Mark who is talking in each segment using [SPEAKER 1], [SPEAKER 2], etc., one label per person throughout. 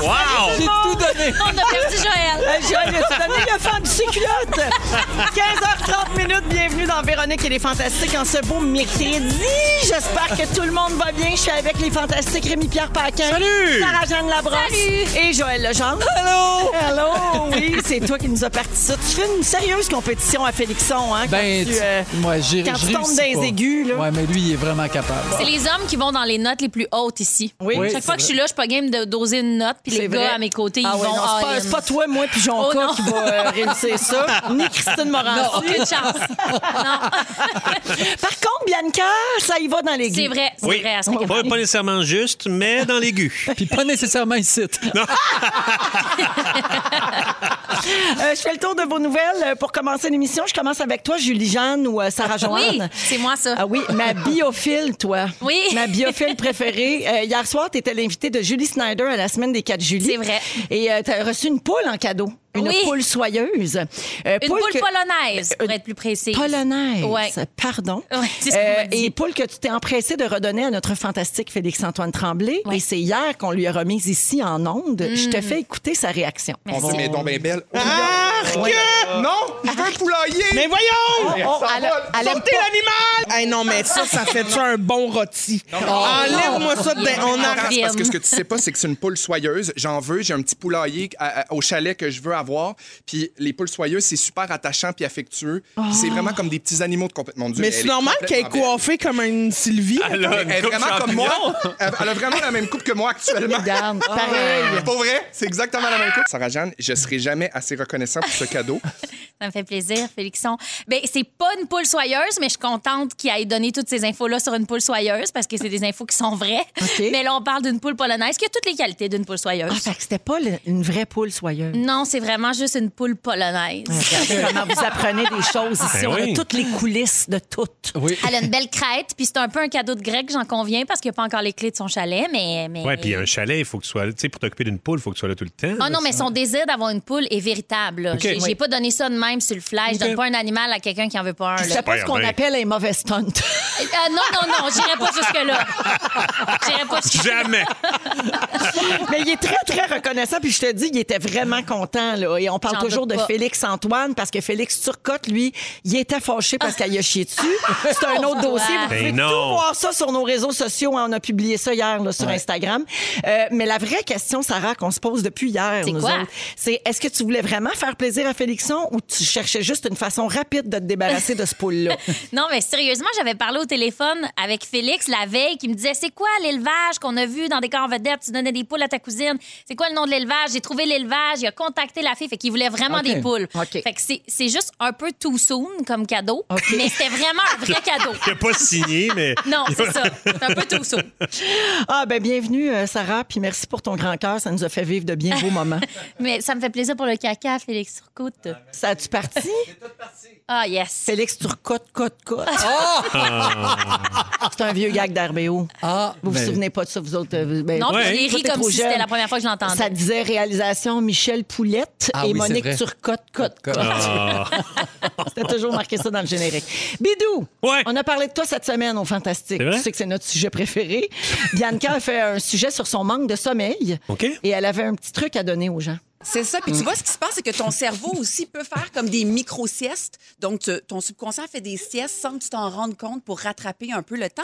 [SPEAKER 1] wow!
[SPEAKER 2] J'ai tout donné.
[SPEAKER 3] On a perdu Joël.
[SPEAKER 4] Hey, Joël, as-tu donné le fan du culottes? 15h30 minutes, bienvenue dans Véronique et les Fantastiques en ce beau mercredi. J'espère que tout le monde va bien. Je suis avec les Fantastiques Rémi-Pierre Paquin.
[SPEAKER 1] Salut!
[SPEAKER 4] Sarah-Jeanne Labrosse.
[SPEAKER 3] Salut!
[SPEAKER 4] Et Joël Legendre.
[SPEAKER 2] Allô?
[SPEAKER 4] Hello! Oui, c'est toi qui nous as parti ça. Tu fais une sérieuse compétition à Félixon, hein? quand
[SPEAKER 2] Ben,
[SPEAKER 4] tu, euh,
[SPEAKER 2] moi, j'ai
[SPEAKER 4] quand tu tombes dans les aigus, là.
[SPEAKER 2] Ouais, mais lui, il est vraiment capable.
[SPEAKER 3] C'est les hommes qui vont dans les notes les plus hautes ici.
[SPEAKER 4] Oui.
[SPEAKER 2] Oui.
[SPEAKER 3] Chaque
[SPEAKER 2] c'est
[SPEAKER 3] fois que je suis là, je suis pas game de doser une note, puis
[SPEAKER 4] C'est
[SPEAKER 3] les
[SPEAKER 4] vrai.
[SPEAKER 3] gars à mes côtés,
[SPEAKER 4] Ah
[SPEAKER 3] ils
[SPEAKER 4] ouais,
[SPEAKER 3] vont
[SPEAKER 4] non, c'est pas-
[SPEAKER 3] all-in.
[SPEAKER 4] c'est pas, toi, moi, puis Jonca
[SPEAKER 3] Oh, non.
[SPEAKER 4] qui va euh, réussir ça, ni Christine Morancy.
[SPEAKER 3] Non, Ah, aucune chance.
[SPEAKER 4] Par contre, Bianca, ça y va dans les
[SPEAKER 3] C'est vrai, c'est
[SPEAKER 1] Oui,
[SPEAKER 3] vrai. elle serait
[SPEAKER 1] pas,
[SPEAKER 3] capable.
[SPEAKER 1] pas nécessairement juste, mais dans l'aigu.
[SPEAKER 2] Puis pas nécessairement ici.
[SPEAKER 4] Euh, je fais le tour de vos nouvelles euh, pour commencer l'émission. Je commence avec toi, Julie-Jeanne ou euh,
[SPEAKER 3] Oui,
[SPEAKER 4] Sarah-Joanne.
[SPEAKER 3] c'est moi ça.
[SPEAKER 4] Ah oui, ma biophile, toi.
[SPEAKER 3] Oui.
[SPEAKER 4] Ma biophile préférée. Euh, hier soir, tu étais l'invitée de Julie Snyder à la semaine des 4 juillet.
[SPEAKER 3] C'est vrai.
[SPEAKER 4] Et tu as reçu une poule en cadeau. Une
[SPEAKER 3] Oui.
[SPEAKER 4] poule soyeuse. Euh,
[SPEAKER 3] Une poule
[SPEAKER 4] que- Euh,
[SPEAKER 3] polonaise, pour être plus précis.
[SPEAKER 4] Polonaise.
[SPEAKER 3] Ouais.
[SPEAKER 4] Pardon. Euh,
[SPEAKER 3] Ouais, c'est ce qu'on m'a dit.
[SPEAKER 4] et poule que tu t'es empressé de redonner à notre fantastique Félix-Antoine Tremblay.
[SPEAKER 3] Ouais. Mm.
[SPEAKER 4] Et c'est hier qu'on lui a remise ici en onde. Je te fais écouter sa réaction.
[SPEAKER 3] Merci.
[SPEAKER 5] Non, mais donc, ben belle.
[SPEAKER 4] Ouais.
[SPEAKER 5] Non, je veux poulailler. Mais
[SPEAKER 4] Oh,
[SPEAKER 5] voyons!
[SPEAKER 4] oh, elle a- elle aime pas-
[SPEAKER 6] Hey, non, mais ça, ça fait-tu un bon rôti? Enlève-moi ça de... ben, On arrête.
[SPEAKER 5] Parce que ce que tu sais pas, c'est que c'est une poule soyeuse. J'en veux, j'ai un petit poulailler à- à- au chalet que je veux avoir. Puis les poules soyeuses, c'est super attachant puis affectueux. Puis C'est vraiment comme des petits animaux de complètement
[SPEAKER 6] Oh. Mais c'est normal qu'elle est coiffée comme une Sylvie.
[SPEAKER 2] Ah
[SPEAKER 5] Elle est vraiment comme moi. Elle elle a vraiment la même coupe que moi actuellement.
[SPEAKER 4] Regarde,
[SPEAKER 3] Ah.
[SPEAKER 4] pareil.
[SPEAKER 5] Pas vrai? C'est exactement la même coupe. Sarah Jeanne, je serai jamais assez reconnaissant pour ce cadeau.
[SPEAKER 3] Ça me fait plaisir, Félixon. Ben, c'est pas une poule soyeuse, mais je suis contente qu'il aille donner toutes ces infos-là sur une poule soyeuse parce que c'est des infos qui sont vraies. Mais là, on parle d'une poule polonaise qui a toutes les qualités d'une poule soyeuse.
[SPEAKER 4] Ah, ben. fait que c'était pas le- une vraie poule soyeuse.
[SPEAKER 3] Non, c'est vraiment juste une poule polonaise.
[SPEAKER 4] Regardez comment vous apprenez des choses ici.
[SPEAKER 1] Ben
[SPEAKER 4] On
[SPEAKER 1] oui.
[SPEAKER 4] a toutes les coulisses de toutes.
[SPEAKER 2] Oui.
[SPEAKER 3] Elle a une belle crête, puis c'est un peu un cadeau de grec, j'en conviens, parce qu'il n'y a pas encore les clés de son chalet, mais. mais...
[SPEAKER 1] Ouais, puis un chalet, il faut que tu sois là. Tu sais, pour t'occuper d'une poule, il faut que tu sois là tout le temps.
[SPEAKER 3] Ah non, mais son désir d'avoir une poule est véritable. là.
[SPEAKER 1] OK.
[SPEAKER 3] J'ai j'ai
[SPEAKER 1] Oui.
[SPEAKER 3] pas donné ça de même sur le fly. Je donne pas un animal à quelqu'un qui en veut pas un. là.
[SPEAKER 4] C'est pas ce qu'on
[SPEAKER 1] Regardez.
[SPEAKER 4] appelle un mauvais stunt.
[SPEAKER 3] Euh, non, non, non, j'irai pas jusque-là. J'irai pas jusque-là.
[SPEAKER 1] Jamais!
[SPEAKER 4] Mais il est très, très reconnaissant. Puis je te dis, il était vraiment content. Là. Et on parle
[SPEAKER 3] J'en
[SPEAKER 4] toujours de
[SPEAKER 3] doute pas.
[SPEAKER 4] Félix-Antoine parce que Félix Turcotte, lui, il était fâché parce qu'elle y a chié dessus. C'est un autre dossier. Vous
[SPEAKER 1] Ben
[SPEAKER 4] pouvez
[SPEAKER 1] non.
[SPEAKER 4] tout voir ça sur nos réseaux sociaux. hein. On a publié ça hier là, sur Instagram. Euh, mais la vraie question, Sarah, qu'on se pose depuis hier,
[SPEAKER 3] C'est
[SPEAKER 4] nous
[SPEAKER 3] quoi?
[SPEAKER 4] autres, c'est est-ce que tu voulais vraiment faire plaisir à Félixon ou tu cherchais juste une façon rapide de te débarrasser de ce poule-là?
[SPEAKER 3] Non, mais sérieusement, j'avais parlé au téléphone avec Félix la veille qui me disait C'est quoi l'élevage qu'on a vu dans des corps vedettes Tu donnais des poules à ta cousine. C'est quoi le nom de l'élevage J'ai trouvé l'élevage. Il a contacté la fille. Fait qu'il voulait vraiment
[SPEAKER 2] OK.
[SPEAKER 3] des poules.
[SPEAKER 4] OK.
[SPEAKER 3] Fait que c'est c'est juste un peu too soon comme cadeau. Mais c'était vraiment un vrai cadeau.
[SPEAKER 1] Il n'a pas signé, mais.
[SPEAKER 3] Non, c'est ça. C'est un peu too soon.
[SPEAKER 4] Ah, ben bienvenue, euh, Sarah, puis merci pour ton grand cœur. Ça nous a fait vivre de bien beaux moments.
[SPEAKER 3] Mais ça me fait plaisir pour le caca, Félix Turcotte.
[SPEAKER 4] Ça a-tu parti?
[SPEAKER 3] Ah, yes.
[SPEAKER 4] Félix Turcotte, cote, cote. C'est un vieux gag d'RBO.
[SPEAKER 2] Ah,
[SPEAKER 4] Vous
[SPEAKER 2] ben,
[SPEAKER 4] vous souvenez pas de ça, vous autres? euh, ben,
[SPEAKER 3] Non,
[SPEAKER 4] toi,
[SPEAKER 3] puis
[SPEAKER 1] Ouais.
[SPEAKER 3] je l'ai ri
[SPEAKER 4] t'es
[SPEAKER 3] comme
[SPEAKER 4] trop
[SPEAKER 3] si
[SPEAKER 4] jeune.
[SPEAKER 3] c'était la première fois que je l'entendais.
[SPEAKER 4] Ça disait réalisation Michel Poulette
[SPEAKER 2] Ah oui,
[SPEAKER 4] et
[SPEAKER 2] c'est
[SPEAKER 4] Monique
[SPEAKER 2] vrai.
[SPEAKER 4] Turcotte, cote, cote.
[SPEAKER 1] Ah.
[SPEAKER 4] C'était toujours marqué ça dans le générique. Bidou,
[SPEAKER 1] Ouais.
[SPEAKER 4] on a parlé de toi cette semaine au Fantastique.
[SPEAKER 1] C'est vrai?
[SPEAKER 4] Tu sais que c'est notre sujet préféré. Bianca a fait un sujet sur son manque de sommeil.
[SPEAKER 1] OK.
[SPEAKER 4] Et elle avait un petit truc à donner aux gens.
[SPEAKER 7] C'est ça. Puis tu vois, ce qui se passe, c'est que ton cerveau aussi peut faire comme des micro-siestes. Donc, tu- ton subconscient fait des siestes sans que tu t'en rendes compte pour rattraper un peu le temps.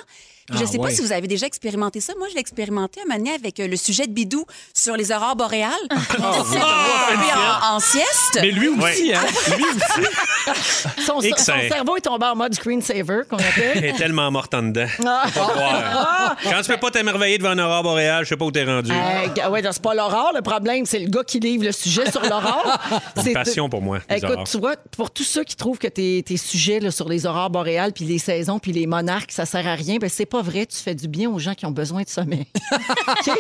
[SPEAKER 7] Puis je
[SPEAKER 2] Ah,
[SPEAKER 7] sais pas
[SPEAKER 2] ouais.
[SPEAKER 7] si vous avez déjà expérimenté ça. Moi, je l'ai expérimenté un moment donné avec euh, le sujet de Bidou sur les aurores boréales. On s'est retrouvés en, en sieste.
[SPEAKER 2] Mais lui aussi, hein? Lui aussi.
[SPEAKER 4] Son,
[SPEAKER 1] Et que
[SPEAKER 4] son
[SPEAKER 1] c'est-
[SPEAKER 4] cerveau est tombé en mode screensaver, qu'on
[SPEAKER 1] Elle
[SPEAKER 4] appelle.
[SPEAKER 1] est tellement morte en dedans.
[SPEAKER 4] Ah.
[SPEAKER 1] Faut pas croire. Quand tu peux pas t'émerveiller devant un aurore boréal, je sais pas où t'es rendu.
[SPEAKER 4] Euh,
[SPEAKER 1] Ah!
[SPEAKER 4] ga- ouais, c'est pas l'aurore le problème, c'est le gars qui livre le sujet sur l'aurore. C'est
[SPEAKER 1] passion pour moi, les
[SPEAKER 4] Écoute,
[SPEAKER 1] aurores.
[SPEAKER 4] tu vois, pour tous ceux qui trouvent que tes, tes sujets là, sur les aurores boréales, puis les saisons, puis les monarques, ça sert à rien, ben c'est pas vrai. Tu fais du bien aux gens qui ont besoin de sommeil. OK?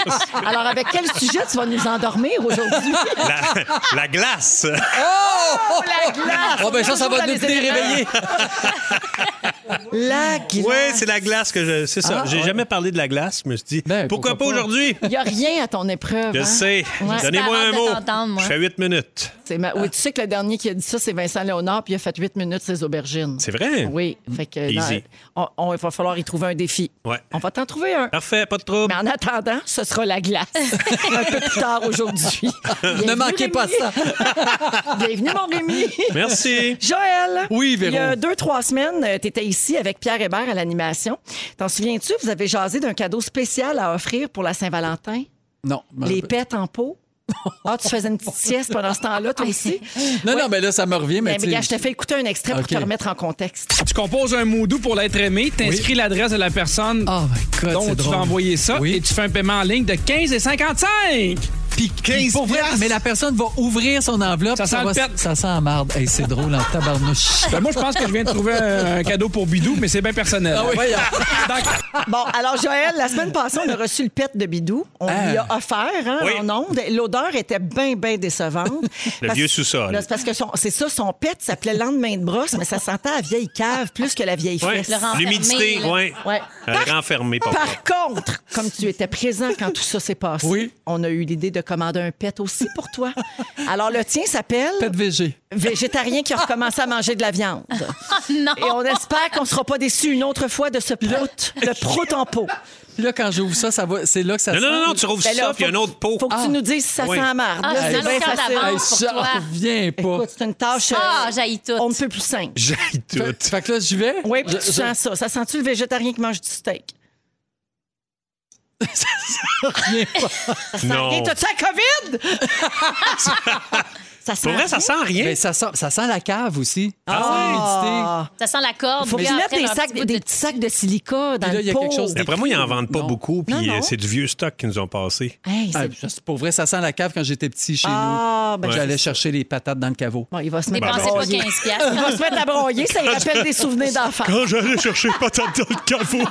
[SPEAKER 4] Alors, avec quel sujet tu vas nous endormir aujourd'hui?
[SPEAKER 1] La, la glace!
[SPEAKER 4] la glace!
[SPEAKER 2] Oh, ben ça, ça va nous
[SPEAKER 4] Toujours dans les
[SPEAKER 2] tenir
[SPEAKER 4] éléments.
[SPEAKER 2] réveillés.
[SPEAKER 8] La glace.
[SPEAKER 1] Oui, c'est la glace que je. C'est ça. J'ai jamais parlé de la glace. Je me suis dit,
[SPEAKER 2] Ben, pourquoi
[SPEAKER 1] pourquoi, pas
[SPEAKER 2] pas?
[SPEAKER 1] aujourd'hui?
[SPEAKER 4] Il n'y a rien à ton épreuve.
[SPEAKER 1] Je
[SPEAKER 4] hein?
[SPEAKER 1] sais.
[SPEAKER 4] Ouais.
[SPEAKER 1] Donnez-moi
[SPEAKER 9] J'espère
[SPEAKER 1] un
[SPEAKER 9] hâte de t'entendre,
[SPEAKER 1] mot.
[SPEAKER 9] moi.
[SPEAKER 1] Je fais 8 minutes.
[SPEAKER 4] C'est ma-
[SPEAKER 2] Ah.
[SPEAKER 4] Oui, tu sais que le dernier qui a dit ça, c'est Vincent Léonard, puis il a fait 8 minutes ses aubergines.
[SPEAKER 1] C'est vrai?
[SPEAKER 4] Oui. Fait que,
[SPEAKER 1] Easy.
[SPEAKER 4] non, on, on- il va falloir y trouver un défi.
[SPEAKER 1] Ouais.
[SPEAKER 4] On va t'en trouver un.
[SPEAKER 1] Parfait, pas de trouble.
[SPEAKER 4] Mais en attendant, ce sera la glace. un peu plus tard aujourd'hui.
[SPEAKER 2] Ne manquez pas ça.
[SPEAKER 4] Bienvenue, mon Rémi.
[SPEAKER 1] Merci.
[SPEAKER 4] Joël.
[SPEAKER 2] Oui, Véro.
[SPEAKER 4] Il y a deux, trois semaines, tu étais ici avec Pierre Hébert à l'animation. T'en souviens-tu? Vous avez jasé d'un cadeau spécial à offrir pour la Saint-Valentin.
[SPEAKER 2] Non. je me
[SPEAKER 4] Les
[SPEAKER 2] rappelle.
[SPEAKER 4] pets en pot. Ah, tu faisais une petite sieste pendant ce temps-là,
[SPEAKER 2] Ah,
[SPEAKER 4] toi aussi?
[SPEAKER 2] Non, non, mais là, ça me revient. Mais,
[SPEAKER 4] Ben, Mais, mais gars,
[SPEAKER 2] tu
[SPEAKER 4] je
[SPEAKER 2] sais,
[SPEAKER 4] te fais écouter un extrait
[SPEAKER 2] OK.
[SPEAKER 4] pour te remettre en contexte.
[SPEAKER 10] Tu composes un moodou pour l'être aimé, t'inscris l'adresse de la personne
[SPEAKER 2] Oh my God,
[SPEAKER 10] dont
[SPEAKER 2] c'est
[SPEAKER 10] tu
[SPEAKER 2] drôle.
[SPEAKER 10] vas envoyer ça
[SPEAKER 2] Oui.
[SPEAKER 10] et tu fais un paiement en ligne de 15 et 55.
[SPEAKER 2] Puis- puis pour vrai, mais la personne va ouvrir son enveloppe.
[SPEAKER 10] Ça
[SPEAKER 2] Ça,
[SPEAKER 10] sent le
[SPEAKER 2] va-
[SPEAKER 10] pet.
[SPEAKER 2] ça sent la marde. Hey, c'est drôle en tabarnouche.
[SPEAKER 10] Ben, moi, je pense que je viens de trouver un, un cadeau pour Bidou, mais c'est bien personnel.
[SPEAKER 4] Ah
[SPEAKER 2] Voyons.
[SPEAKER 4] Bon, alors Joël, la semaine passée, on a reçu le pet de Bidou. On lui a offert hein,
[SPEAKER 1] Oui.
[SPEAKER 4] en ondes. L'odeur était bien, bien décevante.
[SPEAKER 1] Le
[SPEAKER 4] Parce-
[SPEAKER 1] vieux sous-sol.
[SPEAKER 4] Là, C'est parce que son- c'est ça, son pet s'appelait lendemain de brosse, mais ça sentait à vieille cave plus que la vieille
[SPEAKER 1] Ouais.
[SPEAKER 4] fesse.
[SPEAKER 9] Laurent
[SPEAKER 1] L'humidité, Euh,
[SPEAKER 9] Fermé, là.
[SPEAKER 1] oui.
[SPEAKER 4] Ouais.
[SPEAKER 1] Renfermé, pas
[SPEAKER 4] Par contre, comme tu étais présent quand tout ça s'est passé,
[SPEAKER 2] Oui.
[SPEAKER 4] on a eu l'idée de commander un pet aussi pour toi. Alors, le tien s'appelle
[SPEAKER 2] Pet VG.
[SPEAKER 4] Végétarien qui a recommencé à manger de la viande.
[SPEAKER 9] non.
[SPEAKER 4] Et on espère qu'on ne sera pas déçus une autre fois de ce prout, le prout en pot.
[SPEAKER 2] Puis là, quand j'ouvre ça, ça va... c'est là que ça
[SPEAKER 1] Non, non, non,
[SPEAKER 2] sent.
[SPEAKER 1] non, tu rouvres
[SPEAKER 4] Ben là,
[SPEAKER 1] ça, puis il y a un
[SPEAKER 4] faut-
[SPEAKER 1] autre pot.
[SPEAKER 4] Faut que
[SPEAKER 2] Ah.
[SPEAKER 4] tu nous dises si ça
[SPEAKER 1] Oui.
[SPEAKER 4] sent la marde.
[SPEAKER 9] Ah,
[SPEAKER 4] là,
[SPEAKER 9] c'est
[SPEAKER 4] c'est bien
[SPEAKER 9] un score
[SPEAKER 4] facile.
[SPEAKER 9] d'avance. pour
[SPEAKER 2] ça
[SPEAKER 9] toi.
[SPEAKER 2] revient pas.
[SPEAKER 4] Écoute, c'est une tâche euh,
[SPEAKER 9] Ah, j'haïs tout.
[SPEAKER 4] on ne peut plus simple.
[SPEAKER 1] J'aille
[SPEAKER 2] Fait,
[SPEAKER 1] tout.
[SPEAKER 2] fait que là, j'y vais.
[SPEAKER 4] Oui, puis
[SPEAKER 2] Je-
[SPEAKER 4] tu sens ça. Ça sent-tu le végétarien qui mange du steak?
[SPEAKER 2] Oh.
[SPEAKER 1] Non.
[SPEAKER 4] Hey, T'as-tu la COVID? ça sent.
[SPEAKER 1] Pour vrai, ça sent rien.
[SPEAKER 4] Ben,
[SPEAKER 2] Mais ben, ça sent, ça sent la cave aussi. Ah,
[SPEAKER 4] Ah.
[SPEAKER 9] Ça sent la corde.
[SPEAKER 4] Faut
[SPEAKER 9] puis
[SPEAKER 4] qu'ils mettent
[SPEAKER 9] après,
[SPEAKER 4] des,
[SPEAKER 9] leur petit
[SPEAKER 4] sacs,
[SPEAKER 9] bout
[SPEAKER 4] des
[SPEAKER 9] de-
[SPEAKER 4] petits sacs de silica dans
[SPEAKER 2] Puis là,
[SPEAKER 4] le
[SPEAKER 2] il y a
[SPEAKER 4] pot.
[SPEAKER 2] quelque chose
[SPEAKER 1] D'après moi, ils n'en vendent pas
[SPEAKER 2] Non.
[SPEAKER 1] beaucoup, puis
[SPEAKER 4] Non, non.
[SPEAKER 1] euh, c'est du vieux stock qu'ils nous ont passé.
[SPEAKER 4] Hey,
[SPEAKER 2] Ah,
[SPEAKER 4] c'est-
[SPEAKER 2] pour vrai, ça sent la cave quand j'étais petit chez
[SPEAKER 4] Ah, ben,
[SPEAKER 2] nous. J'allais
[SPEAKER 4] c'est ça.
[SPEAKER 2] chercher les patates dans le caveau.
[SPEAKER 4] Bon, il va se mettre à
[SPEAKER 9] Dépensez pas
[SPEAKER 4] broyer.
[SPEAKER 9] 15
[SPEAKER 4] Il va se mettre à broyer, ça lui rappelle des souvenirs d'enfants.
[SPEAKER 1] Quand j'allais chercher patate dans le caveau.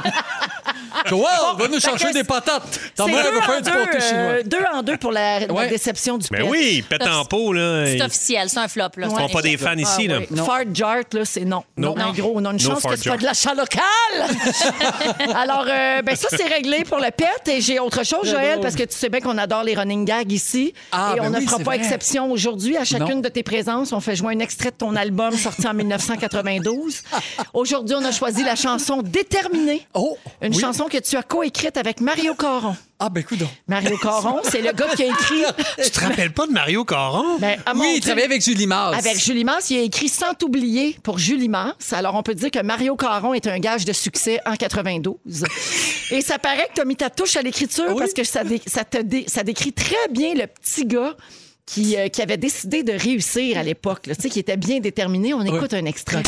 [SPEAKER 4] Ah!
[SPEAKER 2] Wow, va nous chercher des patates. T'en
[SPEAKER 4] C'est
[SPEAKER 2] veux
[SPEAKER 4] deux,
[SPEAKER 2] faire
[SPEAKER 4] en
[SPEAKER 2] du
[SPEAKER 4] deux,
[SPEAKER 2] pâté chinois.
[SPEAKER 4] euh, deux en deux pour la, la
[SPEAKER 2] Ouais.
[SPEAKER 4] déception du
[SPEAKER 1] Mais
[SPEAKER 4] pet.
[SPEAKER 1] Ben oui, pète en pot, là.
[SPEAKER 9] C'est
[SPEAKER 1] Ils
[SPEAKER 9] officiel, c'est un flop. Là.
[SPEAKER 1] font pas des fans
[SPEAKER 4] Ah,
[SPEAKER 1] ici, là.
[SPEAKER 4] oui. Fart jart, là, c'est non.
[SPEAKER 1] Non.
[SPEAKER 4] En gros, on a une
[SPEAKER 1] No
[SPEAKER 4] chance
[SPEAKER 1] fart
[SPEAKER 4] que ce soit
[SPEAKER 1] jart.
[SPEAKER 4] de l'achat local. Alors, euh, ben ça, c'est réglé pour le pet. Et j'ai autre chose, Joël, parce que tu sais bien qu'on adore les running gags ici.
[SPEAKER 2] Ah,
[SPEAKER 4] et
[SPEAKER 2] ben
[SPEAKER 4] on ne
[SPEAKER 2] oui,
[SPEAKER 4] fera
[SPEAKER 2] c'est
[SPEAKER 4] pas
[SPEAKER 2] vrai.
[SPEAKER 4] exception aujourd'hui. À chacune
[SPEAKER 2] Non.
[SPEAKER 4] de tes présences, on fait jouer un extrait de ton album sorti en 1992. Aujourd'hui, on a choisi la chanson Déterminée.
[SPEAKER 2] Oh,
[SPEAKER 4] Une
[SPEAKER 2] oui.
[SPEAKER 4] chanson que tu as coécrite avec Mario Caron.
[SPEAKER 2] Ah, ben, écoute
[SPEAKER 4] Mario Caron, c'est le gars qui a écrit.
[SPEAKER 1] te rappelles pas de Mario Caron?
[SPEAKER 4] Ben, à mon
[SPEAKER 2] Oui, il
[SPEAKER 4] Dieu.
[SPEAKER 2] travaillait avec Julie Mars.
[SPEAKER 4] Avec Julie Mars, il a écrit Sans t'oublier pour Julie Mars. Alors, on peut dire que Mario Caron est un gage de succès en 92. Et ça paraît que tu as mis ta touche à l'écriture parce que ça, dé- ça te dé- ça décrit très bien le petit gars qui, euh, qui avait décidé de réussir à l'époque, là, tu sais, qui était bien déterminé. On écoute un extrait.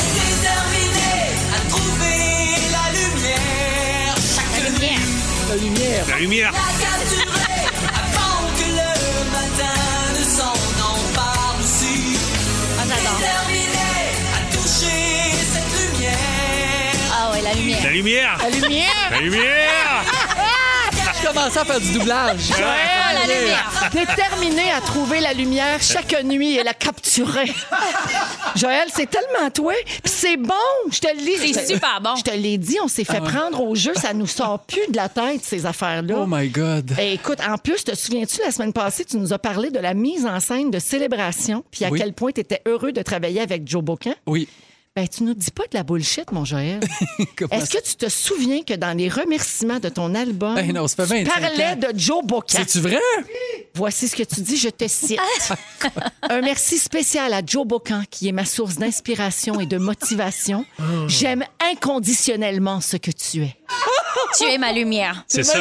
[SPEAKER 1] La lumière.
[SPEAKER 9] Ah ouais, la lumière.
[SPEAKER 1] La lumière.
[SPEAKER 4] La lumière!
[SPEAKER 1] La lumière.
[SPEAKER 2] Je commençais à faire du doublage.
[SPEAKER 9] Ah, la lumière.
[SPEAKER 4] Déterminé à trouver la lumière chaque nuit et la capturer. Joël, c'est tellement toi. Puis c'est bon, je te le dis.
[SPEAKER 9] C'est
[SPEAKER 4] Je te-
[SPEAKER 9] super bon.
[SPEAKER 4] Je te l'ai dit, on s'est
[SPEAKER 2] Ah
[SPEAKER 4] fait prendre au jeu. Ça nous sort plus de la tête, ces affaires-là.
[SPEAKER 2] Oh my God.
[SPEAKER 4] Eh, écoute, en plus, te souviens-tu, la semaine passée, tu nous as parlé de la mise en scène de célébration, puis à
[SPEAKER 2] Oui.
[SPEAKER 4] quel point tu étais heureux de travailler avec Joe Bocan.
[SPEAKER 2] Oui.
[SPEAKER 4] Ben, tu nous dis pas de la bullshit, mon Joël.
[SPEAKER 2] Comment
[SPEAKER 4] Est-ce que tu te souviens que dans les remerciements de ton album,
[SPEAKER 2] Ben non, ça fait
[SPEAKER 4] tu
[SPEAKER 2] 25
[SPEAKER 4] parlais
[SPEAKER 2] ans.
[SPEAKER 4] de Joe Bocan?
[SPEAKER 2] C'est-tu vrai?
[SPEAKER 4] Voici ce que tu dis, je te cite. Un merci spécial à Joe Bocan, qui est ma source d'inspiration et de motivation. J'aime inconditionnellement ce que tu es.
[SPEAKER 9] Tu es ma lumière.
[SPEAKER 1] C'est ça.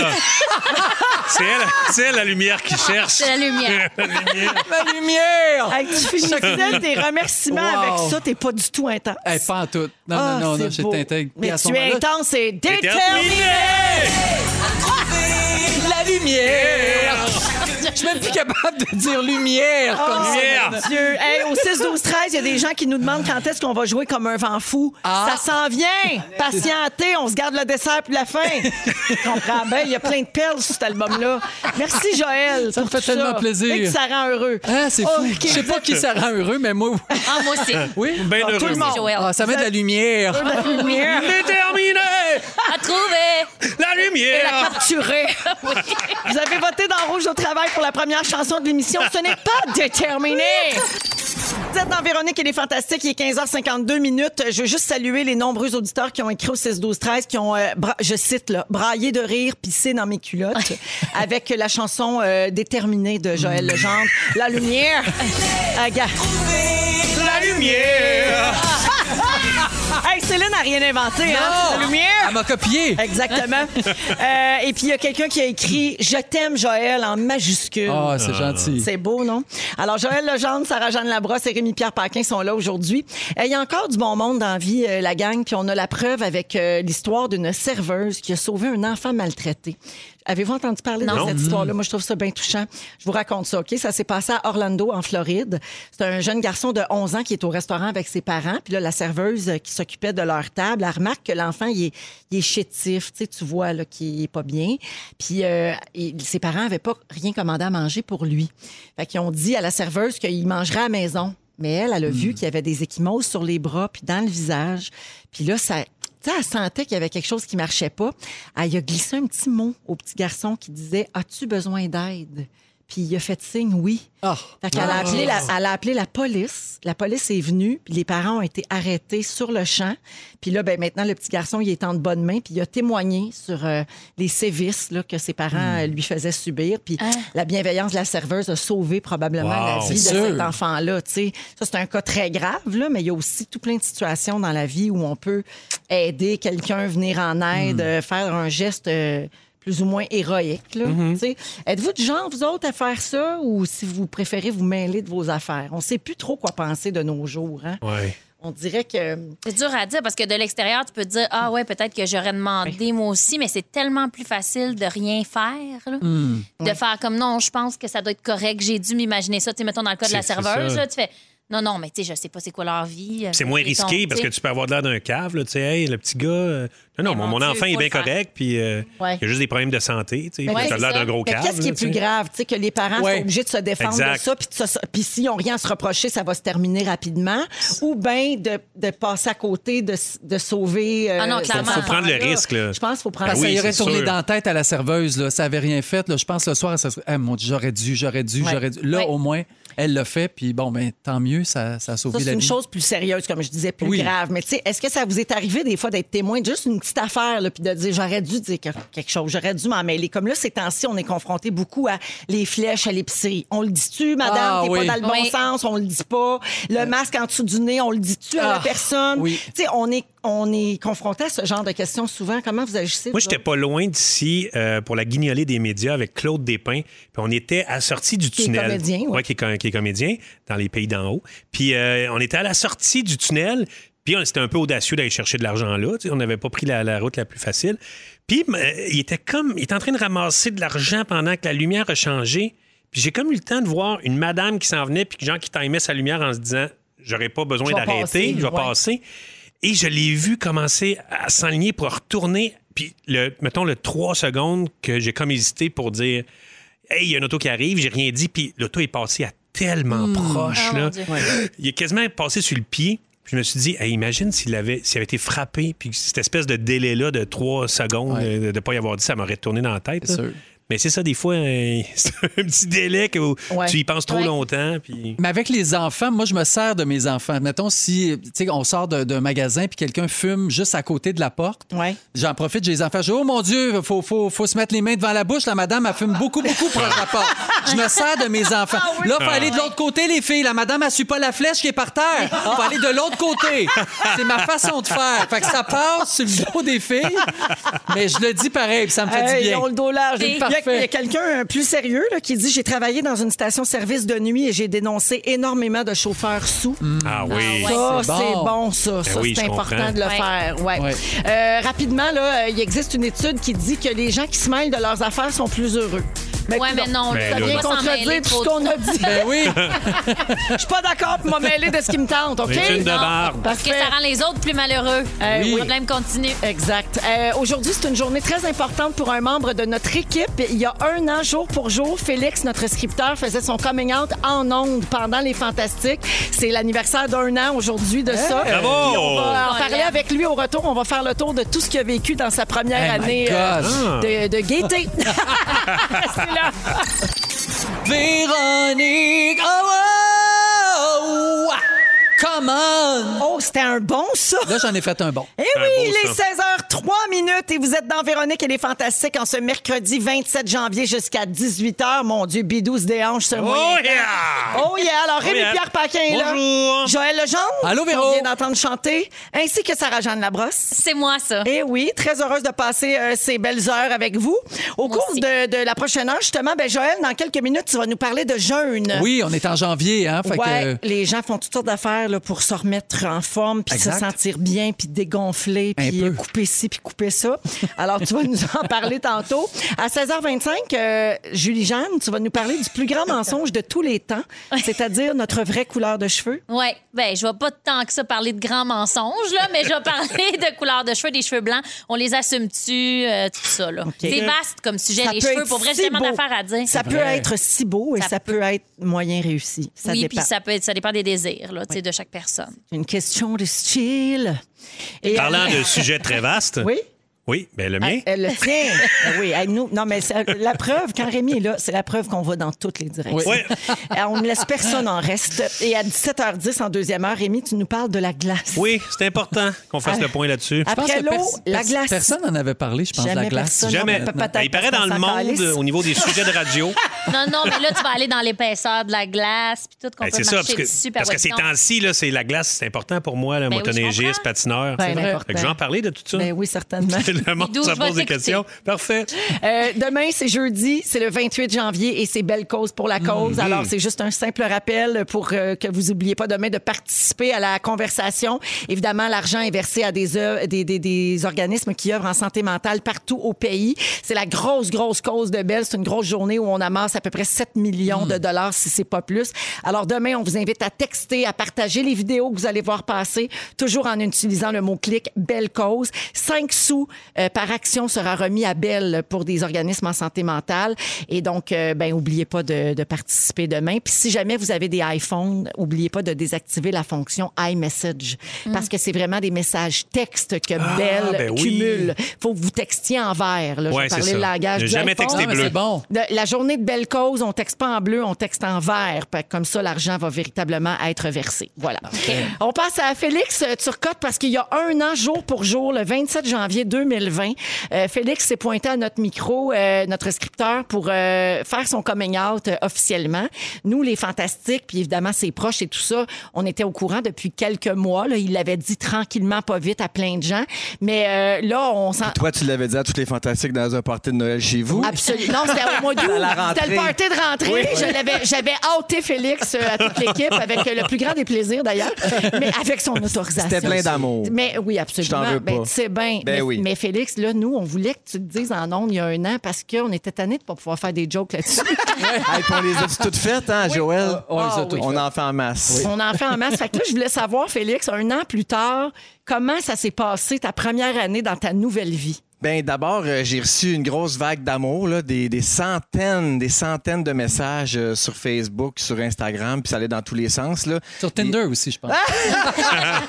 [SPEAKER 1] C'est elle, c'est elle la lumière
[SPEAKER 4] Ah,
[SPEAKER 1] qui cherche.
[SPEAKER 9] C'est la lumière.
[SPEAKER 2] La lumière!
[SPEAKER 4] Hey, tu finissais des remerciements
[SPEAKER 2] Wow.
[SPEAKER 4] avec ça, t'es pas du tout intense.
[SPEAKER 2] Hey, pas en tout. Non, non,
[SPEAKER 4] Ah,
[SPEAKER 2] non, non,
[SPEAKER 4] c'est
[SPEAKER 2] j'étais
[SPEAKER 4] beau.
[SPEAKER 2] intègre. Puis
[SPEAKER 4] Mais
[SPEAKER 2] à ce
[SPEAKER 4] tu es
[SPEAKER 2] moment-là-
[SPEAKER 4] intense et déterminé.
[SPEAKER 1] Déterminé.
[SPEAKER 2] La lumière! Je suis même plus capable de dire lumière comme
[SPEAKER 4] Ah,
[SPEAKER 2] ça.
[SPEAKER 1] Lumière!
[SPEAKER 4] Mon Dieu. Hey, au 6, 12, 13, il y a des gens qui nous demandent quand est-ce qu'on va jouer comme un vent fou.
[SPEAKER 2] Ah.
[SPEAKER 4] Ça s'en vient. Patientez, on se garde le dessert puis la fin. Je comprends bien, il y a plein de perles sur cet album-là. Merci, Joël.
[SPEAKER 2] Ça me
[SPEAKER 4] pour
[SPEAKER 2] fait
[SPEAKER 4] tout
[SPEAKER 2] tellement
[SPEAKER 4] ça.
[SPEAKER 2] plaisir.
[SPEAKER 4] Et que ça rend heureux.
[SPEAKER 2] Ah, c'est fou.
[SPEAKER 4] Ok.
[SPEAKER 2] Je sais pas qui ça rend heureux, mais moi, oui.
[SPEAKER 3] Ah, moi aussi.
[SPEAKER 2] oui.
[SPEAKER 1] Bien
[SPEAKER 4] tout
[SPEAKER 1] heureux.
[SPEAKER 4] le monde.
[SPEAKER 3] Joël.
[SPEAKER 2] Ah, ça met de la lumière.
[SPEAKER 4] Lumière.
[SPEAKER 1] Déterminé!
[SPEAKER 3] À trouver.
[SPEAKER 1] La lumière!
[SPEAKER 4] capturé. Vous avez voté dans Rouge au travail pour la première chanson de l'émission. Ce n'est pas déterminé. Vous êtes dans Véronique et les Fantastiques, il est 15h52 minutes. Je veux juste saluer les nombreux auditeurs qui ont écrit au 16 12 13 qui ont euh, bra- je cite là, braillé de rire, pissé dans mes culottes avec la chanson euh, déterminée de Joël Legendre, La lumière. Aga.
[SPEAKER 1] La lumière!
[SPEAKER 4] Ah, Hey, Céline n'a rien inventé hein. La lumière.
[SPEAKER 2] Elle m'a copié.
[SPEAKER 4] Exactement. Euh, et puis, il y a quelqu'un qui a écrit Je t'aime, Joël, en majuscule.
[SPEAKER 2] Ah,
[SPEAKER 1] Euh,
[SPEAKER 2] c'est gentil.
[SPEAKER 4] C'est beau, non? Alors, Joël Legendre, Sarah-Jeanne Labrosse et Rémi-Pierre Paquin sont là aujourd'hui. Euh, Il y a encore du bon monde dans la vie, euh, la gang, puis on a la preuve avec euh, l'histoire d'une serveuse qui a sauvé un enfant maltraité. Avez-vous entendu parler
[SPEAKER 3] Non.
[SPEAKER 4] de cette histoire-là? Moi, je trouve ça bien touchant. Je vous raconte ça, OK? Ça s'est passé à Orlando, en Floride. C'est un jeune garçon de 11 ans qui est au restaurant avec ses parents. Puis là, la serveuse euh, qui s'occupait de leur table, elle remarque que l'enfant, il est, il est chétif. Tu sais, tu vois là, qu'il est pas bien. Puis euh, il- ses parents n'avaient pas rien commandé à manger pour lui. Fait qu'ils ont dit à la serveuse qu'il mangerait à la maison. Mais elle, elle a vu qu'il y avait des échymoses sur les bras puis dans le visage. Puis là, ça... tu sais, elle sentait qu'il y avait quelque chose qui marchait pas. Elle a glissé un petit mot au petit garçon qui disait As-tu besoin d'aide Puis il a fait signe oui.
[SPEAKER 2] Ah.
[SPEAKER 4] Fait qu'elle a, appelé la, elle a appelé la police. La police est venue, puis les parents ont été arrêtés sur le champ. Puis là, ben, maintenant, le petit garçon, il est en de bonnes mains, puis il a témoigné sur euh, les sévices là, que ses parents
[SPEAKER 2] Hmm.
[SPEAKER 4] euh, lui faisaient subir. Puis la bienveillance de la serveuse a sauvé probablement
[SPEAKER 1] Wow.
[SPEAKER 4] la vie de
[SPEAKER 2] C'est sûr.
[SPEAKER 4] cet enfant-là. tu sais. Ça, c'est un cas très grave, là, mais il y a aussi tout plein de situations dans la vie où on peut aider quelqu'un, venir en
[SPEAKER 2] Hmm.
[SPEAKER 4] aide, euh, faire un geste... euh, plus ou moins héroïque. là,
[SPEAKER 1] Mhm.
[SPEAKER 4] tu sais. Êtes-vous du genre, vous autres, à faire ça ou si vous préférez vous mêler de vos affaires? On ne sait plus trop quoi penser de nos jours. hein.
[SPEAKER 1] Ouais.
[SPEAKER 4] On dirait que...
[SPEAKER 3] C'est dur à dire parce que de l'extérieur, tu peux te dire Ah ouais, peut-être que j'aurais demandé moi aussi, mais c'est tellement plus facile de rien faire. là.
[SPEAKER 11] Hmm.
[SPEAKER 3] De faire comme non, je pense que ça doit être correct, j'ai dû m'imaginer ça. Tu sais, mettons dans le cas de la
[SPEAKER 1] C'est- c'est
[SPEAKER 3] serveuse,
[SPEAKER 1] ça.
[SPEAKER 3] là, tu fais Non, non, mais tu sais, je sais pas c'est quoi leur vie. euh,
[SPEAKER 1] C'est moins risqué parce que tu peux avoir de l'air d'un cave, là, tu sais, hey, le petit gars. euh, Non, non,
[SPEAKER 3] Mais
[SPEAKER 1] mon,
[SPEAKER 3] mon
[SPEAKER 1] mon
[SPEAKER 3] Dieu,
[SPEAKER 1] enfant
[SPEAKER 3] faut
[SPEAKER 1] est
[SPEAKER 3] le
[SPEAKER 1] bien
[SPEAKER 3] faire.
[SPEAKER 1] correct, puis euh, il
[SPEAKER 4] Ouais.
[SPEAKER 1] y a juste des problèmes de santé, tu sais.
[SPEAKER 4] ouais,
[SPEAKER 1] puis T'as
[SPEAKER 3] c'est
[SPEAKER 1] l'air
[SPEAKER 3] ça.
[SPEAKER 1] d'un gros
[SPEAKER 4] Mais
[SPEAKER 1] cave.
[SPEAKER 4] Qu'est-ce qui est
[SPEAKER 1] là,
[SPEAKER 4] plus
[SPEAKER 1] tu sais.
[SPEAKER 4] grave? tu sais, que les parents
[SPEAKER 2] Ouais.
[SPEAKER 4] sont obligés de se défendre
[SPEAKER 1] Exact.
[SPEAKER 4] de ça, puis de se- puis s'ils n'ont rien à se reprocher, ça va se terminer rapidement. Ou bien de, de passer à côté, de, s- de sauver. euh,
[SPEAKER 3] Ah non,
[SPEAKER 4] cet
[SPEAKER 3] clairement.
[SPEAKER 1] Faut prendre le
[SPEAKER 4] enfant-là.
[SPEAKER 1] risque, là.
[SPEAKER 4] Je pense qu'il faut prendre
[SPEAKER 1] Ben
[SPEAKER 4] le
[SPEAKER 1] oui,
[SPEAKER 2] ça
[SPEAKER 4] risque.
[SPEAKER 2] irait
[SPEAKER 1] c'est
[SPEAKER 2] tourner
[SPEAKER 1] sûr.
[SPEAKER 2] dans la tête à la serveuse. Là. Ça avait rien fait. Là. Je pense le soir, elle se serait. Ah, mon Dieu, j'aurais dû, j'aurais dû,
[SPEAKER 4] Ouais.
[SPEAKER 2] j'aurais dû. Là,
[SPEAKER 3] Ouais.
[SPEAKER 2] au moins, elle l'a fait. Puis bon, ben, tant mieux, ça, ça a
[SPEAKER 4] Ça,
[SPEAKER 2] sauvé
[SPEAKER 4] c'est
[SPEAKER 2] la
[SPEAKER 4] une
[SPEAKER 2] vie.
[SPEAKER 4] chose plus sérieuse, comme je disais, plus
[SPEAKER 2] Oui.
[SPEAKER 4] grave. Mais tu sais, est-ce que ça vous est arrivé des fois d'être témoin de juste une petite affaire, là, puis de dire j'aurais dû dire que- quelque chose, j'aurais dû m'en mêler? Comme là, ces temps-ci, on est confronté beaucoup à les flèches à l'épicerie. On le dit-tu, madame,
[SPEAKER 2] Ah,
[SPEAKER 4] t'es
[SPEAKER 2] oui. Euh.
[SPEAKER 4] pas dans le bon
[SPEAKER 3] Oui.
[SPEAKER 4] sens, on le dit pas. Le masque en dessous du nez, on le dit-tu à
[SPEAKER 2] Ah,
[SPEAKER 4] la personne?
[SPEAKER 2] oui.
[SPEAKER 4] Tu sais, on est, on est confronté à ce genre de questions souvent. Comment vous agissez?
[SPEAKER 1] Moi,
[SPEAKER 4] vous
[SPEAKER 1] j'étais pas loin d'ici euh, pour la guignolée des médias avec Claude Despins. Puis on était à la sortie du
[SPEAKER 4] Qui est
[SPEAKER 1] tunnel.
[SPEAKER 4] comédien, ouais.
[SPEAKER 1] qui, est, com- qui est comédien dans les pays d'en haut. Puis euh, on était à la sortie du tunnel. Puis on- c'était un peu audacieux d'aller chercher de l'argent là. Tu sais, on n'avait pas pris la, la route la plus facile. Puis euh, il était comme, il était en train de ramasser de l'argent pendant que la lumière a changé. Puis j'ai comme eu le temps de voir une madame qui s'en venait puis que genre qui timait sa lumière en se disant, j'aurais pas besoin
[SPEAKER 4] Je vais
[SPEAKER 1] d'arrêter,
[SPEAKER 4] passer,
[SPEAKER 1] je vais
[SPEAKER 4] ouais.
[SPEAKER 1] passer. Et je l'ai vu commencer à s'enligner pour retourner. Puis, le, mettons, le 3 secondes que j'ai comme hésité pour dire Hey, il y a une auto qui arrive, j'ai rien dit. Puis l'auto est passée à tellement proche.
[SPEAKER 3] Ah, mon
[SPEAKER 1] là.
[SPEAKER 3] Dieu.
[SPEAKER 1] Il est quasiment passé sur le pied. Puis Je me suis dit, Hey, imagine s'il avait, s'il avait été frappé, puis cette espèce de délai-là de 3 secondes
[SPEAKER 2] Ouais.
[SPEAKER 1] euh, de ne pas y avoir dit, ça m'aurait tourné dans la tête.
[SPEAKER 2] C'est
[SPEAKER 1] là.
[SPEAKER 2] sûr.
[SPEAKER 1] Mais c'est ça, des fois, euh, c'est un petit délai que
[SPEAKER 4] Ouais.
[SPEAKER 1] tu y penses trop
[SPEAKER 3] Ouais.
[SPEAKER 1] longtemps. Puis...
[SPEAKER 2] Mais avec les enfants, moi, je me sers de mes enfants. Mettons, si tu sais, on sort de- d'un magasin puis quelqu'un fume juste à côté de la porte,
[SPEAKER 4] Ouais.
[SPEAKER 2] j'en profite, j'ai les enfants. Je dis, oh mon Dieu, faut, faut, faut se mettre les mains devant la bouche. La madame, elle fume beaucoup, beaucoup proche de la porte. Je me sers de mes enfants.
[SPEAKER 4] Ah
[SPEAKER 2] Là, faut aller de l'autre côté, les filles. La madame, elle suit pas la flèche qui est par terre. Faut aller de l'autre côté. C'est ma façon de faire. Fait que ça passe sur le dos des filles. Mais je le dis pareil, puis ça me fait
[SPEAKER 4] Hey,
[SPEAKER 2] du bien.
[SPEAKER 4] ils ont le dos large.
[SPEAKER 3] C'est
[SPEAKER 4] Il y a,
[SPEAKER 2] parfait.
[SPEAKER 4] il y a quelqu'un euh, plus sérieux là, qui dit J'ai travaillé dans une station-service de nuit et j'ai dénoncé énormément de chauffeurs sous.
[SPEAKER 1] Ah oui.
[SPEAKER 3] ouais.
[SPEAKER 4] Ça,
[SPEAKER 2] C'est bon.
[SPEAKER 4] c'est bon, ça. Ça,
[SPEAKER 1] oui,
[SPEAKER 4] c'est
[SPEAKER 1] je
[SPEAKER 4] important
[SPEAKER 1] comprends.
[SPEAKER 4] de le
[SPEAKER 3] Ouais.
[SPEAKER 4] faire. Ouais.
[SPEAKER 2] Ouais.
[SPEAKER 4] Euh, rapidement, là, euh, il existe une étude qui dit que les gens qui se mêlent de leurs affaires sont plus heureux.
[SPEAKER 3] Ouais, mais non,
[SPEAKER 1] Mais
[SPEAKER 3] ça vient
[SPEAKER 1] là, là.
[SPEAKER 11] Rien
[SPEAKER 3] s'en
[SPEAKER 11] contredire
[SPEAKER 3] mêler
[SPEAKER 11] tout
[SPEAKER 3] trop
[SPEAKER 11] ce qu'on
[SPEAKER 3] trop.
[SPEAKER 11] a dit.
[SPEAKER 2] Ben oui.
[SPEAKER 11] Je suis pas d'accord pour me mêler de ce qui me tente, OK?
[SPEAKER 1] C'est une de
[SPEAKER 11] Non.
[SPEAKER 1] barbe.
[SPEAKER 3] Parce que ça rend les autres plus malheureux.
[SPEAKER 11] Eh
[SPEAKER 3] Le
[SPEAKER 11] oui.
[SPEAKER 3] problème continue.
[SPEAKER 11] Exact. Euh, Aujourd'hui, c'est une journée très importante pour un membre de notre équipe. Il y a un an, jour pour jour, Félix, notre scripteur, faisait son coming out en ondes pendant les Fantastiques. C'est l'anniversaire d'un an aujourd'hui de ça.
[SPEAKER 1] Bravo!
[SPEAKER 11] Puis On va en
[SPEAKER 3] Oh,
[SPEAKER 11] parler
[SPEAKER 3] yeah.
[SPEAKER 11] avec lui au retour. On va faire le tour de tout ce qu'il a vécu dans sa première
[SPEAKER 2] Hey my
[SPEAKER 11] année euh,
[SPEAKER 2] God.
[SPEAKER 11] de, de gaieté. c'est là.
[SPEAKER 2] Véronique, oh, oh, oh, come on!
[SPEAKER 4] Oh, c'était un bon ça!
[SPEAKER 2] Là, j'en ai fait un bon.
[SPEAKER 4] Eh
[SPEAKER 1] C'est un
[SPEAKER 4] oui,
[SPEAKER 1] Ah, beau
[SPEAKER 4] il est
[SPEAKER 1] ça.
[SPEAKER 4] 16h03 minutes et vous êtes dans Véronique et les Fantastiques en ce mercredi 27 janvier jusqu'à 18h. Mon Dieu, bidou se déhanche ce
[SPEAKER 1] Oh
[SPEAKER 4] moyen temps.
[SPEAKER 1] yeah!
[SPEAKER 4] Oh yeah! Alors,
[SPEAKER 1] yeah.
[SPEAKER 4] Rémi-Pierre Paquin est là.
[SPEAKER 1] Bonjour.
[SPEAKER 4] Joël Legendre.
[SPEAKER 2] Allô, Véro.
[SPEAKER 4] On vient d'entendre chanter. Ainsi que Sarah-Jeanne Labrosse.
[SPEAKER 3] C'est moi, ça.
[SPEAKER 4] Eh oui, très heureuse de passer euh, ces belles heures avec vous. Au
[SPEAKER 3] Moi
[SPEAKER 4] cours
[SPEAKER 3] aussi.
[SPEAKER 4] de, de la prochaine heure, justement, ben Joël, dans quelques minutes, tu vas nous parler de jeûne.
[SPEAKER 2] Oui, on est en janvier, hein? Fait
[SPEAKER 4] Ouais,
[SPEAKER 2] que...
[SPEAKER 4] les gens font toutes sortes d'affaires là, pour se remettre en forme, puis se
[SPEAKER 2] Exact.
[SPEAKER 4] sentir bien, puis dégonfler,
[SPEAKER 2] Un
[SPEAKER 4] puis
[SPEAKER 2] peu.
[SPEAKER 4] euh, couper ci, puis couper ça. Alors, tu vas nous en parler tantôt. À 16h25, euh, Julie-Jeanne, tu vas nous parler du plus grand mensonge de tous les temps, c'est-à-dire notre vraie couleur de cheveux.
[SPEAKER 3] Oui, ben je vais pas tant que ça parler de grands mensonges, là, mais je vais parler de couleur de cheveux, des cheveux blancs. On les assume-tu, euh, tout ça. là. C'est vaste comme sujet,
[SPEAKER 4] Ça
[SPEAKER 3] les
[SPEAKER 4] peut
[SPEAKER 3] cheveux.
[SPEAKER 4] être
[SPEAKER 3] Pour vrai,
[SPEAKER 4] si
[SPEAKER 3] j'ai tellement
[SPEAKER 4] beau.
[SPEAKER 3] d'affaires à dire.
[SPEAKER 4] Ça peut être si beau et ça,
[SPEAKER 3] Ça
[SPEAKER 4] peut... être moyen réussi. Ça
[SPEAKER 3] oui, puis
[SPEAKER 4] dépend.
[SPEAKER 3] ça, peut être- ça dépend des désirs là, tu sais, de chaque personne.
[SPEAKER 4] Une question de style. Et
[SPEAKER 1] Parlant de sujets très vastes.
[SPEAKER 4] Oui?
[SPEAKER 1] Oui, ben le mien.
[SPEAKER 4] Ah, euh, le tien. Ah oui, ah, nous. Non, mais c'est- la preuve, quand Rémi est là, c'est la preuve qu'on va dans toutes les directions.
[SPEAKER 1] Ouais.
[SPEAKER 4] Ah, On ne laisse personne en reste. Et à 17h10, en deuxième heure, Rémi, tu nous parles de la glace.
[SPEAKER 1] Oui, c'est important qu'on fasse
[SPEAKER 4] Ah.
[SPEAKER 1] le point là-dessus.
[SPEAKER 2] Je pense
[SPEAKER 4] Après
[SPEAKER 2] que
[SPEAKER 4] l'eau,
[SPEAKER 2] pers-
[SPEAKER 4] la
[SPEAKER 2] pers-
[SPEAKER 4] glace.
[SPEAKER 2] Personne n'en avait parlé, je pense, de la
[SPEAKER 4] Jamais
[SPEAKER 2] glace.
[SPEAKER 4] personne.
[SPEAKER 1] Jamais.
[SPEAKER 4] non, mais
[SPEAKER 1] Ben,
[SPEAKER 4] peut-être
[SPEAKER 1] il paraît
[SPEAKER 4] parce
[SPEAKER 1] dans
[SPEAKER 4] qu'on
[SPEAKER 1] le
[SPEAKER 4] s'en
[SPEAKER 1] monde,
[SPEAKER 4] calisse.
[SPEAKER 1] euh, au niveau des sujets de radio.
[SPEAKER 3] Non, non, mais là, tu vas aller dans l'épaisseur de la glace, puis tout, qu'on
[SPEAKER 1] Ben,
[SPEAKER 3] peut
[SPEAKER 1] c'est ça, parce
[SPEAKER 3] marcher
[SPEAKER 1] que,
[SPEAKER 3] dessus. puis
[SPEAKER 1] parce que
[SPEAKER 3] ouais,
[SPEAKER 1] ces
[SPEAKER 3] non.
[SPEAKER 1] temps-ci, là, c'est la glace, c'est important pour moi, là,
[SPEAKER 3] Ben oui, je
[SPEAKER 1] motoneigiste,
[SPEAKER 3] comprends.
[SPEAKER 1] patineur.
[SPEAKER 4] Ben,
[SPEAKER 1] C'est vrai.
[SPEAKER 4] important.
[SPEAKER 1] Fait que je vais en parler de tout ça.
[SPEAKER 4] Ben oui, certainement.
[SPEAKER 1] le monde,
[SPEAKER 3] Bidou,
[SPEAKER 1] ça
[SPEAKER 3] je vais
[SPEAKER 1] pose des
[SPEAKER 3] t'écouter.
[SPEAKER 1] questions. Parfait.
[SPEAKER 4] Euh, demain, c'est jeudi, c'est le 28 janvier et c'est Belle Cause pour la cause. Alors, c'est juste un simple rappel pour euh, que vous n'oubliez pas demain de participer à la conversation. Évidemment, l'argent est versé à des, œuvres- des, des- des organismes qui œuvrent en santé mentale partout au pays. C'est la grosse, grosse cause de Belle. C'est une grosse journée où on amasse à peu près 7 millions de dollars, si c'est pas plus. Alors, demain, on vous invite à texter, à partager les vidéos que vous allez voir passer, toujours en utilisant le mot-clic Belle Cause. 5 sous euh, par action sera remis à Belle pour des organismes en santé mentale. Et donc, euh, ben, oubliez pas de, de participer demain. Puis si jamais vous avez des iPhones, oubliez pas de désactiver la fonction iMessage parce que c'est vraiment des messages textes que Belle
[SPEAKER 1] ben oui.
[SPEAKER 4] cumule. Faut que vous textiez en vert. Là.
[SPEAKER 1] Ouais,
[SPEAKER 4] Je
[SPEAKER 1] c'est
[SPEAKER 4] parlais le
[SPEAKER 1] ça.
[SPEAKER 4] langage
[SPEAKER 1] Ne
[SPEAKER 4] du
[SPEAKER 1] jamais
[SPEAKER 4] iPhone.
[SPEAKER 1] texter
[SPEAKER 2] Non, mais
[SPEAKER 1] bleu.
[SPEAKER 2] c'est bon.
[SPEAKER 4] De- la journée de belle cause, on texte pas en bleu, on texte en vert. Fait que Comme ça, l'argent va véritablement être versé. Voilà. On passe à Félix euh, Turcotte parce qu'il y a un an, jour pour jour, le 27 janvier 2020, euh, Félix s'est pointé à notre micro, euh, notre scripteur, pour euh, faire son coming out euh, officiellement. Nous, les fantastiques, puis évidemment ses proches et tout ça, on était au courant depuis quelques mois. là. Il l'avait dit tranquillement, pas vite, à plein de gens. Mais euh, là, on s'en...
[SPEAKER 9] Toi, tu l'avais dit à tous les fantastiques dans un party de Noël chez vous.
[SPEAKER 4] Absolument. Non, c'était au mois d'août.
[SPEAKER 6] À la rentrée.
[SPEAKER 4] C'était le party de rentrée. Je l'avais- J'avais hâté Félix euh, à toute l'équipe avec euh, le plus grand des plaisirs d'ailleurs, mais avec son autorisation.
[SPEAKER 9] C'était plein d'amour.
[SPEAKER 4] Mais oui,
[SPEAKER 9] Je
[SPEAKER 4] absolument.
[SPEAKER 9] t'en veux
[SPEAKER 4] Ben,
[SPEAKER 9] pas.
[SPEAKER 4] tu sais bien.
[SPEAKER 9] Ben
[SPEAKER 4] mais,
[SPEAKER 9] oui.
[SPEAKER 4] mais Félix, là, nous, on voulait que tu te dises en ondes il y a un an parce qu'on était tannés de pas pouvoir faire des jokes là-dessus.
[SPEAKER 9] Hey, puis on les a toutes faites, hein, Joël?
[SPEAKER 2] on
[SPEAKER 4] Ah
[SPEAKER 2] les a toutes
[SPEAKER 9] on en fait en masse.
[SPEAKER 4] On en fait en masse. Fait que là, je voulais savoir, Félix, un an plus tard, comment ça s'est passé ta première année dans ta nouvelle vie?
[SPEAKER 9] Ben d'abord, euh, j'ai reçu une grosse vague d'amour, là, des, des centaines, des centaines de messages euh, sur Facebook, sur Instagram, puis ça allait dans tous les sens. Là.
[SPEAKER 2] Sur Tinder aussi, je pense.
[SPEAKER 4] Ah,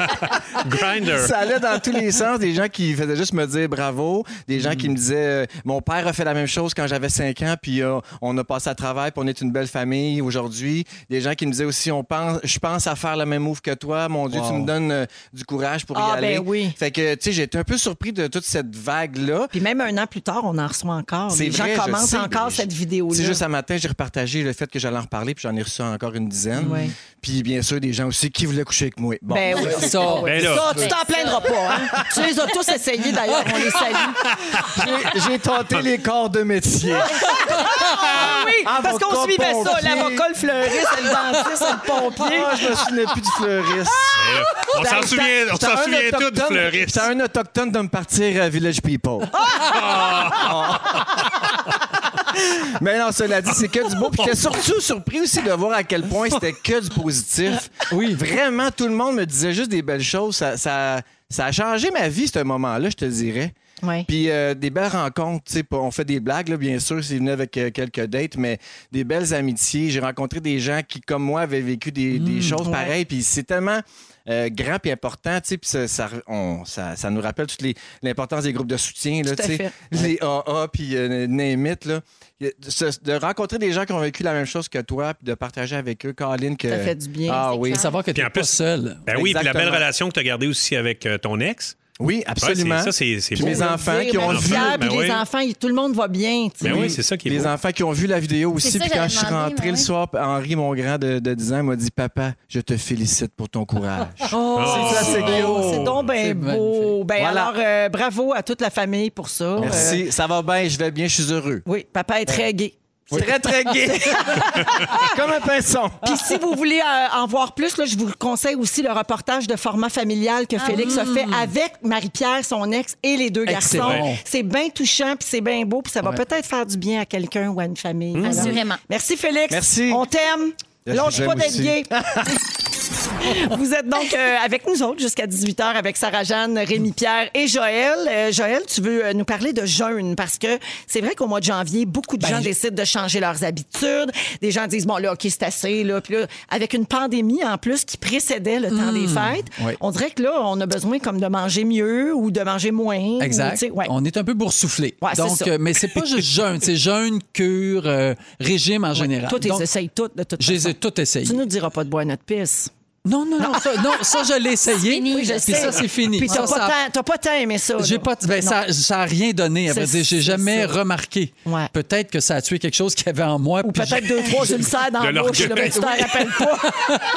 [SPEAKER 1] Grinder.
[SPEAKER 9] Ça allait dans tous les sens. Des gens qui faisaient juste me dire bravo, des gens qui me disaient euh, mon père a fait la même chose quand j'avais 5 ans, puis euh, on a passé à travail, puis on est une belle famille aujourd'hui. Des gens qui me disaient aussi on pense, je pense à faire le même move que toi. Mon Dieu, tu me donnes euh, du courage pour
[SPEAKER 4] Ah,
[SPEAKER 9] y
[SPEAKER 4] ben
[SPEAKER 9] aller.
[SPEAKER 4] oui.
[SPEAKER 9] Fait que tu sais, j'étais un peu surpris de toute cette vague là.
[SPEAKER 4] Puis même un an plus tard, on en reçoit encore.
[SPEAKER 9] C'est
[SPEAKER 4] Les gens
[SPEAKER 9] vrai, je
[SPEAKER 4] commencent
[SPEAKER 9] sais,
[SPEAKER 4] encore
[SPEAKER 9] mais je-
[SPEAKER 4] cette vidéo-là.
[SPEAKER 9] C'est juste ce matin, j'ai repartagé le fait que j'allais en reparler, puis j'en ai reçu encore une dizaine.
[SPEAKER 4] Ouais.
[SPEAKER 9] Puis bien sûr, des gens aussi qui voulaient coucher avec moi. Bon.
[SPEAKER 4] Ben oui.
[SPEAKER 2] C'est ça.
[SPEAKER 1] Ben là.
[SPEAKER 4] Ça, tu t'en plaindras pas. hein. tu les as tous essayés, d'ailleurs. On les salue.
[SPEAKER 9] J'ai- J'ai tenté les corps de métier.
[SPEAKER 4] Ah oui, parce
[SPEAKER 9] Avocat,
[SPEAKER 4] qu'on suivait ça.
[SPEAKER 9] pompier.
[SPEAKER 4] L'avocat, le fleuriste, le dentiste, le pompier.
[SPEAKER 9] Ah, je me souvenais plus du fleuriste.
[SPEAKER 1] Ben là, On s'en souvient, on
[SPEAKER 9] J'étais
[SPEAKER 1] s'en
[SPEAKER 9] un
[SPEAKER 1] souvient tous du
[SPEAKER 9] autochtone-
[SPEAKER 1] fleuriste.
[SPEAKER 9] j'étais un
[SPEAKER 1] Ah!
[SPEAKER 9] autochtone de me partir à Village People. Ah! Mais non, cela dit, c'est que du beau. Puis j'étais surtout surpris aussi de voir à quel point c'était que du positif. Oui. Vraiment, tout le monde me disait juste des belles choses. Ça, ça, ça a changé ma vie, ce moment-là, je te dirais.
[SPEAKER 4] Ouais.
[SPEAKER 9] Puis euh, des belles rencontres, tu sais, pas- on fait des blagues, là, bien sûr, s'il venait avec euh, quelques dates, mais des belles amitiés. J'ai rencontré des gens qui, comme moi, avaient vécu des,
[SPEAKER 4] Mmh,
[SPEAKER 9] des choses pareilles. Puis c'est tellement euh, grand et important, tu sais, puis ça, ça, on- ça- ça nous rappelle toute les- l'importance des groupes de soutien, là,
[SPEAKER 4] Tout à
[SPEAKER 9] tu sais,
[SPEAKER 4] fait.
[SPEAKER 9] les AA, puis euh, name it, là. Y a- ce- De rencontrer des gens qui ont vécu la même chose que toi, puis de partager avec eux, Caroline, que...
[SPEAKER 4] Ça fait du bien,
[SPEAKER 9] Ah
[SPEAKER 3] c'est
[SPEAKER 9] oui.
[SPEAKER 3] clair.
[SPEAKER 2] Savoir que tu
[SPEAKER 1] Puis en
[SPEAKER 2] n'es pas
[SPEAKER 1] plus-
[SPEAKER 2] seul.
[SPEAKER 1] Ben oui, puis la belle
[SPEAKER 9] Exactement.
[SPEAKER 1] relation que tu as gardée aussi avec euh, ton ex.
[SPEAKER 9] Oui, absolument.
[SPEAKER 1] Ouais, c'est- ça, c'est- c'est
[SPEAKER 9] Puis
[SPEAKER 1] beau.
[SPEAKER 9] mes enfants
[SPEAKER 4] Dire,
[SPEAKER 9] qui ont
[SPEAKER 1] ben,
[SPEAKER 9] vu...
[SPEAKER 1] fier,
[SPEAKER 4] Pierre,
[SPEAKER 1] ben
[SPEAKER 4] puis les
[SPEAKER 1] oui.
[SPEAKER 4] enfants, ils- tout le monde va bien. tu sais.
[SPEAKER 1] Ben oui, c'est ça qui est
[SPEAKER 9] les
[SPEAKER 1] beau.
[SPEAKER 9] enfants qui ont vu la vidéo aussi.
[SPEAKER 3] C'est ça
[SPEAKER 9] Puis
[SPEAKER 3] que
[SPEAKER 9] quand
[SPEAKER 3] j'avais
[SPEAKER 9] je suis
[SPEAKER 3] demandé,
[SPEAKER 9] rentré
[SPEAKER 3] ouais.
[SPEAKER 9] le soir, Henri, mon grand de, de 10 ans, m'a dit Papa, je te félicite pour ton courage.
[SPEAKER 4] Oh,
[SPEAKER 1] Oh,
[SPEAKER 4] c'est
[SPEAKER 1] c'est
[SPEAKER 4] beau.
[SPEAKER 9] beau.
[SPEAKER 4] C'est donc bien
[SPEAKER 2] C'est
[SPEAKER 4] beau.
[SPEAKER 2] magnifique.
[SPEAKER 4] Ben
[SPEAKER 9] Voilà.
[SPEAKER 4] alors, euh, bravo à toute la famille pour ça. Euh,
[SPEAKER 9] Merci, Ben. ça va bien, je vais bien, je suis heureux.
[SPEAKER 4] oui, papa est très gai.
[SPEAKER 9] Très, très gai. Comme un pinson.
[SPEAKER 4] Puis si vous voulez euh, en voir plus, là, je vous conseille aussi le reportage de format familial que Félix a fait avec Marie-Pierre, son ex, et les deux
[SPEAKER 2] Excellent.
[SPEAKER 4] garçons. C'est bien touchant, puis c'est bien beau, puis ça va
[SPEAKER 2] Ouais. Mm.
[SPEAKER 4] peut-être faire du bien à quelqu'un ou à une famille. Alors,
[SPEAKER 3] Assurément.
[SPEAKER 4] Merci Félix.
[SPEAKER 9] Merci.
[SPEAKER 4] On t'aime.
[SPEAKER 9] Je vous
[SPEAKER 4] Lâche pas
[SPEAKER 9] aime
[SPEAKER 4] d'être
[SPEAKER 9] aussi.
[SPEAKER 4] gay. Vous êtes donc euh, avec nous autres jusqu'à 18h avec Sarah-Jeanne, Rémi-Pierre et Joël. Euh, Joël, tu veux euh, nous parler de jeûne parce que c'est vrai qu'au mois de janvier, beaucoup de
[SPEAKER 2] Ben
[SPEAKER 4] gens décident de changer leurs habitudes. Des gens disent, bon là, OK, c'est assez. Là. Puis là, avec une pandémie en plus qui précédait le temps des
[SPEAKER 2] Hmm.
[SPEAKER 4] fêtes,
[SPEAKER 9] Oui.
[SPEAKER 4] on dirait que là, on a besoin comme de manger mieux ou de manger moins. ou, tu
[SPEAKER 2] Exact.
[SPEAKER 4] sais, ouais.
[SPEAKER 2] On est un peu boursouflé.
[SPEAKER 4] Ouais, c'est
[SPEAKER 2] Donc,
[SPEAKER 4] ça.
[SPEAKER 2] euh, mais c'est pas juste jeûne, c'est jeûne, cure, euh, régime en général.
[SPEAKER 4] Toi, tu
[SPEAKER 2] Donc,
[SPEAKER 4] les essayes toutes de toute
[SPEAKER 2] je les ai
[SPEAKER 4] façon.
[SPEAKER 2] toutes essayées.
[SPEAKER 4] Tu nous diras pas de boire notre pisse.
[SPEAKER 2] Non, non, non, ça, non, ça je l'ai essayé.
[SPEAKER 3] fini, je
[SPEAKER 2] puis
[SPEAKER 3] sais.
[SPEAKER 2] ça, c'est fini.
[SPEAKER 4] Puis
[SPEAKER 2] Ça,
[SPEAKER 4] t'as
[SPEAKER 2] ça-
[SPEAKER 4] pas tant- t'as pas tant aimé ça.
[SPEAKER 2] J'ai
[SPEAKER 4] là.
[SPEAKER 2] pas, ben,
[SPEAKER 4] Non.
[SPEAKER 2] ça, ça a rien donné. À vrai
[SPEAKER 4] C'est-
[SPEAKER 2] dire, j'ai
[SPEAKER 4] c'est
[SPEAKER 2] jamais
[SPEAKER 4] ça.
[SPEAKER 2] remarqué.
[SPEAKER 4] Ouais.
[SPEAKER 2] Peut-être que ça a tué quelque chose qu'il y avait en moi.
[SPEAKER 4] Ou
[SPEAKER 2] puis
[SPEAKER 4] peut-être deux, trois ulcères dans
[SPEAKER 1] De
[SPEAKER 4] la bouche, là,
[SPEAKER 1] l'orgueil.
[SPEAKER 4] mais tu t'en rappelles pas.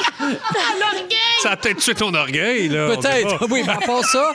[SPEAKER 1] Ça a peut-être tué ton orgueil, là. on sait
[SPEAKER 2] Peut-être,
[SPEAKER 1] pas.
[SPEAKER 2] oui, mais à part ça,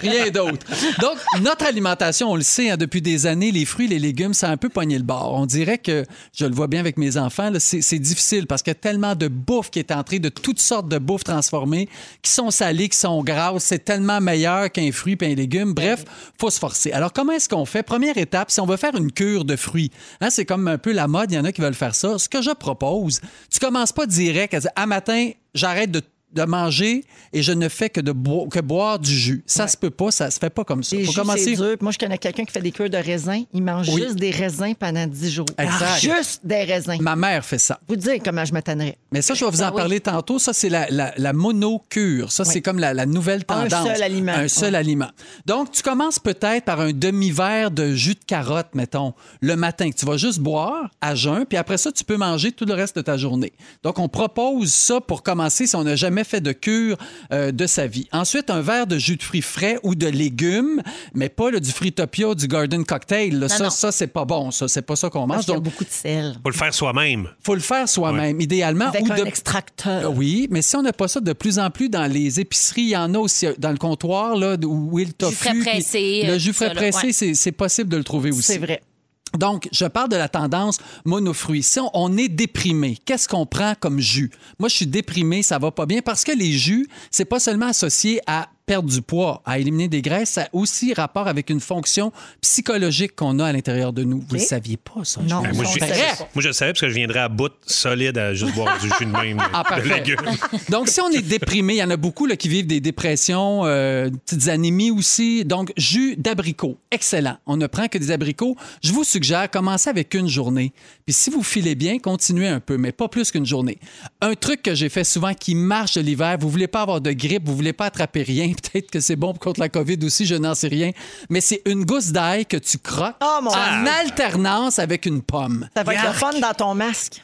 [SPEAKER 2] rien d'autre. Donc, notre alimentation, on le sait, hein, depuis des années, les fruits, les légumes, ça a un peu pogné le bord. On dirait que, je le vois bien avec mes enfants, là, c'est c'est difficile parce qu'il y a tellement de bouffe qui est entrée, de toutes sortes de bouffe transformées, qui sont salées, qui sont grasses. C'est tellement meilleur qu'un fruit puis un légume. Bref, faut se forcer. Alors, comment est-ce qu'on fait? Première étape, si on veut faire une cure de fruits, hein, c'est comme un peu la mode, il y en a qui veulent faire ça. Ce que je propose, tu commences pas direct à dire, à matin, j'arrête de de manger et je ne fais que de boi- que boire du jus. Ça se peut pas, ça se fait pas comme ça.
[SPEAKER 4] Les
[SPEAKER 2] Faut
[SPEAKER 4] jus, c'est
[SPEAKER 2] commencer.
[SPEAKER 4] dur. Puis Moi, je connais quelqu'un qui fait des cures de raisins. Il mange
[SPEAKER 2] Oui.
[SPEAKER 4] juste des raisins pendant 10 jours. Ah,
[SPEAKER 2] Exact.
[SPEAKER 4] Juste des raisins.
[SPEAKER 2] Ma mère fait ça.
[SPEAKER 4] Vous dire comment je m'attannerais.
[SPEAKER 2] Mais ça, je vais vous en
[SPEAKER 4] Ben
[SPEAKER 3] oui.
[SPEAKER 2] parler tantôt. Ça, c'est la, la, la monocure. Ça, c'est comme la, la nouvelle
[SPEAKER 4] Un
[SPEAKER 2] tendance.
[SPEAKER 4] seul aliment.
[SPEAKER 2] Un seul aliment. Donc, tu commences peut-être par un demi-verre de jus de carotte, mettons, le matin, que tu vas juste boire à jeun, puis après ça, tu peux manger tout le reste de ta journée. Donc, on propose ça pour commencer si on n'a jamais fait de cure euh, de sa vie. Ensuite, un verre de jus de fruits frais ou de légumes, mais pas le du Fruitopia ou du Garden Cocktail. là. ça,
[SPEAKER 3] non.
[SPEAKER 2] ça c'est pas bon. Ça, c'est pas ça qu'on mange.
[SPEAKER 4] Parce qu'il y a
[SPEAKER 2] Ah, Donc,
[SPEAKER 4] beaucoup de sel.
[SPEAKER 1] Faut le faire soi-même.
[SPEAKER 2] faut le faire soi-même, idéalement.
[SPEAKER 4] Avec
[SPEAKER 2] Ah, ou
[SPEAKER 4] un
[SPEAKER 2] de...
[SPEAKER 4] extracteur.
[SPEAKER 2] Euh, Oui, mais si on n'a pas ça de plus en plus dans les épiceries, il y en a aussi euh, dans le comptoir là, où il tofu.
[SPEAKER 3] frais
[SPEAKER 2] puis
[SPEAKER 3] pressé,
[SPEAKER 2] Le
[SPEAKER 3] euh,
[SPEAKER 2] jus
[SPEAKER 3] tout
[SPEAKER 2] frais
[SPEAKER 3] ça, là,
[SPEAKER 2] pressé,
[SPEAKER 3] ouais.
[SPEAKER 2] c'est- c'est possible de le trouver aussi.
[SPEAKER 4] C'est vrai.
[SPEAKER 2] Donc, je parle de la tendance monofruits. Si on, on est déprimé, qu'est-ce qu'on prend comme jus? Moi, je suis déprimé, ça va pas bien parce que les jus, c'est pas seulement associé à perdre du poids, à éliminer des graisses, ça a aussi rapport avec une fonction psychologique qu'on a à l'intérieur de nous. Vous ne le saviez pas, ça?
[SPEAKER 4] Non.
[SPEAKER 2] je
[SPEAKER 1] Ben,
[SPEAKER 2] pense.
[SPEAKER 1] moi,
[SPEAKER 4] on
[SPEAKER 1] j'ai-
[SPEAKER 4] savait pas.
[SPEAKER 1] moi, je le savais parce que je viendrais à bout solide à juste boire du jus de même. de-
[SPEAKER 2] Ah,
[SPEAKER 1] de
[SPEAKER 2] parfait.
[SPEAKER 1] légumes.
[SPEAKER 2] Donc, si on est déprimé, il y en a beaucoup là, qui vivent des dépressions, euh, petites anémies aussi. Donc, jus d'abricot, excellent. On ne prend que des abricots. Je vous suggère, commencez avec une journée. Puis si vous filez bien, continuez un peu, mais pas plus qu'une journée. Un truc que j'ai fait souvent qui marche de l'hiver, vous voulez pas avoir de grippe, vous voulez pas attraper rien. Peut-être que c'est bon contre la COVID aussi, je n'en sais rien. Mais c'est une gousse d'ail que tu croques
[SPEAKER 4] Oh, mon
[SPEAKER 2] en alternance avec une pomme.
[SPEAKER 4] Ça va être le fun dans ton masque.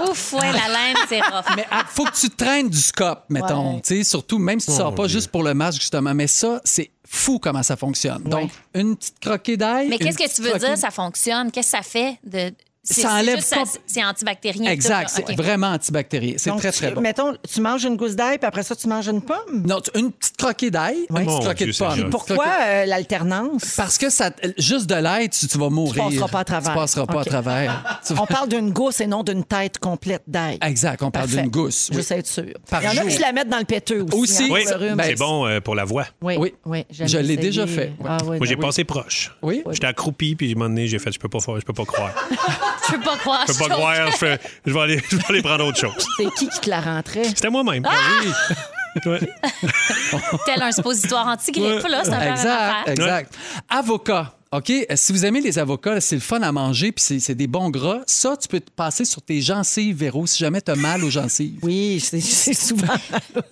[SPEAKER 3] Ouf, ouais, la laine, c'est rough.
[SPEAKER 2] Mais ah, faut que tu traînes du scope, mettons.
[SPEAKER 4] Ouais.
[SPEAKER 2] Tu sais, Surtout, même si tu
[SPEAKER 1] Oh,
[SPEAKER 2] sors pas juste pour le masque, justement. Mais ça, c'est fou comment ça fonctionne. Donc, une petite croquée d'ail.
[SPEAKER 3] Mais
[SPEAKER 2] une
[SPEAKER 3] qu'est-ce que
[SPEAKER 2] petite
[SPEAKER 3] tu veux
[SPEAKER 2] croquée-
[SPEAKER 3] dire, ça fonctionne? Qu'est-ce que ça fait de. C'est
[SPEAKER 4] Ça
[SPEAKER 3] c'est
[SPEAKER 4] enlève
[SPEAKER 3] juste ça,
[SPEAKER 4] compl-
[SPEAKER 3] c'est- c'est antibactérien.
[SPEAKER 2] Exact,
[SPEAKER 3] tout ça.
[SPEAKER 2] c'est
[SPEAKER 3] OK.
[SPEAKER 2] vraiment antibactérien. C'est
[SPEAKER 4] Donc,
[SPEAKER 2] très,
[SPEAKER 4] tu-
[SPEAKER 2] très bon.
[SPEAKER 4] Mettons, tu manges une gousse d'ail, puis après ça, tu manges une pomme.
[SPEAKER 2] Non, tu- une petite croquée d'ail, une
[SPEAKER 1] Mon
[SPEAKER 2] petite croquée
[SPEAKER 1] Dieu,
[SPEAKER 2] de pomme.
[SPEAKER 1] Seigneur.
[SPEAKER 4] Pourquoi euh, l'alternance?
[SPEAKER 2] Parce que ça, juste de l'aide, tu, tu vas mourir.
[SPEAKER 4] passeras pas à travers.
[SPEAKER 2] Tu passeras pas
[SPEAKER 4] OK.
[SPEAKER 2] à travers. Tu vas-
[SPEAKER 4] On parle d'une gousse et non d'une tête complète d'ail.
[SPEAKER 2] Exact, on parle
[SPEAKER 4] Parfait.
[SPEAKER 2] d'une gousse.
[SPEAKER 4] Je
[SPEAKER 2] oui.
[SPEAKER 4] sais être sûr.
[SPEAKER 2] Par
[SPEAKER 4] Il y en a
[SPEAKER 2] jour.
[SPEAKER 4] qui la mettent dans le péteux aussi.
[SPEAKER 2] Aussi.
[SPEAKER 4] hein, pour
[SPEAKER 1] Oui,
[SPEAKER 4] le rhume.
[SPEAKER 2] ben,
[SPEAKER 1] c'est bon euh, pour la voix.
[SPEAKER 4] oui,
[SPEAKER 2] oui.
[SPEAKER 4] oui, j'ai
[SPEAKER 2] Je l'ai
[SPEAKER 4] essayé.
[SPEAKER 2] déjà fait, ouais.
[SPEAKER 4] Ah, oui,
[SPEAKER 1] Moi, j'ai
[SPEAKER 4] ben oui.
[SPEAKER 1] passé proche.
[SPEAKER 2] Oui.
[SPEAKER 1] J'étais accroupi, puis à un moment donné, j'ai fait je peux pas faire, je peux pas croire.
[SPEAKER 3] Je peux pas croire.
[SPEAKER 1] Je peux pas
[SPEAKER 3] ça.
[SPEAKER 1] croire, je, fais- je vais, aller, je vais aller prendre autre chose.
[SPEAKER 4] C'est qui qui te la rentrait?
[SPEAKER 1] C'était moi-même. Ben Oui. Ouais.
[SPEAKER 3] Tel un suppositoire anti-grippe, là, c'est un peu la même
[SPEAKER 2] Exact,
[SPEAKER 3] affaire.
[SPEAKER 2] exact. Avocat. OK, euh, si vous aimez les avocats, là, c'est le fun à manger puis c'est- c'est des bons gras. Ça, tu peux te passer sur tes gencives, Véro, si jamais tu as mal aux gencives.
[SPEAKER 4] Oui, c'est- c'est souvent.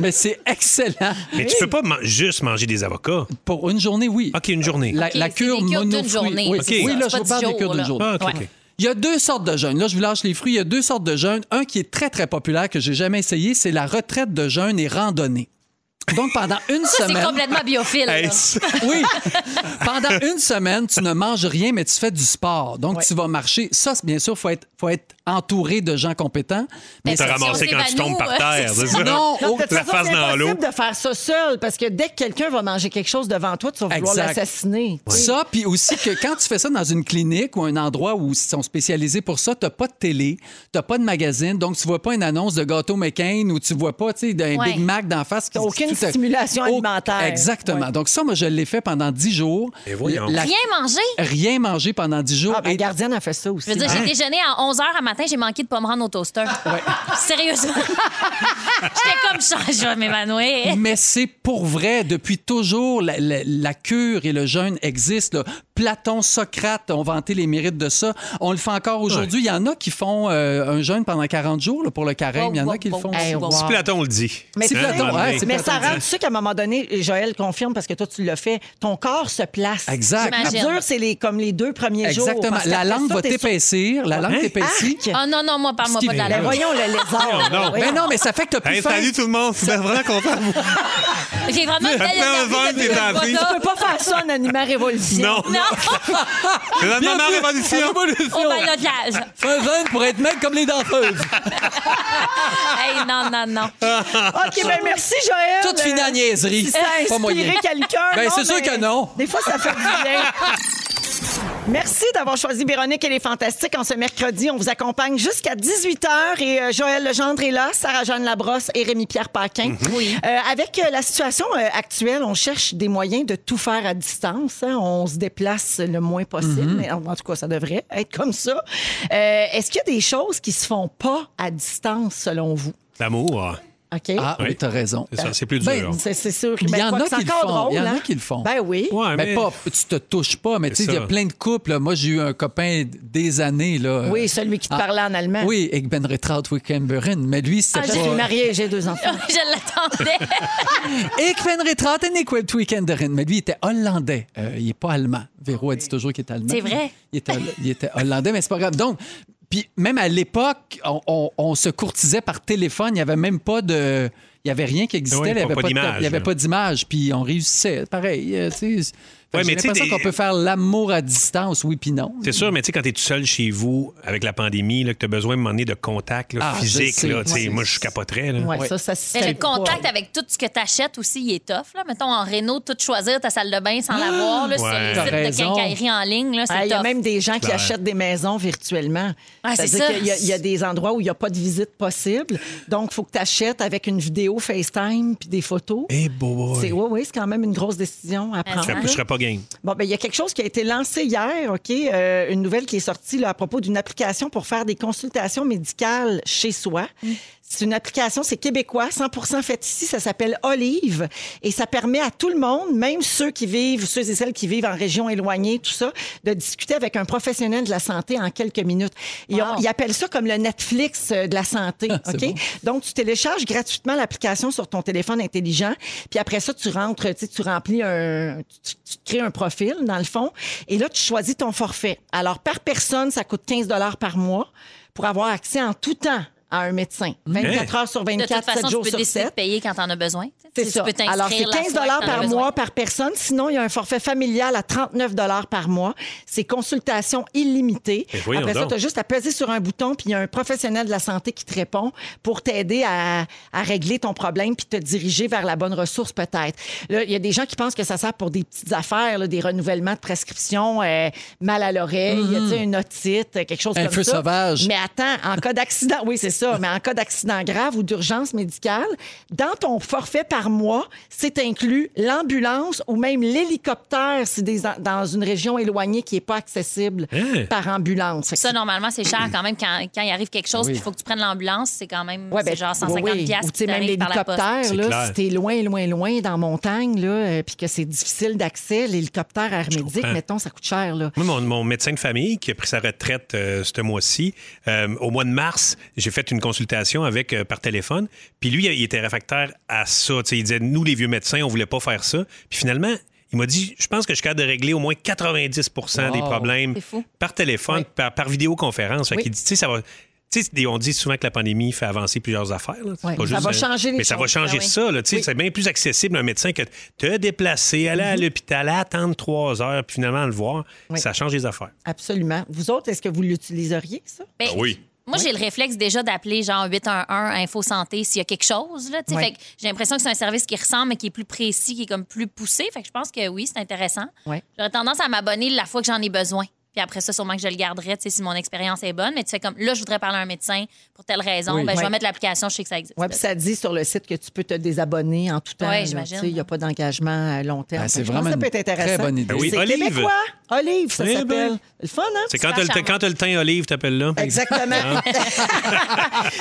[SPEAKER 2] Mais c'est excellent.
[SPEAKER 1] Mais tu peux pas man- juste manger des avocats.
[SPEAKER 2] Pour une journée, oui.
[SPEAKER 1] OK, une journée.
[SPEAKER 2] La,
[SPEAKER 3] Ok,
[SPEAKER 2] la
[SPEAKER 3] c'est
[SPEAKER 2] cure
[SPEAKER 3] des cures d'une
[SPEAKER 2] monofruit.
[SPEAKER 3] journée,
[SPEAKER 2] Oui,
[SPEAKER 1] c'est
[SPEAKER 2] oui
[SPEAKER 1] ça.
[SPEAKER 2] là, je
[SPEAKER 3] C'est pas
[SPEAKER 2] vous
[SPEAKER 3] dix
[SPEAKER 2] parle des
[SPEAKER 3] jours,
[SPEAKER 2] cures
[SPEAKER 3] là.
[SPEAKER 2] d'une journée.
[SPEAKER 1] Ah, OK,
[SPEAKER 3] Ouais.
[SPEAKER 1] OK.
[SPEAKER 2] Il y a deux sortes de jeûnes. Là, je vous lâche les fruits. Il y a deux sortes de jeûnes. Un qui est très, très populaire, que j'ai jamais essayé, c'est la retraite de jeûne et randonnée. Donc, pendant une
[SPEAKER 3] Ça, c'est
[SPEAKER 2] semaine...
[SPEAKER 3] complètement biophile. là.
[SPEAKER 1] Hey, c'est-
[SPEAKER 2] Oui. Pendant une semaine, tu ne manges rien, mais tu fais du sport. Donc, tu vas marcher. Ça, c'est- bien sûr, il faut être, faut être entouré de gens compétents. Mais
[SPEAKER 1] T'as
[SPEAKER 3] si on
[SPEAKER 1] ramassé quand tu
[SPEAKER 3] s'évanouit,
[SPEAKER 1] tombes par
[SPEAKER 3] euh,
[SPEAKER 1] terre, c'est
[SPEAKER 3] c'est
[SPEAKER 1] ça?
[SPEAKER 2] non,
[SPEAKER 4] Non,
[SPEAKER 2] au-
[SPEAKER 4] de toute
[SPEAKER 1] Oh, la
[SPEAKER 4] façon,
[SPEAKER 1] face
[SPEAKER 4] c'est
[SPEAKER 1] dans l'eau.
[SPEAKER 4] impossible de faire ça seul parce que dès que quelqu'un va manger quelque chose devant toi, tu vas vouloir
[SPEAKER 2] Exact.
[SPEAKER 4] l'assassiner.
[SPEAKER 2] Ça, puis aussi que quand tu fais ça dans une clinique ou un endroit où ils sont spécialisés pour ça, t'as pas de télé, t'as pas de magazine, donc tu vois pas une annonce de gâteau McCain ou tu vois pas, tu sais, d'un
[SPEAKER 3] Ouais.
[SPEAKER 2] Big Mac d'en face.
[SPEAKER 4] T'as
[SPEAKER 2] qui-
[SPEAKER 4] aucune
[SPEAKER 2] tout te-
[SPEAKER 4] stimulation
[SPEAKER 2] Au-
[SPEAKER 4] alimentaire.
[SPEAKER 2] Exactement.
[SPEAKER 4] Ouais.
[SPEAKER 2] Donc ça, moi, je l'ai fait pendant 10 jours.
[SPEAKER 1] Et voyons.
[SPEAKER 2] La-
[SPEAKER 3] Rien manger.
[SPEAKER 2] Rien manger pendant 10 jours.
[SPEAKER 4] Ah, ben,
[SPEAKER 2] Et-
[SPEAKER 4] la gardienne a fait ça aussi.
[SPEAKER 3] Je veux dire,
[SPEAKER 2] Hein?
[SPEAKER 3] j'ai déjeuné à 11h à matin, j'ai manqué de pas me rendre au toaster. Sérieusement. J'étais comme ça, je vais
[SPEAKER 4] Eh!
[SPEAKER 3] m'évanouir.
[SPEAKER 2] Mais c'est pour vrai. Depuis toujours, la, la- la cure et le jeûne existent. là. Platon, Socrate ont vanté les mérites de ça. On le fait encore aujourd'hui. Il y en a qui font euh, un jeûne pendant 40 jours là, pour le carême. Il y en a qui le font.
[SPEAKER 4] Hey,
[SPEAKER 2] aussi.
[SPEAKER 4] wow.
[SPEAKER 1] Si Platon le dit. Hein?
[SPEAKER 4] Mais
[SPEAKER 2] C'est
[SPEAKER 4] tu sais,
[SPEAKER 2] Platon, ouais, c'est
[SPEAKER 4] mais
[SPEAKER 2] Platon
[SPEAKER 4] ça rend,
[SPEAKER 2] dit.
[SPEAKER 4] tu sais qu'à un moment donné, et Joël confirme parce que toi, tu l'as fait, ton corps se place.
[SPEAKER 2] Exact.
[SPEAKER 4] La
[SPEAKER 3] J'imagine.
[SPEAKER 4] dure, c'est les, comme les deux premiers jours.
[SPEAKER 2] Exactement.
[SPEAKER 4] parce
[SPEAKER 2] La
[SPEAKER 4] qu'après
[SPEAKER 2] langue
[SPEAKER 4] ça,
[SPEAKER 2] va
[SPEAKER 4] t'es sur-
[SPEAKER 2] t'épaissir. La langue
[SPEAKER 1] Hein?
[SPEAKER 2] t'épaissit.
[SPEAKER 4] Arc!
[SPEAKER 3] Ah non, non, moi, parle-moi pas de la
[SPEAKER 2] Stevie,
[SPEAKER 4] Ben
[SPEAKER 3] langue.
[SPEAKER 4] voyons le lézard.
[SPEAKER 1] Ah, Non, non.
[SPEAKER 4] Voyons.
[SPEAKER 2] Ben non, mais ça fait que t'as plus
[SPEAKER 1] Hey,
[SPEAKER 2] faim.
[SPEAKER 1] salut tout le monde, je suis vraiment content. de vous-
[SPEAKER 3] J'ai vraiment une belle
[SPEAKER 1] Après un
[SPEAKER 3] énergie
[SPEAKER 1] vin,
[SPEAKER 3] depuis
[SPEAKER 1] t'es
[SPEAKER 3] le
[SPEAKER 1] appris.
[SPEAKER 3] bas-top.
[SPEAKER 4] Tu peux pas faire ça en animal révolution.
[SPEAKER 1] Non,
[SPEAKER 3] Non,
[SPEAKER 1] c'est la maman révolution.
[SPEAKER 3] au balotage.
[SPEAKER 2] Fais un jeûne pour être mec comme les danseuses.
[SPEAKER 4] Ah,
[SPEAKER 3] Hey, non, non, non.
[SPEAKER 1] Ah.
[SPEAKER 4] OK, ben merci, Joël.
[SPEAKER 2] Toute fine à niaiserie.
[SPEAKER 4] Si ça a
[SPEAKER 2] Pas
[SPEAKER 4] inspiré
[SPEAKER 2] moyen.
[SPEAKER 4] quelqu'un.
[SPEAKER 2] Ben,
[SPEAKER 4] non,
[SPEAKER 2] c'est sûr
[SPEAKER 4] mais
[SPEAKER 2] que non.
[SPEAKER 4] Des fois, ça fait du bien. Merci d'avoir choisi Véronique et les Fantastiques en ce mercredi. On vous accompagne jusqu'à 18h et euh, Joël Legendre est là, Sarah-Jeanne Labrosse et Rémi-Pierre Paquin. Euh, avec euh, la situation euh, actuelle, on cherche des moyens de tout faire à distance. hein. On se déplace le moins possible. mais en, en tout cas, ça devrait être comme ça. Euh, Est-ce qu'il y a des choses qui se font pas à distance selon vous?
[SPEAKER 1] L'amour,
[SPEAKER 4] OK?
[SPEAKER 2] Ah oui, t'as raison.
[SPEAKER 1] c'est ça, c'est plus dur.
[SPEAKER 2] Ben,
[SPEAKER 4] C'est c'est sûr.
[SPEAKER 2] Il y en
[SPEAKER 4] Ben, quoi
[SPEAKER 2] a
[SPEAKER 4] que c'est
[SPEAKER 2] qui le
[SPEAKER 4] encore
[SPEAKER 2] font. Il y en
[SPEAKER 4] drôle,
[SPEAKER 2] a
[SPEAKER 4] hein?
[SPEAKER 2] qui le font.
[SPEAKER 4] Ben oui.
[SPEAKER 1] Ouais,
[SPEAKER 2] mais, pas, tu te touches pas, mais tu sais, il y a
[SPEAKER 1] ça.
[SPEAKER 2] plein de couples. là. Moi, j'ai eu un copain des années, là.
[SPEAKER 4] Oui, celui qui te
[SPEAKER 2] Ah.
[SPEAKER 4] parlait en allemand.
[SPEAKER 2] Oui, avec Ben Retraut, Wickemberen. Mais lui, c'était
[SPEAKER 3] Ah,
[SPEAKER 4] Je
[SPEAKER 2] pas-
[SPEAKER 4] suis mariée et j'ai deux enfants.
[SPEAKER 3] Je l'attendais.
[SPEAKER 2] Ik ben Retraut en ik wil Weekenderen. Mais lui, il était hollandais. Euh, il n'est pas allemand. Véro a dit toujours qu'il est allemand.
[SPEAKER 3] C'est vrai.
[SPEAKER 2] Il était, il était hollandais, mais c'est pas grave. Donc, puis même à l'époque, on, on- on se courtisait par téléphone. Il n'y avait même pas de. Il n'y avait rien qui existait.
[SPEAKER 1] Ouais,
[SPEAKER 2] il n'y
[SPEAKER 1] pas-
[SPEAKER 2] avait
[SPEAKER 1] pas
[SPEAKER 2] pas de-
[SPEAKER 1] d'image,
[SPEAKER 2] il y avait
[SPEAKER 1] là.
[SPEAKER 2] pas d'image. Puis on réussissait. Pareil. euh, tu sais. Fait
[SPEAKER 1] Ouais,
[SPEAKER 2] que
[SPEAKER 1] mais
[SPEAKER 2] J'ai
[SPEAKER 1] tu sais,
[SPEAKER 2] l'impression
[SPEAKER 1] des-
[SPEAKER 2] qu'on peut faire l'amour à distance, oui, puis non.
[SPEAKER 1] C'est sûr, mais tu sais, quand t'es tout seul chez vous, avec la pandémie, là, que t'as besoin de donner de contact là,
[SPEAKER 2] Ah, je
[SPEAKER 1] physique,
[SPEAKER 2] sais.
[SPEAKER 1] là, tu sais,
[SPEAKER 2] Ouais.
[SPEAKER 1] moi, je capoterais.
[SPEAKER 2] Ah.
[SPEAKER 1] Là.
[SPEAKER 4] Ouais, ça, ça se
[SPEAKER 3] Mais
[SPEAKER 4] fait
[SPEAKER 3] le contact
[SPEAKER 4] pas.
[SPEAKER 3] avec tout ce que tu achètes aussi, il est tough. Là. Mettons, en Renault, tout choisir ta salle de bain sans l'avoir là, sur
[SPEAKER 1] Ouais.
[SPEAKER 3] les
[SPEAKER 1] T'as
[SPEAKER 3] sites
[SPEAKER 2] raison.
[SPEAKER 3] de quincaillerie en ligne, là, c'est
[SPEAKER 4] Ah, Il y a
[SPEAKER 3] tough.
[SPEAKER 4] même des gens qui
[SPEAKER 1] Claire.
[SPEAKER 4] achètent des maisons virtuellement.
[SPEAKER 3] Ah, c'est
[SPEAKER 4] C'est-à-dire
[SPEAKER 3] ça.
[SPEAKER 4] qu'il y a- Il y, a des endroits où il n'y a pas de visite possible. Donc, il faut que tu achètes avec une vidéo FaceTime puis des photos.
[SPEAKER 1] Eh, boy.
[SPEAKER 4] C'est oui, oui, c'est quand même une grosse décision à
[SPEAKER 3] Ah,
[SPEAKER 1] Je
[SPEAKER 4] prendre.
[SPEAKER 1] serais- je serais pas game.
[SPEAKER 4] Bon, ben, il y a quelque chose qui a été lancé hier, OK? Euh, une nouvelle qui est sortie là, à propos d'une application pour faire des consultations médicales chez soi.
[SPEAKER 2] Mm.
[SPEAKER 4] C'est une application, c'est québécois, 100 faite ici, ça s'appelle Olive et ça permet à tout le monde, même ceux qui vivent, ceux et celles qui vivent en région éloignée, tout ça, de discuter avec un professionnel de la santé en quelques minutes. Ils, ont- ils appellent ça comme le Netflix euh, de la santé,
[SPEAKER 2] Ah, c'est
[SPEAKER 4] OK?
[SPEAKER 2] bon.
[SPEAKER 4] Donc, tu télécharges gratuitement l'application sur ton téléphone intelligent. Puis après ça, tu rentres, tu sais, tu remplis un. Tu, tu te crées un profil, dans le fond. Et là, tu choisis ton forfait. Alors, par personne, ça coûte 15 par mois pour avoir accès en tout temps à un médecin. 24 heures sur
[SPEAKER 3] De
[SPEAKER 4] 24,
[SPEAKER 3] toute façon,
[SPEAKER 4] 7
[SPEAKER 3] tu
[SPEAKER 4] jours
[SPEAKER 3] peux
[SPEAKER 4] sur
[SPEAKER 3] décider de
[SPEAKER 4] 7.
[SPEAKER 3] payer quand t'en as besoin. tu sais.
[SPEAKER 4] C'est
[SPEAKER 3] Tu
[SPEAKER 4] ça.
[SPEAKER 3] peux t'inscrire
[SPEAKER 4] Alors, c'est
[SPEAKER 3] la soirée
[SPEAKER 4] 15
[SPEAKER 3] que t'en as
[SPEAKER 4] par
[SPEAKER 3] besoin.
[SPEAKER 4] mois par personne. Sinon, il y a un forfait familial à 39 par mois. C'est consultation illimitée.
[SPEAKER 1] Mais Eh, voyons
[SPEAKER 4] Après ça,
[SPEAKER 1] donc.
[SPEAKER 4] tu as juste à peser sur un bouton, puis il y a un professionnel de la santé qui te répond pour t'aider à, à régler ton problème, puis te diriger vers la bonne ressource, peut-être. Là, il y a des gens qui pensent que ça sert pour des petites affaires, là, des renouvellements de prescription, euh, mal à l'oreille,
[SPEAKER 3] Mm-hmm.
[SPEAKER 4] tu sais, une otite, quelque chose
[SPEAKER 2] Un
[SPEAKER 4] comme
[SPEAKER 2] feu
[SPEAKER 4] ça.
[SPEAKER 2] sauvage.
[SPEAKER 4] Mais attends, en cas d'accident, oui, c'est ça, mais en cas d'accident grave ou d'urgence médicale, dans ton forfait par mois, c'est inclus l'ambulance ou même l'hélicoptère si des- dans une région éloignée qui n'est pas accessible
[SPEAKER 1] Hein?
[SPEAKER 4] par ambulance. Fait que
[SPEAKER 3] Ça, normalement, c'est cher quand même. Quand, quand il arrive quelque chose, puis il faut que tu prennes l'ambulance, c'est quand même
[SPEAKER 4] Ouais,
[SPEAKER 3] c'est
[SPEAKER 4] ben,
[SPEAKER 3] genre 150
[SPEAKER 4] oui, oui.
[SPEAKER 3] piastres
[SPEAKER 4] Ou tu sais,
[SPEAKER 3] qui
[SPEAKER 4] même
[SPEAKER 3] t'arrivent par la poste.
[SPEAKER 4] l'hélicoptère,
[SPEAKER 1] C'est
[SPEAKER 4] là,
[SPEAKER 1] clair.
[SPEAKER 4] si t'es loin, loin, loin dans la montagne, là, euh, puis que c'est difficile d'accès, l'hélicoptère hermétique,
[SPEAKER 1] comprends.
[SPEAKER 4] mettons, ça coûte cher, là.
[SPEAKER 1] Moi, mon, mon médecin de famille qui a pris sa retraite euh, ce mois-ci, euh, au mois de mars, j'ai fait une consultation avec euh, par téléphone. Puis lui, il était réfractaire à ça. Tu sais, il disait, nous, les vieux médecins, on voulait pas faire ça. Puis finalement, il m'a dit, je pense que je suis capable de régler au moins 90 des
[SPEAKER 2] Wow.
[SPEAKER 1] problèmes
[SPEAKER 3] C'est fou.
[SPEAKER 1] par téléphone, par, par vidéoconférence. Fait
[SPEAKER 4] Oui.
[SPEAKER 1] qu'il dit, tu sais, ça va. tu sais, on dit souvent que la pandémie fait avancer plusieurs affaires. là. C'est
[SPEAKER 4] Ouais.
[SPEAKER 1] pas
[SPEAKER 4] Ça
[SPEAKER 1] juste
[SPEAKER 4] va changer les
[SPEAKER 1] Mais ça va
[SPEAKER 4] choses.
[SPEAKER 1] changer
[SPEAKER 3] Ah oui.
[SPEAKER 1] ça. là. Tu sais, C'est bien plus accessible un médecin que te déplacer, aller à l'hôpital, attendre trois heures, puis finalement le voir.
[SPEAKER 4] Oui.
[SPEAKER 1] Ça change les affaires.
[SPEAKER 4] Absolument. Vous autres, est-ce que vous l'utiliseriez, ça?
[SPEAKER 3] Ben,
[SPEAKER 1] Ah oui.
[SPEAKER 3] Moi, j'ai le réflexe déjà d'appeler genre 811 Info Santé s'il y a quelque chose. Là, tu sais.
[SPEAKER 4] Ouais.
[SPEAKER 3] Fait que j'ai l'impression que c'est un service qui ressemble, mais qui est plus précis, qui est comme plus poussé. Fait que je pense que oui, c'est intéressant.
[SPEAKER 4] Ouais.
[SPEAKER 3] J'aurais tendance à m'abonner la fois que j'en ai besoin. Puis après ça, sûrement que je le garderais tu sais, si mon expérience est bonne. Mais tu fais comme là, je voudrais parler à un médecin pour telle raison.
[SPEAKER 2] Oui.
[SPEAKER 3] Ben, Je vais
[SPEAKER 4] Ouais.
[SPEAKER 3] mettre l'application, je sais que ça existe.
[SPEAKER 4] Oui, puis ça dit sur le site que tu peux te désabonner en tout temps.
[SPEAKER 3] Ouais,
[SPEAKER 4] là.
[SPEAKER 3] j'imagine.
[SPEAKER 4] Tu sais, Il n'y a pas d'engagement à long terme.
[SPEAKER 2] Ah, c'est
[SPEAKER 4] Fait que je pense
[SPEAKER 2] vraiment
[SPEAKER 4] que ça peut
[SPEAKER 2] une
[SPEAKER 4] être intéressant.
[SPEAKER 2] très bonne idée.
[SPEAKER 1] Ben oui,
[SPEAKER 4] C'est
[SPEAKER 1] Olive.
[SPEAKER 4] québécois. Olive, ça
[SPEAKER 1] Eh
[SPEAKER 4] s'appelle.
[SPEAKER 1] ben.
[SPEAKER 4] Le fun, hein?
[SPEAKER 1] C'est quand
[SPEAKER 3] Ça
[SPEAKER 1] t'as le,
[SPEAKER 3] charme.
[SPEAKER 1] quand t'as le teint olive, t'appelles là.
[SPEAKER 4] Exactement.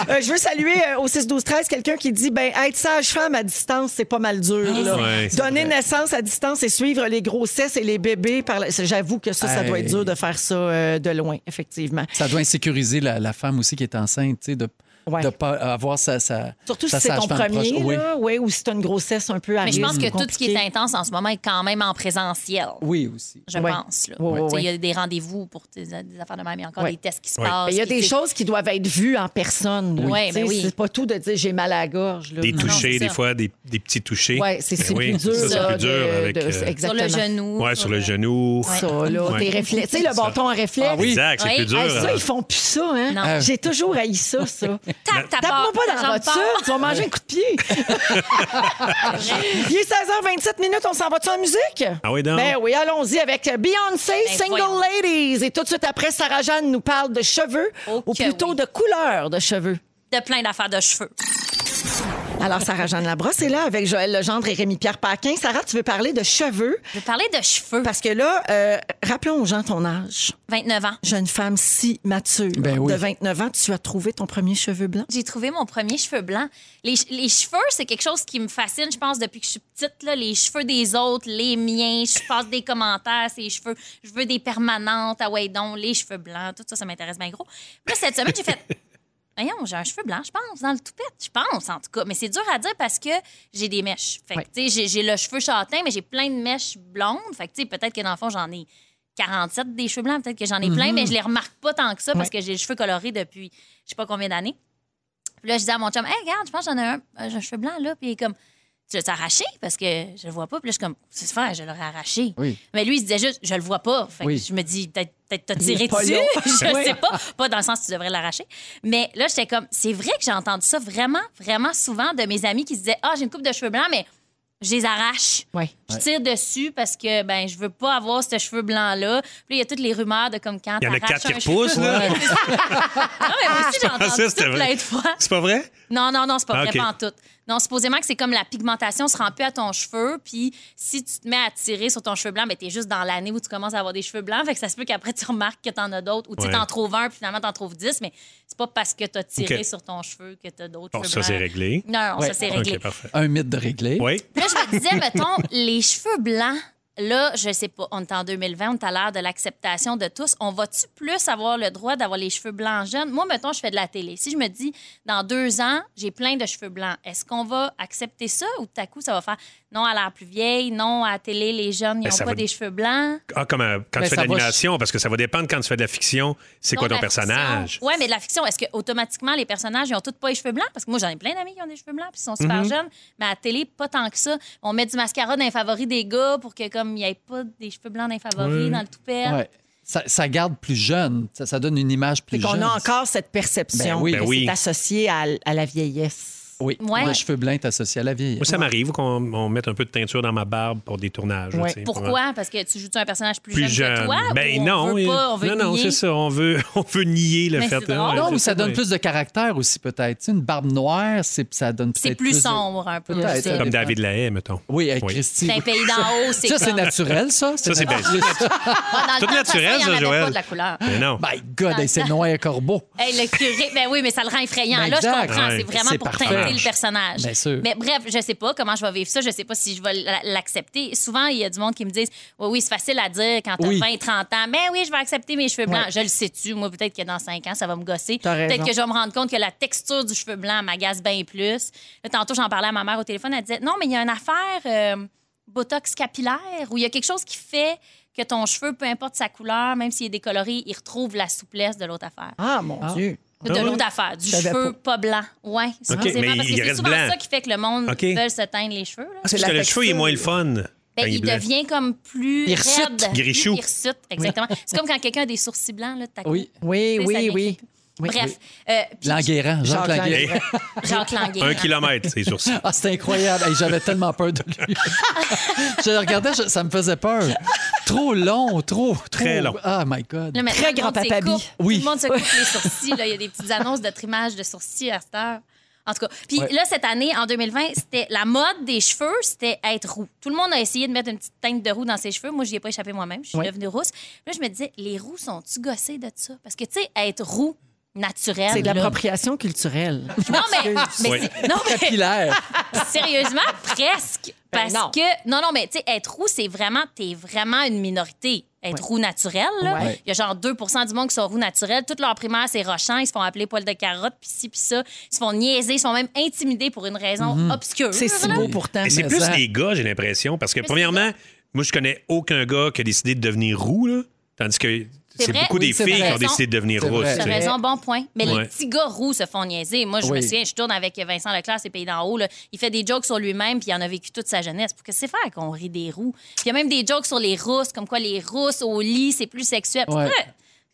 [SPEAKER 4] Euh, je veux saluer euh, au 6 12 13 quelqu'un qui dit ben être sage-femme à distance c'est pas mal dur
[SPEAKER 3] Ah,
[SPEAKER 4] là.
[SPEAKER 1] Ouais, c'est
[SPEAKER 4] Donner naissance à distance et suivre les grossesses et les bébés par la- j'avoue que ça ça doit être
[SPEAKER 2] Hey.
[SPEAKER 4] dur de faire ça euh, de loin effectivement.
[SPEAKER 2] Ça doit insécuriser la, la femme aussi qui est enceinte, tu sais, de
[SPEAKER 4] Ouais.
[SPEAKER 2] ne pas avoir sa. sa
[SPEAKER 4] Surtout
[SPEAKER 2] sa
[SPEAKER 4] si c'est ton
[SPEAKER 2] sage-femme
[SPEAKER 4] premier
[SPEAKER 2] proche. Oui.
[SPEAKER 4] là, ouais, ou si t'as une grossesse un peu à
[SPEAKER 3] Mais je
[SPEAKER 4] risque,
[SPEAKER 3] pense que tout ce qui est
[SPEAKER 4] compliqué.
[SPEAKER 3] intense en ce moment est quand même en présentiel.
[SPEAKER 2] Oui, aussi.
[SPEAKER 3] Je
[SPEAKER 4] Ouais.
[SPEAKER 3] pense. là.
[SPEAKER 4] Ouais, ouais,
[SPEAKER 3] Tu sais,
[SPEAKER 4] ouais.
[SPEAKER 3] Il y a des rendez-vous pour des, des affaires de même. Il y a encore
[SPEAKER 4] Ouais.
[SPEAKER 3] des tests qui se
[SPEAKER 1] Ouais.
[SPEAKER 3] passent.
[SPEAKER 4] Ben, Il y a
[SPEAKER 3] qui-
[SPEAKER 4] des
[SPEAKER 3] tu sais,
[SPEAKER 4] choses qui doivent être vues en personne. là.
[SPEAKER 3] Ouais,
[SPEAKER 4] Tu sais,
[SPEAKER 3] ben oui.
[SPEAKER 4] C'est pas tout de dire j'ai mal à la gorge. là.
[SPEAKER 1] Des
[SPEAKER 4] Non.
[SPEAKER 1] touchés,
[SPEAKER 3] c'est
[SPEAKER 1] des
[SPEAKER 3] ça.
[SPEAKER 1] fois, des, des petits touchés.
[SPEAKER 4] Ouais, c'est
[SPEAKER 1] Ben
[SPEAKER 4] c'est
[SPEAKER 1] oui,
[SPEAKER 4] plus dur.
[SPEAKER 1] ça, c'est
[SPEAKER 4] là,
[SPEAKER 1] plus dur
[SPEAKER 4] de-
[SPEAKER 1] avec,
[SPEAKER 4] de-
[SPEAKER 1] euh,
[SPEAKER 3] Sur
[SPEAKER 4] exactement.
[SPEAKER 3] le genou.
[SPEAKER 1] Ouais, sur le genou.
[SPEAKER 4] Ça, là,
[SPEAKER 1] Ouais.
[SPEAKER 4] tes réflexes. Tu sais, le bâton à
[SPEAKER 1] Ah
[SPEAKER 4] réflexe.
[SPEAKER 2] oui.
[SPEAKER 1] Exact, c'est
[SPEAKER 3] Ouais.
[SPEAKER 1] plus dur.
[SPEAKER 4] Hey, ah, ça,
[SPEAKER 1] hein.
[SPEAKER 4] ils font plus ça, hein?
[SPEAKER 3] Non.
[SPEAKER 4] J'ai toujours haï ça, ça.
[SPEAKER 3] Tac, ta
[SPEAKER 4] Tape-moi
[SPEAKER 3] part,
[SPEAKER 4] pas dans
[SPEAKER 3] ta
[SPEAKER 4] la
[SPEAKER 3] jambe part.
[SPEAKER 4] voiture, tu vas manger un coup de pied. Il est 16h27 minutes, on s'en va-tu en musique?
[SPEAKER 1] Ah oui, donc.
[SPEAKER 4] Ben oui, allons-y avec Beyoncé,
[SPEAKER 3] Ben
[SPEAKER 4] Single
[SPEAKER 3] voyons.
[SPEAKER 4] Ladies. Et tout de suite après, Sarah Jeanne nous parle de cheveux,
[SPEAKER 3] Oh
[SPEAKER 4] ou
[SPEAKER 3] que
[SPEAKER 4] plutôt
[SPEAKER 3] oui.
[SPEAKER 4] de couleur de cheveux.
[SPEAKER 3] de plein d'affaires de cheveux.
[SPEAKER 4] Alors, Sarah-Jeanne Labrosse est là avec Joël Legendre et Rémi-Pierre Paquin. Sarah, tu veux parler de cheveux?
[SPEAKER 3] Je parlais de cheveux.
[SPEAKER 4] Parce que là, euh, rappelons aux gens ton âge.
[SPEAKER 3] 29 ans.
[SPEAKER 4] Jeune femme si mature
[SPEAKER 2] Ben oui.
[SPEAKER 4] de 29 ans, tu as trouvé ton premier cheveu blanc.
[SPEAKER 3] J'ai trouvé mon premier cheveu blanc. Les, che- les cheveux, c'est quelque chose qui me fascine, je pense, depuis que je suis petite. Là. Les cheveux des autres, les miens, je passe des commentaires, ces cheveux. Je veux des permanentes, ah ouais, donc, les cheveux blancs, tout ça, ça m'intéresse bien gros. Puis là, cette semaine, j'ai fait. Voyons, j'ai un cheveu blanc, je pense, dans le toupette, je pense, en tout cas. Mais c'est dur à dire parce que j'ai des mèches. Fait que, tu sais, j'ai- j'ai le cheveu châtain, mais j'ai plein de mèches blondes. Fait que, tu sais, peut-être que dans le fond, j'en ai 47 des cheveux blancs, peut-être que j'en ai plein,
[SPEAKER 4] Mm-hmm.
[SPEAKER 3] mais je les remarque pas tant que ça parce que j'ai le cheveu coloré depuis je sais pas combien d'années. Puis là, je dis à mon chum, hey, regarde, je pense que j'en ai un, euh, j'ai un cheveu blanc, là. Puis il est comme, tu l'as arraché parce que je le vois pas. Puis là, je suis comme, c'est faire, je l'aurais arraché.
[SPEAKER 2] Oui.
[SPEAKER 3] Mais lui, il se disait juste, je le vois pas. Fait que
[SPEAKER 2] Oui.
[SPEAKER 3] je me dis, peut-être peut-être t'as
[SPEAKER 4] est
[SPEAKER 3] tiré
[SPEAKER 4] pas
[SPEAKER 3] dessus.
[SPEAKER 4] là.
[SPEAKER 3] je
[SPEAKER 4] Oui.
[SPEAKER 3] sais pas. Pas dans le sens que tu devrais l'arracher. Mais là, j'étais comme, c'est vrai que j'ai entendu ça vraiment, vraiment souvent de mes amis qui se disaient, ah, j'ai une coupe de cheveux blancs, mais je les arrache.
[SPEAKER 4] Oui.
[SPEAKER 3] Je tire dessus parce que ben je veux pas avoir ce cheveu blanc là. Puis là, il y a toutes les rumeurs de comme quand
[SPEAKER 1] Il y en a
[SPEAKER 3] t'arraches
[SPEAKER 1] quatre qui
[SPEAKER 3] un cheveu-
[SPEAKER 1] repoussent, là.
[SPEAKER 3] Ouais, c'est ça. non mais moi aussi j'ai entendu
[SPEAKER 1] pensais que
[SPEAKER 3] ça
[SPEAKER 1] c'était vrai.
[SPEAKER 3] plein de fois.
[SPEAKER 1] C'est pas vrai?
[SPEAKER 3] Non, non, non, c'est pas
[SPEAKER 1] Ah,
[SPEAKER 3] vrai,
[SPEAKER 1] ok.
[SPEAKER 3] pas en tout. Non, supposément que c'est comme la pigmentation se rend plus à ton cheveu, puis si tu te mets à tirer sur ton cheveu blanc, ben t'es juste dans l'année où tu commences à avoir des cheveux blancs, fait que ça se peut qu'après tu remarques que t'en as d'autres, ou tu sais,
[SPEAKER 1] Ouais.
[SPEAKER 3] t'en trouves un, puis finalement t'en trouves dix, mais c'est pas parce que t'as tiré
[SPEAKER 1] Ok.
[SPEAKER 3] sur ton cheveu que t'as d'autres
[SPEAKER 1] Bon,
[SPEAKER 3] cheveux
[SPEAKER 1] ça, c'est
[SPEAKER 3] blancs.
[SPEAKER 1] réglé.
[SPEAKER 3] Non, non, ça c'est réglé.
[SPEAKER 1] OK, parfait.
[SPEAKER 2] Un mythe de régler.
[SPEAKER 1] Oui.
[SPEAKER 3] Puis Là, je me disais, mettons, les cheveux blancs Là, je sais pas, on est en 2020, on est à l'ère de l'acceptation de tous. On va-tu plus avoir le droit d'avoir les cheveux blancs jeunes? Moi, mettons, je fais de la télé. Si je me dis, dans deux ans, j'ai plein de cheveux blancs, est-ce qu'on va accepter ça ou tout à coup, ça va faire non à l'air plus vieille, non à la télé, les jeunes, ils
[SPEAKER 1] Ben,
[SPEAKER 3] n'ont
[SPEAKER 1] ça
[SPEAKER 3] pas
[SPEAKER 1] va-
[SPEAKER 3] des cheveux blancs?
[SPEAKER 1] Ah, comme euh, quand
[SPEAKER 2] Ben,
[SPEAKER 1] tu fais
[SPEAKER 2] ça
[SPEAKER 1] de
[SPEAKER 2] va-
[SPEAKER 1] l'animation, parce que ça va dépendre quand tu fais de la fiction, c'est quoi ton personnage.
[SPEAKER 3] Oui, mais de la fiction, est-ce que automatiquement les personnages, ils ont tous pas les cheveux blancs? Parce que moi, j'en ai plein d'amis qui ont des cheveux blancs, puis ils sont super
[SPEAKER 1] Mhm.
[SPEAKER 3] jeunes. Mais à la télé, pas tant que ça. On met du mascara dans les favoris des gars pour que, comme, il n'y ait pas des cheveux blancs dans les favoris,
[SPEAKER 2] Ouais.
[SPEAKER 3] dans le toupet.
[SPEAKER 2] Ouais. Ça, ça garde plus jeune. Ça, ça donne une image plus
[SPEAKER 4] C'est qu'on
[SPEAKER 2] jeune.
[SPEAKER 4] a encore cette perception
[SPEAKER 2] Ben oui.
[SPEAKER 4] que
[SPEAKER 2] Ben oui.
[SPEAKER 4] c'est associé à, à la vieillesse.
[SPEAKER 2] Oui,
[SPEAKER 3] Ouais.
[SPEAKER 2] les cheveux blancs est associé à la vieille.
[SPEAKER 1] Moi, ça m'arrive qu'on on mette un peu de teinture dans ma barbe pour des tournages.
[SPEAKER 4] Ouais.
[SPEAKER 1] tu sais, pour-
[SPEAKER 3] Pourquoi? Parce que tu joues un personnage plus,
[SPEAKER 1] Plus
[SPEAKER 3] jeune, que
[SPEAKER 1] jeune.
[SPEAKER 3] toi?
[SPEAKER 1] ben
[SPEAKER 3] ou on
[SPEAKER 1] non,
[SPEAKER 3] veut
[SPEAKER 1] euh,
[SPEAKER 3] pas, on veut
[SPEAKER 1] non, non,
[SPEAKER 3] nier?
[SPEAKER 1] c'est ça. On veut, on veut nier le
[SPEAKER 3] Mais
[SPEAKER 1] fait.
[SPEAKER 3] c'est drôle.
[SPEAKER 1] ouais,
[SPEAKER 2] Non,
[SPEAKER 1] je
[SPEAKER 2] ou
[SPEAKER 1] sais
[SPEAKER 2] ça
[SPEAKER 1] pas,
[SPEAKER 2] donne
[SPEAKER 1] mais-
[SPEAKER 2] plus de caractère aussi, peut-être. Tu sais, Une barbe noire, c'est- ça donne peut-être
[SPEAKER 3] C'est plus,
[SPEAKER 2] de-
[SPEAKER 3] sombre un peu.
[SPEAKER 2] Peut-être,
[SPEAKER 3] c'est-
[SPEAKER 2] ça
[SPEAKER 1] Comme David Lahaye, mettons.
[SPEAKER 2] Oui, avec
[SPEAKER 1] Oui.
[SPEAKER 2] Christy.
[SPEAKER 3] C'est un pays d'en haut, c'est
[SPEAKER 2] Ça, c'est
[SPEAKER 3] comme-
[SPEAKER 2] naturel, ça.
[SPEAKER 1] Ça, c'est bien.
[SPEAKER 2] naturel.
[SPEAKER 3] Ah, dans le
[SPEAKER 1] Tout
[SPEAKER 3] temps, de toute façon,
[SPEAKER 1] naturel,
[SPEAKER 3] il y en
[SPEAKER 1] ça,
[SPEAKER 3] avait
[SPEAKER 1] Joël.
[SPEAKER 3] pas de la couleur.
[SPEAKER 1] Mais non.
[SPEAKER 2] My God, hey, c'est noir et corbeau.
[SPEAKER 3] Hey, le curé, ben oui, mais ça le rend effrayant.
[SPEAKER 2] Ben
[SPEAKER 3] Là, je
[SPEAKER 2] exact.
[SPEAKER 3] comprends.
[SPEAKER 1] Ouais.
[SPEAKER 3] C'est vraiment
[SPEAKER 2] C'est
[SPEAKER 3] pour
[SPEAKER 2] parfait.
[SPEAKER 3] teinter le personnage.
[SPEAKER 2] Bien sûr.
[SPEAKER 3] Mais bref, je sais pas comment je vais vivre ça. Je sais pas si je vais l- l'accepter. Souvent, il y a du monde qui me disent Oui, oui, c'est facile à dire quand t'as
[SPEAKER 2] Oui.
[SPEAKER 3] 20, 30 ans. Mais oui, je vais accepter mes cheveux blancs. Je le sais-tu. Moi, peut-être que dans 5 ans, ça va me gosser.
[SPEAKER 4] T'as raison.
[SPEAKER 3] Peut-être que je vais me rendre compte que la texture du cheveu blanc m'agace bien plus. Là, tantôt, j'en parlais à ma mère au téléphone. Elle disait Non, mais il y a une affaire euh, botox capillaire où il y a quelque chose qui fait que ton cheveu, peu importe sa couleur, même s'il est décoloré, il retrouve la souplesse de l'autre affaire.
[SPEAKER 4] Ah, mon
[SPEAKER 2] Ah.
[SPEAKER 4] Dieu.
[SPEAKER 3] De
[SPEAKER 1] Ah ouais?
[SPEAKER 3] l'autre affaire, du
[SPEAKER 4] Je savais
[SPEAKER 3] cheveu pas, blanc. Oui, supposément,
[SPEAKER 1] mais
[SPEAKER 3] parce que
[SPEAKER 1] il
[SPEAKER 3] c'est
[SPEAKER 1] reste
[SPEAKER 3] souvent
[SPEAKER 1] blanc.
[SPEAKER 3] ça qui fait que le monde
[SPEAKER 1] OK.
[SPEAKER 3] veut se teindre les cheveux. là.
[SPEAKER 1] Parce que
[SPEAKER 4] la
[SPEAKER 1] le cheveu il est moins le fun.
[SPEAKER 3] Ben,
[SPEAKER 1] quand
[SPEAKER 3] il
[SPEAKER 1] est blanc.
[SPEAKER 3] devient comme plus
[SPEAKER 2] Il hirsute.
[SPEAKER 3] raide.
[SPEAKER 1] Il richoue.
[SPEAKER 3] Il hirsute, exactement. c'est comme quand quelqu'un a des sourcils blancs, là, de ta coupe.
[SPEAKER 2] Oui.
[SPEAKER 4] Oui,
[SPEAKER 3] Tu sais, ça
[SPEAKER 4] oui,
[SPEAKER 3] vient
[SPEAKER 4] oui. Oui,
[SPEAKER 3] Bref, euh, puis
[SPEAKER 2] Languérant, Jacques
[SPEAKER 4] Jacques
[SPEAKER 2] Languérant.
[SPEAKER 3] Jacques Languet.
[SPEAKER 1] Un kilomètre, c'est sur ça.
[SPEAKER 2] Ah, c'était incroyable. Hey, J'avais tellement peur de lui. je le regardais, je- ça me faisait peur. Trop long, trop, trop.
[SPEAKER 1] Très long.
[SPEAKER 2] Ah, my God.
[SPEAKER 3] Là, maintenant,
[SPEAKER 4] Très
[SPEAKER 3] tout le
[SPEAKER 4] grand
[SPEAKER 3] monde se
[SPEAKER 4] papabi.
[SPEAKER 3] coupe.
[SPEAKER 2] Oui.
[SPEAKER 3] Tout le monde se coupe les sourcils. là. Il y a des petites annonces de trimage de sourcils à cette heure. En tout cas, puis
[SPEAKER 2] Ouais.
[SPEAKER 3] là, cette année, en 2020, c'était la mode des cheveux, c'était être roux. Tout le monde a essayé de mettre une petite teinte de roux dans ses cheveux. Moi, je n'y ai pas échappé moi-même. Je suis devenue rousse. Là, je me disais, les roux sont-tu gossés de ça? Parce que, tu sais, être roux naturel.
[SPEAKER 4] C'est de
[SPEAKER 3] là.
[SPEAKER 4] l'appropriation culturelle.
[SPEAKER 3] Non, mais, mais
[SPEAKER 1] Oui.
[SPEAKER 3] c'est- non, mais
[SPEAKER 2] Capillaire.
[SPEAKER 3] Ah, Sérieusement, presque.
[SPEAKER 4] Ben
[SPEAKER 3] Parce
[SPEAKER 4] non.
[SPEAKER 3] que, non, non, mais tu sais, être roux, c'est vraiment, t'es vraiment une minorité. Être roux naturel, là.
[SPEAKER 4] Ouais.
[SPEAKER 3] Il y a genre 2 du monde qui sont roux naturels. Toute leur primaire, c'est rochant. Ils se font appeler poil de carotte, puis ci, puis ça. Ils se font niaiser, ils se font même intimider pour une raison
[SPEAKER 4] Mhm.
[SPEAKER 3] obscure.
[SPEAKER 4] C'est si
[SPEAKER 3] là.
[SPEAKER 4] beau pourtant.
[SPEAKER 1] Mais c'est
[SPEAKER 2] Mais
[SPEAKER 1] plus
[SPEAKER 2] ça-
[SPEAKER 1] les gars, j'ai l'impression. Parce que,
[SPEAKER 3] Plus
[SPEAKER 1] premièrement, moi, je connais aucun gars qui a décidé de devenir roux, là. Tandis que
[SPEAKER 3] C'est
[SPEAKER 1] c'est
[SPEAKER 3] vrai?
[SPEAKER 1] beaucoup
[SPEAKER 3] Oui,
[SPEAKER 1] des
[SPEAKER 2] c'est
[SPEAKER 1] filles
[SPEAKER 2] vrai.
[SPEAKER 1] qui ont décidé de devenir
[SPEAKER 2] C'est
[SPEAKER 1] rousses.
[SPEAKER 2] vrai.
[SPEAKER 1] tu
[SPEAKER 3] T'as
[SPEAKER 1] sais.
[SPEAKER 3] raison, bon point. Mais
[SPEAKER 1] Ouais.
[SPEAKER 3] les petits gars roux se font niaiser. Moi, je
[SPEAKER 2] Oui.
[SPEAKER 3] me souviens, je tourne avec Vincent Leclerc, c'est Pays d'en haut. là. Il fait des jokes sur lui-même, puis il en a vécu toute sa jeunesse. Pour que c'est faire qu'on rit des roux. Puis il y a même des jokes sur les rousses, comme quoi les rousses au lit, c'est plus sexuel. Puis
[SPEAKER 2] Ouais.
[SPEAKER 3] ouais,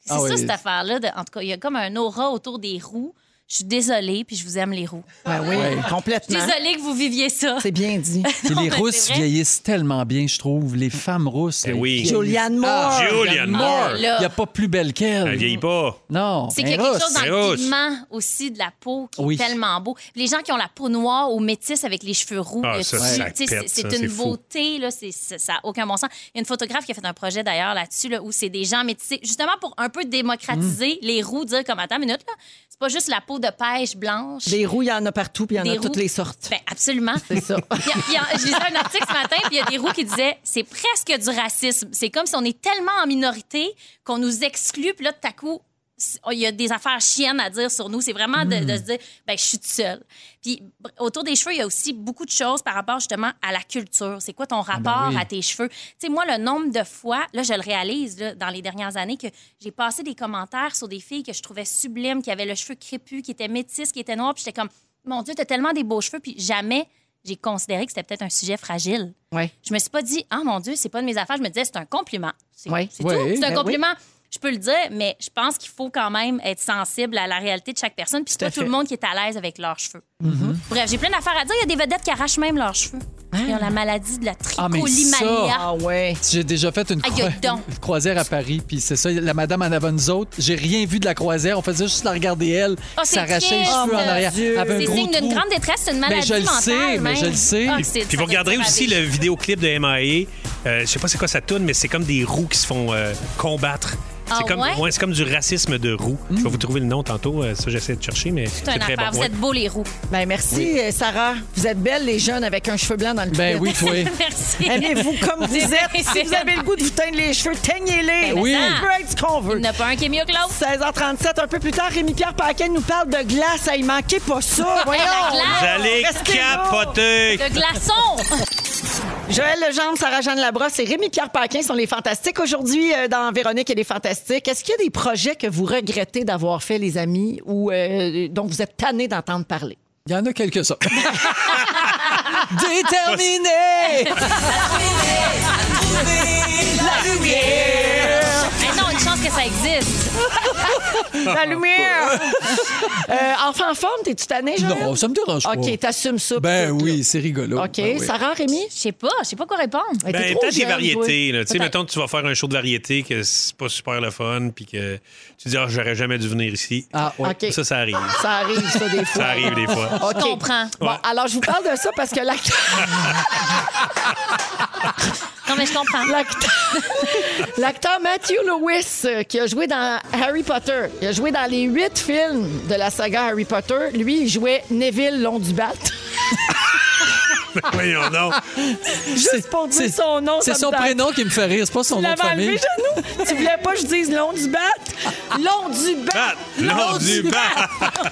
[SPEAKER 3] C'est
[SPEAKER 2] Ah
[SPEAKER 3] ça,
[SPEAKER 2] oui.
[SPEAKER 3] cette affaire-là. de- En tout cas, il y a comme un aura autour des roux. Je suis désolée, puis je vous aime les roux.
[SPEAKER 4] Ben oui,
[SPEAKER 2] Ouais.
[SPEAKER 3] Je suis
[SPEAKER 4] complètement.
[SPEAKER 3] désolée que vous viviez ça.
[SPEAKER 4] C'est bien dit.
[SPEAKER 2] Puis les
[SPEAKER 3] mais
[SPEAKER 2] rousses
[SPEAKER 3] c'est vrai.
[SPEAKER 2] vieillissent tellement bien, je trouve. Les femmes rousses.
[SPEAKER 1] Eh
[SPEAKER 2] là,
[SPEAKER 1] oui.
[SPEAKER 2] qui-
[SPEAKER 4] Julianne Moore.
[SPEAKER 2] Ah,
[SPEAKER 1] Julianne Moore.
[SPEAKER 3] Ah,
[SPEAKER 2] Il n'y
[SPEAKER 3] là.
[SPEAKER 2] a pas plus belle
[SPEAKER 1] Elle
[SPEAKER 2] qu'elle.
[SPEAKER 1] vieillit pas.
[SPEAKER 2] Non.
[SPEAKER 3] C'est qu'il y a
[SPEAKER 2] un
[SPEAKER 3] quelque
[SPEAKER 2] ben rousse.
[SPEAKER 3] chose dans
[SPEAKER 1] un
[SPEAKER 3] le
[SPEAKER 1] rousse.
[SPEAKER 3] pigment aussi de la peau qui
[SPEAKER 2] Oui.
[SPEAKER 3] est tellement beau. Les gens qui ont la peau noire ou métisse avec les cheveux roux,
[SPEAKER 1] Ah,
[SPEAKER 3] le
[SPEAKER 1] ça,
[SPEAKER 3] tissu,
[SPEAKER 1] ça
[SPEAKER 3] tu sais,
[SPEAKER 1] pète,
[SPEAKER 3] c'est
[SPEAKER 1] ça,
[SPEAKER 3] c'est une
[SPEAKER 1] c'est fou.
[SPEAKER 3] beauté, là, c'est- c'est- ça n'a aucun bon sens. Il y a une photographe qui a fait un projet d'ailleurs là-dessus là, où c'est des gens métissés, justement pour un peu démocratiser les roux, dire comme attends une minute, là, c'est pas juste la peau de pêche blanche.
[SPEAKER 4] Des roues, il y en a partout, puis il y en
[SPEAKER 3] Des
[SPEAKER 4] a toutes
[SPEAKER 3] roues.
[SPEAKER 4] les sortes.
[SPEAKER 3] Ben, absolument.
[SPEAKER 4] C'est ça.
[SPEAKER 3] Puis, puis, je lisais un article ce matin, puis il y a des roux qui disaient c'est presque du racisme. C'est comme si on est tellement en minorité qu'on nous exclut, puis là, tout à coup, c'est- oh, il y a des affaires chiennes à dire sur nous. C'est vraiment de,
[SPEAKER 4] Hmm.
[SPEAKER 3] de se dire ben, je suis toute seule. Puis br- autour des cheveux, il y a aussi beaucoup de choses par rapport justement à la culture. C'est quoi ton
[SPEAKER 4] Ah ben
[SPEAKER 3] rapport
[SPEAKER 2] oui.
[SPEAKER 3] à tes cheveux? Tu sais, moi, le nombre de fois, là, je le réalise là, dans les dernières années, que j'ai passé des commentaires sur des filles que je trouvais sublimes, qui avaient le cheveu crépu, qui étaient métisses, qui étaient noires, puis j'étais comme mon Dieu, t'as tellement des beaux cheveux, puis jamais j'ai considéré que c'était peut-être un sujet fragile.
[SPEAKER 4] Ouais.
[SPEAKER 3] Je me suis pas dit, ah mon Dieu, c'est pas de mes affaires. Je me disais, c'est un compliment. C'est
[SPEAKER 4] Ouais.
[SPEAKER 3] c'est
[SPEAKER 2] Ouais,
[SPEAKER 3] tout. C'est un
[SPEAKER 4] ben
[SPEAKER 3] compliment. Je peux le dire, mais je pense qu'il faut quand même être sensible à la réalité de chaque personne. Puis c'est
[SPEAKER 4] à
[SPEAKER 3] pas tout
[SPEAKER 4] fait.
[SPEAKER 3] le monde qui est à l'aise avec leurs cheveux.
[SPEAKER 2] Mm-hmm.
[SPEAKER 3] Bref, j'ai plein d'affaires à dire. Il y a des vedettes qui arrachent même leurs cheveux. Ils ont la maladie de la
[SPEAKER 2] Hein? Ah, mais ça!
[SPEAKER 3] tricolimania.
[SPEAKER 4] Ah ouais.
[SPEAKER 2] J'ai déjà fait une,
[SPEAKER 3] Aïe,
[SPEAKER 2] croi-
[SPEAKER 3] donc.
[SPEAKER 2] une croisière à Paris, puis c'est ça, la madame en avant de nous autres, j'ai rien vu de la croisière, on faisait juste la regarder elle,
[SPEAKER 3] Oh,
[SPEAKER 2] qui
[SPEAKER 3] c'est
[SPEAKER 2] s'arrachait les
[SPEAKER 3] triste.
[SPEAKER 2] cheveux en
[SPEAKER 3] Oh, mon
[SPEAKER 2] arrière.
[SPEAKER 4] Dieu.
[SPEAKER 2] Elle avait un
[SPEAKER 3] c'est
[SPEAKER 2] gros
[SPEAKER 3] signe d'une
[SPEAKER 2] trou. Ben,
[SPEAKER 3] grande détresse, c'est une
[SPEAKER 2] je
[SPEAKER 3] maladie
[SPEAKER 2] le
[SPEAKER 3] mentale.
[SPEAKER 2] sais, mais
[SPEAKER 3] même.
[SPEAKER 2] je le sais.
[SPEAKER 3] Ah, c'est- ça
[SPEAKER 1] Puis vous regarderez
[SPEAKER 3] doit être
[SPEAKER 1] aussi le vidéoclip de MIA. Euh, je sais pas c'est quoi ça tourne, mais c'est comme des roues qui se font euh, combattre.
[SPEAKER 3] Ah
[SPEAKER 1] c'est comme,
[SPEAKER 3] ouais? Hmm.
[SPEAKER 1] c'est comme du racisme de roux. Je vais vous trouver le nom tantôt. euh, Ça, j'essaie de chercher, mais c'est
[SPEAKER 3] C'est un
[SPEAKER 1] très
[SPEAKER 3] affaire.
[SPEAKER 1] bon.
[SPEAKER 3] Vous
[SPEAKER 1] Ouais.
[SPEAKER 3] êtes beaux, les roux.
[SPEAKER 4] Ben, merci, euh, Sarah. Vous êtes belles, les jeunes, avec un cheveu blanc dans le
[SPEAKER 2] Ben
[SPEAKER 4] cuir.
[SPEAKER 2] oui, toi.
[SPEAKER 3] Merci.
[SPEAKER 4] Aimez-vous comme vous êtes. Si vous avez le goût de vous teindre les cheveux, teignez-les.
[SPEAKER 3] Ben, Oui.
[SPEAKER 4] On peut être ce qu'on
[SPEAKER 3] Il
[SPEAKER 4] veut.
[SPEAKER 3] n'y en a pas un qui est mieux que l'autre.
[SPEAKER 4] 16h37, un peu plus tard, Rémi-Pierre Paquet nous parle de glace. Il manquait pas ça. Voyons.
[SPEAKER 3] glace.
[SPEAKER 1] Vous allez
[SPEAKER 4] Restez là.
[SPEAKER 1] capoter!
[SPEAKER 3] Le glaçon.
[SPEAKER 4] Joël Legendre, Sarah-Jeanne Labrosse et Rémi-Pierre Paquin sont les Fantastiques aujourd'hui euh, dans Véronique et les Fantastiques. Est-ce qu'il y a des projets que vous regrettez d'avoir fait, les amis, ou euh, dont vous êtes tannés d'entendre parler?
[SPEAKER 2] Il y en a quelques-uns. Déterminé!
[SPEAKER 3] Mais non, une chance que ça existe.
[SPEAKER 2] Ah,
[SPEAKER 4] La lumière! Euh, enfant en forme, t'es-tu tannée, Joël?
[SPEAKER 2] non, ça me dérange pas.
[SPEAKER 4] OK, t'assumes ça.
[SPEAKER 2] Ben
[SPEAKER 4] puis tout,
[SPEAKER 2] oui,
[SPEAKER 4] là.
[SPEAKER 2] c'est rigolo.
[SPEAKER 4] OK,
[SPEAKER 2] Ben oui.
[SPEAKER 4] Sarah, Rémi?
[SPEAKER 3] Je sais pas. Je sais pas quoi répondre.
[SPEAKER 4] Ben, t'es
[SPEAKER 1] Ben,
[SPEAKER 4] trop
[SPEAKER 1] peut-être des
[SPEAKER 4] jeune,
[SPEAKER 1] variétés.
[SPEAKER 4] toi.
[SPEAKER 1] là. Tu sais,
[SPEAKER 3] Peut-être.
[SPEAKER 1] mettons, tu vas faire un show de variété que c'est pas super le fun, puis que tu dis, ah, j'aurais jamais dû venir ici.
[SPEAKER 2] Ah, ouais.
[SPEAKER 4] OK.
[SPEAKER 1] Ça, ça arrive.
[SPEAKER 4] Ça arrive, ça, des fois.
[SPEAKER 1] Ça arrive des fois.
[SPEAKER 4] OK.
[SPEAKER 3] Je comprends.
[SPEAKER 4] Bon,
[SPEAKER 1] Ouais.
[SPEAKER 4] alors, je vous parle de ça parce que l'acteur...
[SPEAKER 3] Non, mais je comprends.
[SPEAKER 4] L'acteur l'acteur Matthew Lewis, euh, qui a joué dans Harry Potter, il a joué dans les huit films de la saga Harry Potter. Lui, il jouait Neville Londubat.
[SPEAKER 1] Voyons donc.
[SPEAKER 4] Juste pour
[SPEAKER 2] C'est-
[SPEAKER 4] dire son nom.
[SPEAKER 2] C'est
[SPEAKER 4] ça me
[SPEAKER 2] son
[SPEAKER 4] tente.
[SPEAKER 2] prénom qui me fait rire, c'est pas son
[SPEAKER 4] Tu
[SPEAKER 2] nom de
[SPEAKER 4] l'avais
[SPEAKER 2] famille.
[SPEAKER 4] enlevé, Jeannot? Tu voulais pas que je dise Londubat? Londubat!
[SPEAKER 1] Bat! L'or du bat!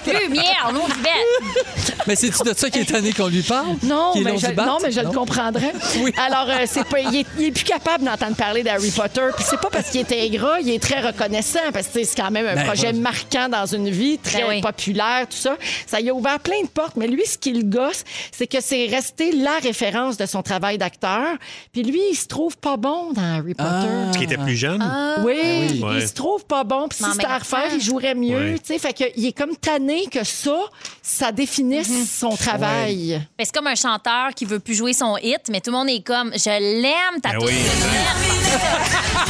[SPEAKER 3] Lumière, non, du bête.
[SPEAKER 2] Mais c'est-tu de ça qui est tanné qu'on lui parle?
[SPEAKER 4] Non,
[SPEAKER 2] Qui est
[SPEAKER 4] mais
[SPEAKER 2] long
[SPEAKER 4] je,
[SPEAKER 2] du bat?
[SPEAKER 4] non, mais je le comprendrais.
[SPEAKER 2] Oui.
[SPEAKER 4] Alors, euh, c'est pas, il, est, il est plus capable d'entendre parler d'Harry Potter. Puis c'est pas parce qu'il était ingrat, il est très reconnaissant. Parce que tu sais, c'est quand même un
[SPEAKER 2] Ben,
[SPEAKER 4] projet
[SPEAKER 2] voilà.
[SPEAKER 4] marquant dans une vie, très
[SPEAKER 3] Ben oui.
[SPEAKER 4] populaire, tout ça. Ça lui a ouvert plein de portes. Mais lui, ce qui le gosse, c'est que c'est resté la référence de son travail d'acteur. Puis lui, il se trouve pas bon dans Harry Potter.
[SPEAKER 2] Ah.
[SPEAKER 4] Ah.
[SPEAKER 1] Parce qu'il était plus jeune.
[SPEAKER 3] Ah,
[SPEAKER 4] Oui,
[SPEAKER 2] Ben
[SPEAKER 1] Ouais.
[SPEAKER 4] il se trouve pas bon. Puis si
[SPEAKER 3] Mais en
[SPEAKER 4] c'était à
[SPEAKER 3] même
[SPEAKER 4] refaire,
[SPEAKER 3] temps-
[SPEAKER 4] il jouerait mieux.
[SPEAKER 1] Ouais.
[SPEAKER 4] tu sais. Fait que, il est comme tanné que ça, ça définisse
[SPEAKER 3] Mm-hmm.
[SPEAKER 4] son travail.
[SPEAKER 3] Mais c'est comme un chanteur qui veut plus jouer son hit, mais tout le monde est comme Je l'aime, ta
[SPEAKER 1] Ben
[SPEAKER 3] toune,
[SPEAKER 1] oui.
[SPEAKER 3] je l'aime.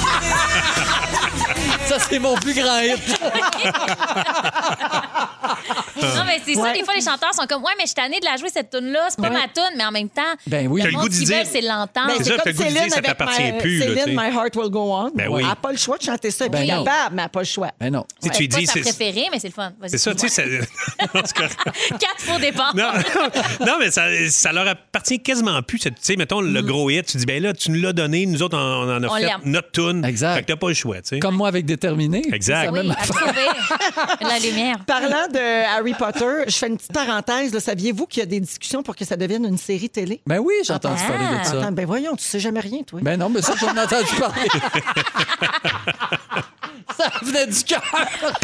[SPEAKER 2] Ça, c'est mon plus grand hit.
[SPEAKER 3] Non, mais c'est ça,
[SPEAKER 4] Ouais.
[SPEAKER 3] des fois, les chanteurs sont comme Ouais, mais je suis tannée de la jouer, cette tune-là, c'est pas ma tune, mais en même temps,
[SPEAKER 2] Ben oui.
[SPEAKER 3] le
[SPEAKER 1] T'as le
[SPEAKER 3] monde
[SPEAKER 1] goût d'y
[SPEAKER 3] qui veut,
[SPEAKER 1] dire.
[SPEAKER 3] c'est de l'entendre.
[SPEAKER 4] Ben,
[SPEAKER 1] C'est
[SPEAKER 4] c'est
[SPEAKER 1] ça,
[SPEAKER 4] comme
[SPEAKER 1] t'as le goût de
[SPEAKER 4] Céline
[SPEAKER 1] dire, ça
[SPEAKER 4] avec
[SPEAKER 1] t'appartient
[SPEAKER 4] my-
[SPEAKER 1] plus, là,
[SPEAKER 4] Céline,
[SPEAKER 1] tu sais.
[SPEAKER 4] My Heart Will Go On.
[SPEAKER 1] Ben oui.
[SPEAKER 4] Elle n'a pas le choix de chanter ça. Elle est
[SPEAKER 2] Ben non.
[SPEAKER 4] capable, mais elle n'a pas le choix.
[SPEAKER 2] Ben non.
[SPEAKER 1] Si tu
[SPEAKER 3] C'est
[SPEAKER 1] lui
[SPEAKER 3] pas
[SPEAKER 1] dis,
[SPEAKER 3] sa
[SPEAKER 1] c'est
[SPEAKER 3] préférée, mais c'est le fun. Vas-y.
[SPEAKER 1] c'est ça, tu sais, ça- Non, c'est correct.
[SPEAKER 3] Quatre faux départs.
[SPEAKER 1] Non, non, mais ça, ça leur appartient quasiment plus. cette- Tu sais, mettons, le gros hit, tu dis, ben là, tu nous l'as donné, nous autres, on, on en a
[SPEAKER 3] On
[SPEAKER 1] fait
[SPEAKER 3] l'aime.
[SPEAKER 1] notre tune.
[SPEAKER 2] Exact.
[SPEAKER 1] Fait que t'as pas le choix, tu sais.
[SPEAKER 2] Comme moi avec Déterminé.
[SPEAKER 1] Exact.
[SPEAKER 3] Oui, à trouver la lumière.
[SPEAKER 4] Parlant de Harry Potter, je fais une petite parenthèse. là. Saviez-vous qu'il y a des discussions pour que ça devienne une série télé?
[SPEAKER 2] Ben oui, j'ai entendu parler de ça.
[SPEAKER 4] Attends, ben voyons, tu sais jamais rien, toi.
[SPEAKER 2] Ben non, mais ça, j'en ai entendu parler. ça venait du cœur.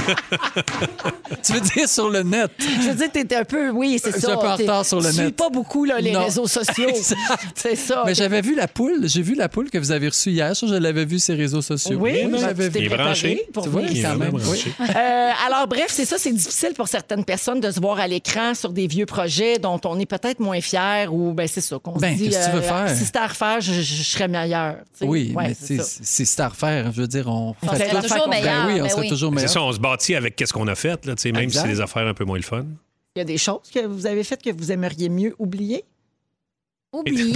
[SPEAKER 2] tu veux dire sur le net.
[SPEAKER 4] Je veux dire, t'étais un peu, oui, c'est
[SPEAKER 2] Je
[SPEAKER 4] ça.
[SPEAKER 2] suis un peu en
[SPEAKER 4] t'es-
[SPEAKER 2] retard sur le
[SPEAKER 4] tu suis
[SPEAKER 2] net.
[SPEAKER 4] pas beaucoup là, les
[SPEAKER 2] Non.
[SPEAKER 4] réseaux sociaux.
[SPEAKER 2] Exact.
[SPEAKER 4] c'est ça.
[SPEAKER 2] Mais j'avais vu la poule. J'ai vu la poule que vous avez reçue hier. Ça, je l'avais vue sur les réseaux sociaux.
[SPEAKER 4] Oui,
[SPEAKER 2] je
[SPEAKER 4] mais
[SPEAKER 2] l'avais
[SPEAKER 4] tu t'es
[SPEAKER 1] Il est
[SPEAKER 2] vue.
[SPEAKER 4] préparé
[SPEAKER 1] branché.
[SPEAKER 4] pour
[SPEAKER 2] Tu vois,
[SPEAKER 4] venir.
[SPEAKER 1] Il est
[SPEAKER 2] quand même.
[SPEAKER 1] vraiment
[SPEAKER 2] oui.
[SPEAKER 1] branché.
[SPEAKER 4] Euh, alors, bref, c'est ça, c'est difficile pour certaines personnes de se voir à l'écran sur des vieux projets dont on est peut-être moins fier ou, ben c'est ça, qu'on se
[SPEAKER 2] Ben,
[SPEAKER 4] dit. euh,
[SPEAKER 2] qu'est-ce que tu veux faire?
[SPEAKER 4] Si c'était à refaire, je, je- je serais meilleur. tu sais.
[SPEAKER 2] Oui,
[SPEAKER 4] Ouais,
[SPEAKER 2] mais
[SPEAKER 4] c'est
[SPEAKER 2] tu sais,
[SPEAKER 4] ça.
[SPEAKER 2] c'est c'est à refaire. Je veux dire, on.
[SPEAKER 4] On serait
[SPEAKER 2] Ben
[SPEAKER 4] toujours
[SPEAKER 3] meilleur,
[SPEAKER 2] oui, on
[SPEAKER 3] ben
[SPEAKER 2] serait
[SPEAKER 3] oui.
[SPEAKER 2] toujours
[SPEAKER 1] C'est
[SPEAKER 2] meilleur.
[SPEAKER 1] ça, on se bâtit avec qu'est-ce qu'on a fait, là, tu sais, même si
[SPEAKER 2] Exact.
[SPEAKER 1] c'est des affaires un peu moins le fun.
[SPEAKER 4] Il y a des choses que vous avez faites que vous aimeriez mieux oublier.
[SPEAKER 3] Oublier.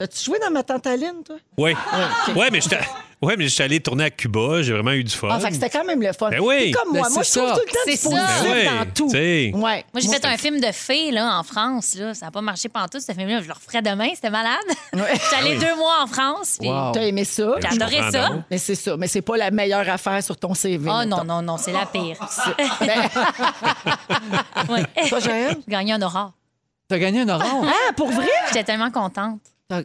[SPEAKER 4] As-tu joué dans ma tante Aline, toi?
[SPEAKER 1] Oui.
[SPEAKER 4] ok.
[SPEAKER 1] Ouais, mais j'étais ouais, mais j'étais allé tourner à Cuba, j'ai vraiment eu du fun.
[SPEAKER 4] Ah, fait que c'était quand même le fun.
[SPEAKER 1] Ben oui.
[SPEAKER 4] T'es comme moi.
[SPEAKER 2] Ben,
[SPEAKER 4] moi, je
[SPEAKER 2] c'est
[SPEAKER 4] trouve
[SPEAKER 2] ça.
[SPEAKER 4] tout le temps du
[SPEAKER 3] C'est ça.
[SPEAKER 4] positif
[SPEAKER 1] Ben oui,
[SPEAKER 4] dans tout.
[SPEAKER 1] tu sais.
[SPEAKER 4] Ouais.
[SPEAKER 3] Moi, j'ai fait un film de fées là, en France. Là. Ça n'a pas marché pantoute, ce film-là. Je le referais demain, c'était malade. J'allais deux mois en France. Puis... Ah
[SPEAKER 2] Wow.
[SPEAKER 4] T'as aimé ça?
[SPEAKER 1] Ben,
[SPEAKER 3] T'as
[SPEAKER 1] je
[SPEAKER 3] adoré
[SPEAKER 1] comprends
[SPEAKER 3] ça?
[SPEAKER 1] donc.
[SPEAKER 4] Mais c'est ça. Mais c'est pas la meilleure affaire sur ton CV.
[SPEAKER 3] Oh
[SPEAKER 4] mettons.
[SPEAKER 3] non, non, non, c'est la pire.
[SPEAKER 4] Ben,
[SPEAKER 3] Ouais.
[SPEAKER 4] Toi, Joël?
[SPEAKER 3] Gagné un aurore.
[SPEAKER 2] T'as gagné un orange.
[SPEAKER 4] ah, pour vrai?
[SPEAKER 3] J'étais tellement contente.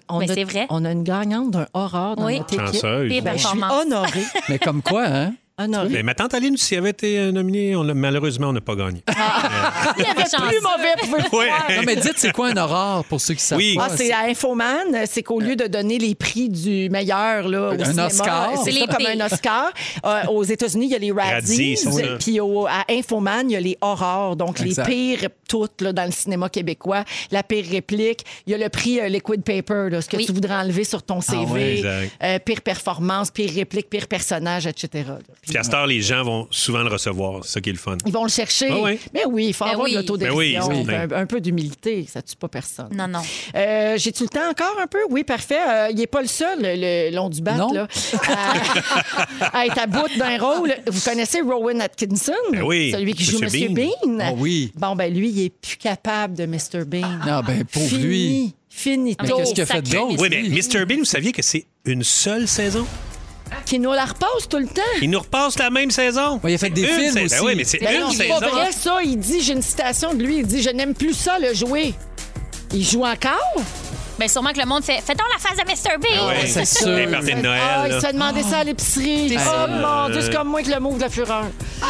[SPEAKER 4] On
[SPEAKER 3] Mais
[SPEAKER 4] a-
[SPEAKER 3] c'est vrai.
[SPEAKER 4] On a une gagnante d'un horreur dans
[SPEAKER 3] Oui.
[SPEAKER 4] notre équipe.
[SPEAKER 1] Chanceuse.
[SPEAKER 3] Pire
[SPEAKER 4] Ben, je suis
[SPEAKER 3] performance.
[SPEAKER 4] honorée.
[SPEAKER 2] Mais comme quoi, hein?
[SPEAKER 4] honorée.
[SPEAKER 1] Mais ma tante Aline, si elle avait été euh, nominée, on l'a- malheureusement, on n'a pas gagné.
[SPEAKER 3] Il avait
[SPEAKER 4] Plus mauvais, pouvez
[SPEAKER 1] Ouais.
[SPEAKER 2] Non, mais dites, c'est quoi un aurore pour ceux qui savent
[SPEAKER 1] Oui.
[SPEAKER 2] pas?
[SPEAKER 4] Ah, c'est à Infoman, c'est qu'au lieu de donner les prix du meilleur là, au
[SPEAKER 2] Un
[SPEAKER 4] cinéma, euh,
[SPEAKER 2] Oscar.
[SPEAKER 4] c'est
[SPEAKER 3] C'est les
[SPEAKER 4] ça, comme
[SPEAKER 3] pires.
[SPEAKER 4] un Oscar. Euh, aux États-Unis, il y a les Razzies, euh,
[SPEAKER 1] Razzies, c'est ça.
[SPEAKER 4] puis au- à Infoman, il y a les Horrors, donc
[SPEAKER 2] Exact.
[SPEAKER 4] les pires toutes là, dans le cinéma québécois, la pire réplique. Il y a le prix euh, Liquid Paper, là, ce que
[SPEAKER 3] Oui.
[SPEAKER 4] tu voudrais enlever sur ton CV,
[SPEAKER 1] ouais, Ah exact.
[SPEAKER 4] euh, pire performance, pire réplique, pire personnage, etc. là.
[SPEAKER 1] Puis à cette heure, les gens vont souvent le recevoir. C'est ça qui est le fun.
[SPEAKER 11] Ils vont le chercher.
[SPEAKER 1] Ah ouais.
[SPEAKER 11] Mais oui, il faut
[SPEAKER 3] Ben
[SPEAKER 11] avoir
[SPEAKER 3] oui.
[SPEAKER 11] de l'autodérision.
[SPEAKER 1] Ben oui, oui.
[SPEAKER 11] Un, un peu d'humilité, ça tue pas personne.
[SPEAKER 3] Non, non.
[SPEAKER 11] Euh, J'ai-tu le temps encore un peu? Oui, parfait. Euh, il n'est pas le seul, le long du bat,
[SPEAKER 2] Non.
[SPEAKER 11] là, à, à être à bout d'un rôle. Vous connaissez Rowan Atkinson?
[SPEAKER 1] Ben oui,
[SPEAKER 11] Celui qui joue
[SPEAKER 1] Monsieur
[SPEAKER 11] Monsieur
[SPEAKER 1] Bean.
[SPEAKER 11] Bean.
[SPEAKER 2] Oh oui.
[SPEAKER 11] Bon, ben lui, il est plus capable de Mr. Bean.
[SPEAKER 2] Ah, ben, pauvre
[SPEAKER 11] Fini.
[SPEAKER 2] lui.
[SPEAKER 11] Finito.
[SPEAKER 2] Mais qu'est-ce qu'il a fait
[SPEAKER 3] sacré
[SPEAKER 2] d'autre?
[SPEAKER 3] Mr.
[SPEAKER 1] Oui, mais Mr. Bean, vous saviez que c'est une seule saison?
[SPEAKER 11] Qui nous la repose tout le temps.
[SPEAKER 1] Il nous repasse la même saison.
[SPEAKER 2] Ouais, il a fait des
[SPEAKER 1] Une
[SPEAKER 2] films
[SPEAKER 1] saison.
[SPEAKER 2] aussi.
[SPEAKER 1] Oui, mais c'est
[SPEAKER 11] Ben
[SPEAKER 1] une
[SPEAKER 11] non, c'est
[SPEAKER 1] saison.
[SPEAKER 11] pas vrai, ça. Il dit, j'ai une citation de lui, il dit, je n'aime plus ça, le jouer. Il joue encore?
[SPEAKER 3] Mais Ben, sûrement que le monde fait Fais donc la face à Mr. B.
[SPEAKER 1] Ah ouais.
[SPEAKER 2] C'est sûr.
[SPEAKER 1] Les parties de
[SPEAKER 11] ah,
[SPEAKER 1] Noël.
[SPEAKER 11] il
[SPEAKER 1] là.
[SPEAKER 11] se fait demander ça à l'épicerie. Oh mon Dieu, c'est comme moi que le mot de la fureur.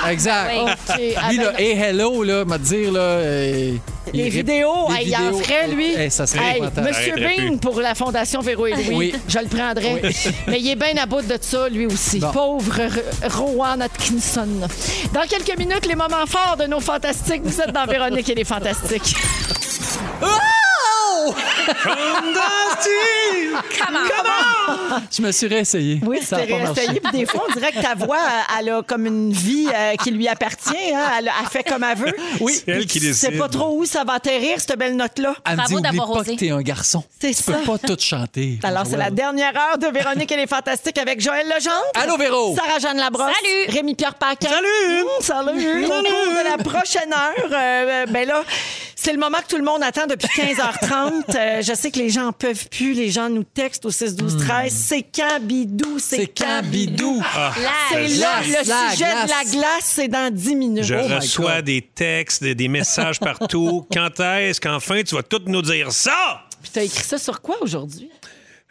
[SPEAKER 2] Exact.
[SPEAKER 3] Oui.
[SPEAKER 11] OK.
[SPEAKER 2] Ah.
[SPEAKER 4] Ah,
[SPEAKER 2] Lui, là,
[SPEAKER 11] Avec-
[SPEAKER 2] hey, hello, là, m'a dire, là. euh, il
[SPEAKER 11] Les
[SPEAKER 2] rip-
[SPEAKER 11] vidéos,
[SPEAKER 2] les
[SPEAKER 11] hey, il en
[SPEAKER 2] vidéos.
[SPEAKER 11] ferait, lui.
[SPEAKER 2] Hey, ça serait
[SPEAKER 11] Hey,
[SPEAKER 2] épouvantable.
[SPEAKER 11] Monsieur
[SPEAKER 1] Arrêterait
[SPEAKER 11] Bean
[SPEAKER 1] plus.
[SPEAKER 11] pour la Fondation Véro et Louis,
[SPEAKER 2] Oui.
[SPEAKER 11] je le prendrais. Mais il est bien à bout de ça, lui aussi.
[SPEAKER 2] Bon.
[SPEAKER 11] Pauvre R- Rowan Atkinson. Dans quelques minutes, les moments forts de nos fantastiques. Vous êtes dans Véronique et les Fantastiques.
[SPEAKER 2] Je me suis réessayé.
[SPEAKER 4] Oui,
[SPEAKER 2] ça a
[SPEAKER 4] c'était
[SPEAKER 2] pas marché.
[SPEAKER 4] réessayé. Puis des fois, on dirait que ta voix, euh, elle a comme une vie euh, qui lui appartient. hein. Elle, elle fait comme elle veut. Oui.
[SPEAKER 1] C'est elle qui décide.
[SPEAKER 4] sais pas trop où ça va atterrir, cette belle note-là.
[SPEAKER 2] Elle me dit,
[SPEAKER 3] Bravo
[SPEAKER 2] oublie
[SPEAKER 3] d'avoir
[SPEAKER 2] pas
[SPEAKER 3] osé.
[SPEAKER 2] que t'es un garçon.
[SPEAKER 4] C'est
[SPEAKER 2] Tu
[SPEAKER 4] ça.
[SPEAKER 2] peux pas tout chanter.
[SPEAKER 4] Alors, c'est la
[SPEAKER 2] Joël.
[SPEAKER 4] dernière heure de Véronique et les Fantastiques avec Joël Legendre.
[SPEAKER 2] Allô, Véro.
[SPEAKER 4] Sarah-Jeanne Labrosse.
[SPEAKER 3] Salut.
[SPEAKER 4] Rémi-Pierre Paquin. Salut. salut. Au cours de la prochaine heure, euh, ben là, c'est le moment que tout le monde attend depuis 15h30. Euh, je sais que les gens en peuvent plus. Les gens nous textent au 6, 12, 13. C'est quand Bidou?
[SPEAKER 2] Mmh. C'est quand Bidou.
[SPEAKER 3] La
[SPEAKER 4] C'est là,
[SPEAKER 2] Glace,
[SPEAKER 4] le
[SPEAKER 2] la
[SPEAKER 4] sujet de la
[SPEAKER 2] glace.
[SPEAKER 4] glace, c'est dans 10 minutes.
[SPEAKER 1] Je
[SPEAKER 4] Oh my
[SPEAKER 1] reçois
[SPEAKER 4] God.
[SPEAKER 1] des textes, des- des messages partout. Quand est-ce qu'enfin tu vas tout nous dire ça?
[SPEAKER 11] Puis t'as écrit ça sur quoi aujourd'hui?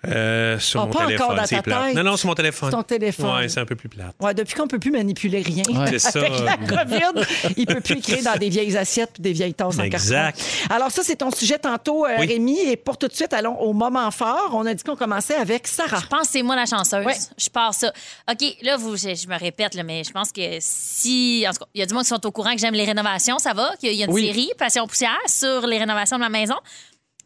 [SPEAKER 1] Euh, sur
[SPEAKER 11] Ah,
[SPEAKER 1] mon
[SPEAKER 11] pas encore
[SPEAKER 1] téléphone,
[SPEAKER 11] dans
[SPEAKER 1] c'est
[SPEAKER 11] ta
[SPEAKER 1] plate.
[SPEAKER 11] tête.
[SPEAKER 1] Non, non, sur mon téléphone.
[SPEAKER 11] Sur ton téléphone.
[SPEAKER 1] Oui, c'est un peu plus plate.
[SPEAKER 4] Ouais, depuis qu'on peut plus manipuler rien.
[SPEAKER 1] C'est ça.
[SPEAKER 4] Avec la COVID, il peut plus écrire dans des vieilles assiettes puis des vieilles tasses en
[SPEAKER 1] Exact.
[SPEAKER 4] carton. Alors ça, c'est ton sujet tantôt, euh,
[SPEAKER 1] Oui.
[SPEAKER 4] Rémi. Et pour tout de suite, allons au moment fort. On a dit qu'on commençait avec Sarah.
[SPEAKER 3] Je pense que c'est moi la chanceuse.
[SPEAKER 4] Ouais.
[SPEAKER 3] Je pars ça. OK, là, vous, je, je me répète, là, mais je pense que si. En tout cas, il y a du monde qui sont au courant que j'aime les rénovations, ça va. qu'il y a- Il y a une
[SPEAKER 2] Oui.
[SPEAKER 3] série, Passion Poussière, sur les rénovations de ma maison.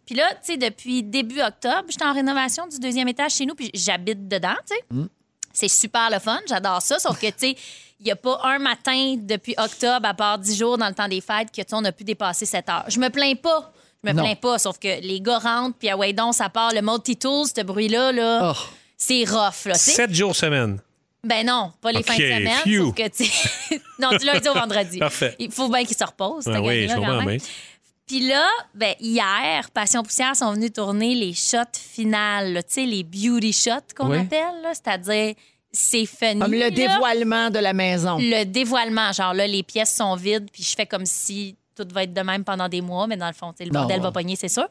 [SPEAKER 3] Puis là, tu sais, depuis début octobre, j'étais en rénovation du deuxième étage chez nous, puis j'habite dedans, tu sais. C'est super le fun, j'adore ça, sauf que, tu sais, il n'y a pas un matin depuis octobre, à part 10 jours dans le temps des fêtes, que, tu sais, on a pu dépasser 7 heures. Je me plains pas. Je me
[SPEAKER 2] Non.
[SPEAKER 3] plains pas, sauf que les gars rentrent, puis à Waydon, ça part le multi-tools, ce bruit-là, là.
[SPEAKER 2] Oh.
[SPEAKER 3] C'est rough, là, tu sais.
[SPEAKER 1] Sept jours semaine.
[SPEAKER 3] Ben non, pas les
[SPEAKER 1] OK,
[SPEAKER 3] fins de semaine,
[SPEAKER 1] phew.
[SPEAKER 3] sauf que, tu sais, Non, du lundi au vendredi.
[SPEAKER 1] Parfait.
[SPEAKER 3] Il faut bien qu'ils se reposent, cette
[SPEAKER 1] Ah
[SPEAKER 3] gang-là,
[SPEAKER 1] oui, je
[SPEAKER 3] quand
[SPEAKER 1] comprends
[SPEAKER 3] même.
[SPEAKER 1] bien.
[SPEAKER 3] Puis là, ben, hier, Passion Poussière sont venus tourner les shots finales, là, tu sais, les beauty shots qu'on
[SPEAKER 2] Oui.
[SPEAKER 3] appelle, là, c'est-à-dire c'est funny.
[SPEAKER 11] Comme
[SPEAKER 3] là.
[SPEAKER 11] le dévoilement de la maison.
[SPEAKER 3] Le dévoilement, genre là, les pièces sont vides, puis je fais comme si tout va être de même pendant des mois, mais dans le fond, tu sais, le
[SPEAKER 2] Non,
[SPEAKER 3] bordel
[SPEAKER 2] ouais.
[SPEAKER 3] va pogner, c'est sûr.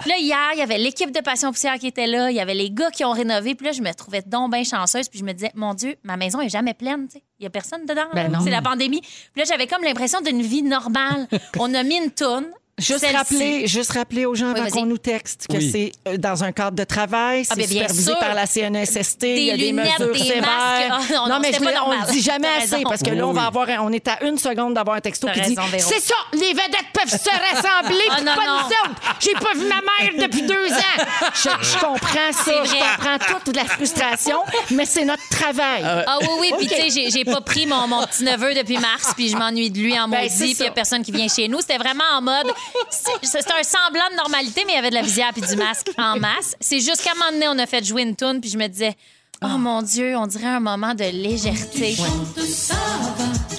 [SPEAKER 3] Puis là, hier, il y avait l'équipe de Passion Poussière qui était là, il y avait les gars qui ont rénové, puis là, je me trouvais donc bien chanceuse, puis je me disais, mon Dieu, ma maison est jamais pleine, tu sais. Il y a personne dedans,
[SPEAKER 11] Ben
[SPEAKER 3] là.
[SPEAKER 11] non.
[SPEAKER 3] c'est la pandémie. Puis là, j'avais comme l'impression d'une vie normale. On a mis une toune.
[SPEAKER 4] Juste
[SPEAKER 3] celle-ci.
[SPEAKER 4] rappeler, juste rappeler aux gens
[SPEAKER 3] Oui,
[SPEAKER 4] avant
[SPEAKER 3] vas-y.
[SPEAKER 4] qu'on nous texte que
[SPEAKER 2] Oui.
[SPEAKER 4] c'est euh, dans un cadre de travail, c'est
[SPEAKER 3] Ah, ben, bien
[SPEAKER 4] supervisé
[SPEAKER 3] sûr.
[SPEAKER 4] par la E CNSST, il y a des
[SPEAKER 3] lunettes,
[SPEAKER 4] mesures
[SPEAKER 3] des
[SPEAKER 4] sévères.
[SPEAKER 3] masques. Ah, non,
[SPEAKER 4] mais
[SPEAKER 3] c'était
[SPEAKER 4] je voulais-
[SPEAKER 3] pas
[SPEAKER 4] on
[SPEAKER 3] normal.
[SPEAKER 4] le dit jamais
[SPEAKER 3] T'as
[SPEAKER 4] assez
[SPEAKER 3] raison.
[SPEAKER 4] parce que là, on va avoir, un- on est à une seconde d'avoir un texto
[SPEAKER 3] T'as
[SPEAKER 4] qui
[SPEAKER 3] raison,
[SPEAKER 4] dit
[SPEAKER 3] Véro.
[SPEAKER 4] c'est ça, les vedettes peuvent se rassembler,
[SPEAKER 3] Ah,
[SPEAKER 4] puis
[SPEAKER 3] non,
[SPEAKER 4] pas
[SPEAKER 3] non.
[SPEAKER 4] nous autres. J'ai pas vu ma mère depuis deux ans. Je, je comprends ça, je
[SPEAKER 3] vrai.
[SPEAKER 4] comprends toute la frustration, mais c'est notre travail.
[SPEAKER 3] Ah oui, oui, puis tu sais, j'ai- j'ai pas pris mon, mon petit neveu depuis mars, puis je m'ennuie de lui en
[SPEAKER 4] Ben,
[SPEAKER 3] maudit,
[SPEAKER 4] c'est
[SPEAKER 3] puis il y
[SPEAKER 4] ça.
[SPEAKER 3] a personne qui vient chez nous. C'était vraiment en mode. c'est- C'était un semblant de normalité, mais il y avait de la visière puis du masque en masse. C'est juste qu'à un moment donné, on a fait jouer une toune, puis je me disais.
[SPEAKER 4] Ah.
[SPEAKER 3] Oh mon Dieu, on dirait un moment de légèreté.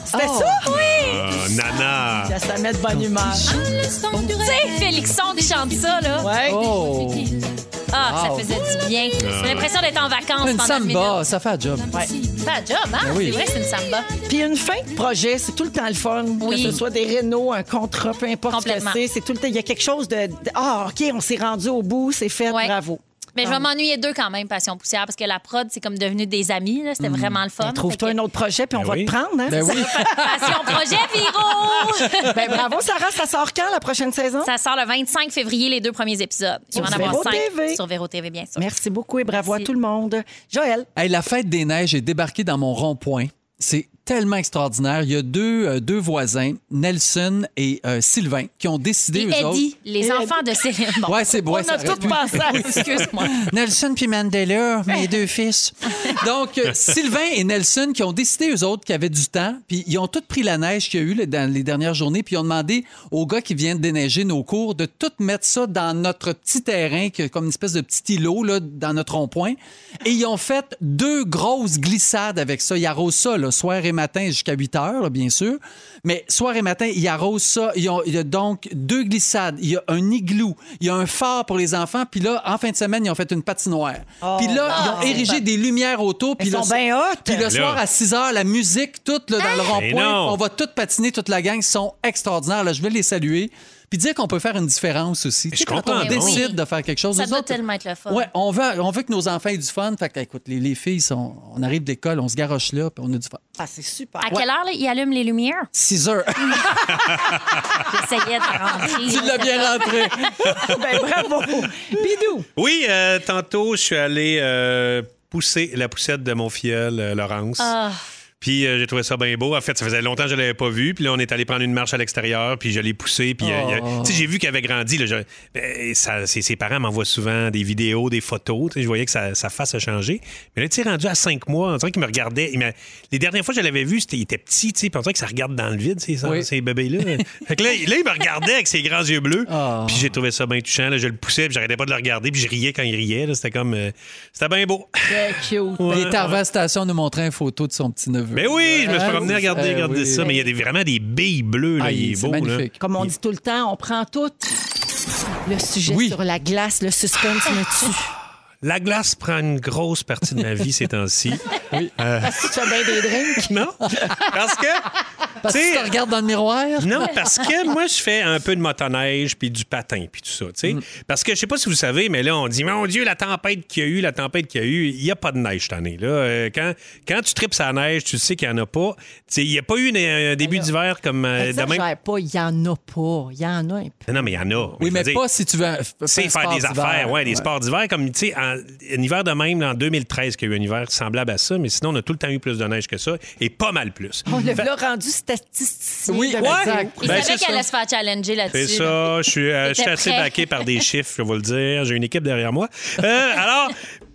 [SPEAKER 4] C'était ça?
[SPEAKER 1] Euh, nana.
[SPEAKER 4] Ça, Ça met de bonne humeur.
[SPEAKER 3] Tu sais, Félixon qui chante ça, là.
[SPEAKER 4] Ouais.
[SPEAKER 2] Oh.
[SPEAKER 3] Ah,
[SPEAKER 2] Wow. Euh.
[SPEAKER 3] ça faisait du bien. J'ai l'impression d'être en vacances
[SPEAKER 2] Une
[SPEAKER 3] pendant une
[SPEAKER 2] samba,
[SPEAKER 3] minute.
[SPEAKER 2] ça fait un job.
[SPEAKER 3] Pas de job, hein?
[SPEAKER 2] Ben oui.
[SPEAKER 3] C'est vrai, c'est une samba.
[SPEAKER 4] Puis une fin de projet, c'est tout le temps le fun.
[SPEAKER 3] Oui.
[SPEAKER 4] Que ce soit des rénaux, un contrat, peu importe ce que
[SPEAKER 3] Complètement.
[SPEAKER 4] c'est, c'est tout le temps. Il y a quelque chose de. de- Ah, OK, on s'est rendu au bout, c'est fait,
[SPEAKER 3] Ouais.
[SPEAKER 4] bravo.
[SPEAKER 3] Mais je vais m'ennuyer d'eux quand même, Passion Poussière, parce que la prod, c'est comme devenu des amis. là. C'était vraiment le fun.
[SPEAKER 4] Ben, Trouve-toi
[SPEAKER 3] Fait
[SPEAKER 4] un
[SPEAKER 3] que-
[SPEAKER 4] autre projet, puis on
[SPEAKER 1] Ben
[SPEAKER 4] va
[SPEAKER 1] oui.
[SPEAKER 4] te prendre. Hein?
[SPEAKER 2] Ben oui.
[SPEAKER 3] Passion Projet Viro!
[SPEAKER 4] Ben bravo, Sarah, ça sort quand la prochaine saison?
[SPEAKER 3] Ça sort le 25 février, les deux premiers épisodes. Je vais en
[SPEAKER 4] Sur
[SPEAKER 3] avoir
[SPEAKER 4] Véro
[SPEAKER 3] cinq
[SPEAKER 4] TV.
[SPEAKER 3] sur Véro TV, bien sûr.
[SPEAKER 4] Merci beaucoup et bravo
[SPEAKER 3] Merci.
[SPEAKER 4] à tout le monde. Joël,
[SPEAKER 2] Hey, la fête des neiges est débarquée dans mon rond-point. C'est tellement extraordinaire. Il y a deux, euh, deux voisins, Nelson et euh, Sylvain, qui ont décidé,
[SPEAKER 3] Et
[SPEAKER 2] eux autres...
[SPEAKER 3] Eddie, les enfants de Céline. Bon.
[SPEAKER 2] Ouais, c'est ouais,
[SPEAKER 3] On
[SPEAKER 2] ça
[SPEAKER 3] a
[SPEAKER 2] aurait
[SPEAKER 3] tout
[SPEAKER 2] pu.
[SPEAKER 3] pensé à Excuse-moi.
[SPEAKER 2] Nelson puis Mandela, mes deux fils. Donc, euh, Sylvain et Nelson qui ont décidé, eux autres, qui avaient du temps, puis ils ont tous pris la neige qu'il y a eu là, dans les dernières journées, puis ils ont demandé aux gars qui viennent déneiger nos cours de tout mettre ça dans notre petit terrain, qui est comme une espèce de petit îlot là, dans notre rond-point. Et ils ont fait deux grosses glissades avec ça. Ils arrosent ça là, soir et matin jusqu'à 8 heures, là, bien sûr. Mais soir et matin, ils arrosent ça. Ils ont- il y a donc deux glissades. Il y a un igloo. Il y a un phare pour les enfants. Puis là, en fin de semaine, ils ont fait une patinoire.
[SPEAKER 4] Oh,
[SPEAKER 2] puis là, ils ont érigé des lumières autour. Puis
[SPEAKER 4] Ils
[SPEAKER 2] là,
[SPEAKER 4] sont bien hot.
[SPEAKER 2] Puis le
[SPEAKER 1] Là.
[SPEAKER 2] soir, à 6 heures, la musique, toute là, dans le
[SPEAKER 1] Mais
[SPEAKER 2] rond-point.
[SPEAKER 1] non.
[SPEAKER 2] On va tout patiner, toute la gang. Ils sont extraordinaires. Là, je vais les saluer. Puis dire qu'on peut faire une différence aussi. Tu sais, quand on
[SPEAKER 1] comprends donc.
[SPEAKER 2] décide de faire quelque chose,
[SPEAKER 3] Ça
[SPEAKER 2] nous
[SPEAKER 3] doit
[SPEAKER 2] autres,
[SPEAKER 3] tellement être le fun.
[SPEAKER 2] Ouais, on veut, on veut que nos enfants aient du fun. Fait que, écoute, les, les filles, sont, on arrive d'école, on se garoche là, puis on a du fun.
[SPEAKER 4] Ah, c'est super.
[SPEAKER 3] À quelle heure là, ils allument les lumières?
[SPEAKER 2] 6 heures.
[SPEAKER 3] J'essayais de rentrer.
[SPEAKER 2] tu l'as bien rentré.
[SPEAKER 3] Ah,
[SPEAKER 4] Ben, bravo. Bidou.
[SPEAKER 1] Oui, euh, tantôt, je suis allé euh, pousser la poussette de mon filleul, euh, Laurence.
[SPEAKER 3] Ah.
[SPEAKER 1] Puis euh, j'ai trouvé ça bien beau. En fait, ça faisait longtemps que je l'avais pas vu. Puis là, on est allé prendre une marche à l'extérieur, puis je l'ai poussé. Puis euh, il y a-
[SPEAKER 2] Oh.
[SPEAKER 1] tu sais, j'ai vu qu'il avait grandi. là. Je- ben, ça- ses, ses parents m'envoient souvent des vidéos, des photos. Tu sais, Je voyais que sa, sa face a changé. Mais là, tu sais, rendu à cinq mois, on dirait qu'il me regardait. Il m'a- les dernières fois que je l'avais vu, c'était, il était petit, tu sais, puis on dirait que ça regarde dans le vide, ces,
[SPEAKER 2] Oui.
[SPEAKER 1] ces bébés-là. fait que là, il- là, il me regardait avec ses grands yeux bleus.
[SPEAKER 2] Ah.
[SPEAKER 1] Puis j'ai trouvé ça bien touchant. là. je le poussais, puis j'arrêtais pas de le regarder, puis je riais quand il riait. là. C'était comme. euh, c'était bien beau.
[SPEAKER 4] Très cute.
[SPEAKER 2] Il est arrivé à la station nous montrer une photo de son petit neveu.
[SPEAKER 1] Mais Ben oui, je me suis
[SPEAKER 2] Ah,
[SPEAKER 1] promené à regarder,
[SPEAKER 2] oui.
[SPEAKER 1] regarder ça. Mais il y a des- vraiment des billes bleues. Là,
[SPEAKER 2] Ah,
[SPEAKER 1] il est
[SPEAKER 2] c'est
[SPEAKER 1] beau. là.
[SPEAKER 2] magnifique.
[SPEAKER 4] Comme on dit tout le temps, on prend tout. Le sujet
[SPEAKER 2] Oui.
[SPEAKER 4] sur la glace, le suspense me tue.
[SPEAKER 1] La glace prend une grosse partie de ma vie ces temps-ci.
[SPEAKER 4] Parce que tu as bien des drinks.
[SPEAKER 1] Non? Parce que.
[SPEAKER 2] Parce que
[SPEAKER 1] tu
[SPEAKER 2] tu te
[SPEAKER 1] sais,
[SPEAKER 2] regardes dans le miroir.
[SPEAKER 1] Non, parce que moi, je fais un peu de motoneige, puis du patin, puis tout ça, tu
[SPEAKER 2] Mm.
[SPEAKER 1] sais. Parce que je sais pas si vous savez, mais là, on dit, mon Dieu, la tempête qu'il y a eu, la tempête qu'il y a eu, il n'y a pas de neige cette année. Là. Euh, quand, quand tu tripes sa neige, tu sais qu'il n'y en a pas. Tu sais, Il n'y a pas eu une- un
[SPEAKER 2] Ben
[SPEAKER 1] début d'hiver comme euh, de même.
[SPEAKER 4] Exagère Ben, pas, il y en a pas. Il y en a un peu.
[SPEAKER 1] Non, mais il y en a.
[SPEAKER 2] Oui,
[SPEAKER 1] je
[SPEAKER 2] mais
[SPEAKER 1] veux dire,
[SPEAKER 2] pas si tu veux euh,
[SPEAKER 1] c'est
[SPEAKER 2] un
[SPEAKER 1] faire
[SPEAKER 2] sport
[SPEAKER 1] des
[SPEAKER 2] d'hiver.
[SPEAKER 1] affaires, ouais, des
[SPEAKER 2] Ouais.
[SPEAKER 1] sports d'hiver. Comme, tu sais, en- un hiver de même, en 2013, qu'il y a eu un hiver semblable à ça, mais sinon, on a tout le temps eu plus de neige que ça, et pas mal plus.
[SPEAKER 4] On l'a rendu statisticien.
[SPEAKER 2] Oui,
[SPEAKER 4] de
[SPEAKER 2] ouais.
[SPEAKER 4] météo.
[SPEAKER 3] Il savait
[SPEAKER 1] Ben, c'est
[SPEAKER 3] qu'elle allait
[SPEAKER 1] ça.
[SPEAKER 3] se faire challenger là-dessus.
[SPEAKER 1] C'est ça, je suis, euh, je
[SPEAKER 3] T'étais
[SPEAKER 1] suis assez
[SPEAKER 3] prêt.
[SPEAKER 1] baqué par des chiffres, je vais vous le dire. J'ai une équipe derrière moi. Euh, alors,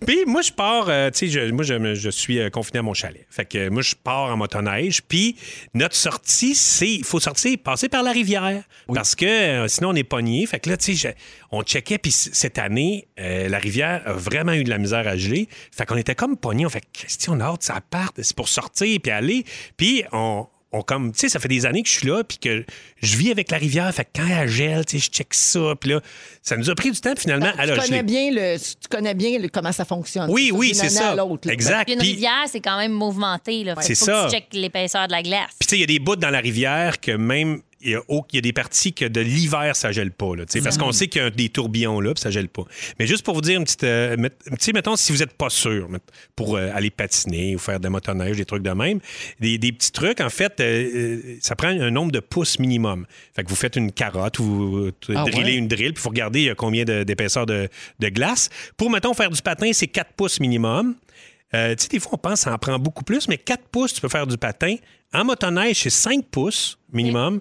[SPEAKER 1] puis moi, je pars, euh, tu sais, je- moi, je, me- je suis euh, confiné à mon chalet. Fait que euh, moi, je pars en motoneige. Puis notre sortie, c'est, il faut sortir, passer par la rivière. Parce que euh, sinon, on est pogné. Fait que là, tu sais, je- on checkait. Puis c- cette année, euh, la rivière a vraiment eu de la misère à geler. Fait qu'on était comme pogné. On fait, Christy, on a hâte, que ça parte. C'est pour sortir, puis aller. Puis on, on comme tu sais ça fait des années que je suis là puis que je vis avec la rivière fait que quand elle gèle tu sais je check ça puis là ça nous a pris du temps puis finalement elle a
[SPEAKER 4] Ben, tu, connais
[SPEAKER 1] gelé.
[SPEAKER 4] bien le, tu connais bien le- comment ça fonctionne.
[SPEAKER 1] oui oui
[SPEAKER 4] d'une
[SPEAKER 1] c'est
[SPEAKER 4] année
[SPEAKER 1] ça
[SPEAKER 4] à l'autre, là.
[SPEAKER 1] exact
[SPEAKER 3] Puis une
[SPEAKER 1] Puis-
[SPEAKER 3] rivière, c'est quand même mouvementé. Là. Fait
[SPEAKER 1] C'est
[SPEAKER 3] que faut
[SPEAKER 1] ça.
[SPEAKER 3] Que tu checkes l'épaisseur de la glace.
[SPEAKER 1] Puis, tu sais, il y a des bouts dans la rivière que même. Il y, a, au- il y a des parties que de l'hiver, ça gèle pas. Là, tu sais, parce
[SPEAKER 4] Mm.
[SPEAKER 1] qu'on sait qu'il y a des tourbillons là, puis ça gèle pas. Mais juste pour vous dire une petite. euh, met- tu sais, mettons, si vous n'êtes pas sûr met- pour euh, aller patiner ou faire de la motoneige, des trucs de même, des, des petits trucs, en fait, euh, euh, ça prend un nombre de pouces minimum. Fait que vous faites une carotte ou vous
[SPEAKER 2] Ah
[SPEAKER 1] drillez
[SPEAKER 2] ouais?
[SPEAKER 1] une drille, puis vous regardez il y a combien de- d'épaisseur de, de glace. Pour, mettons, faire du patin, c'est 4 pouces minimum. Euh, tu sais, des fois, on pense que ça en prend beaucoup plus, mais 4 pouces, tu peux faire du patin. En motoneige, c'est 5 pouces minimum.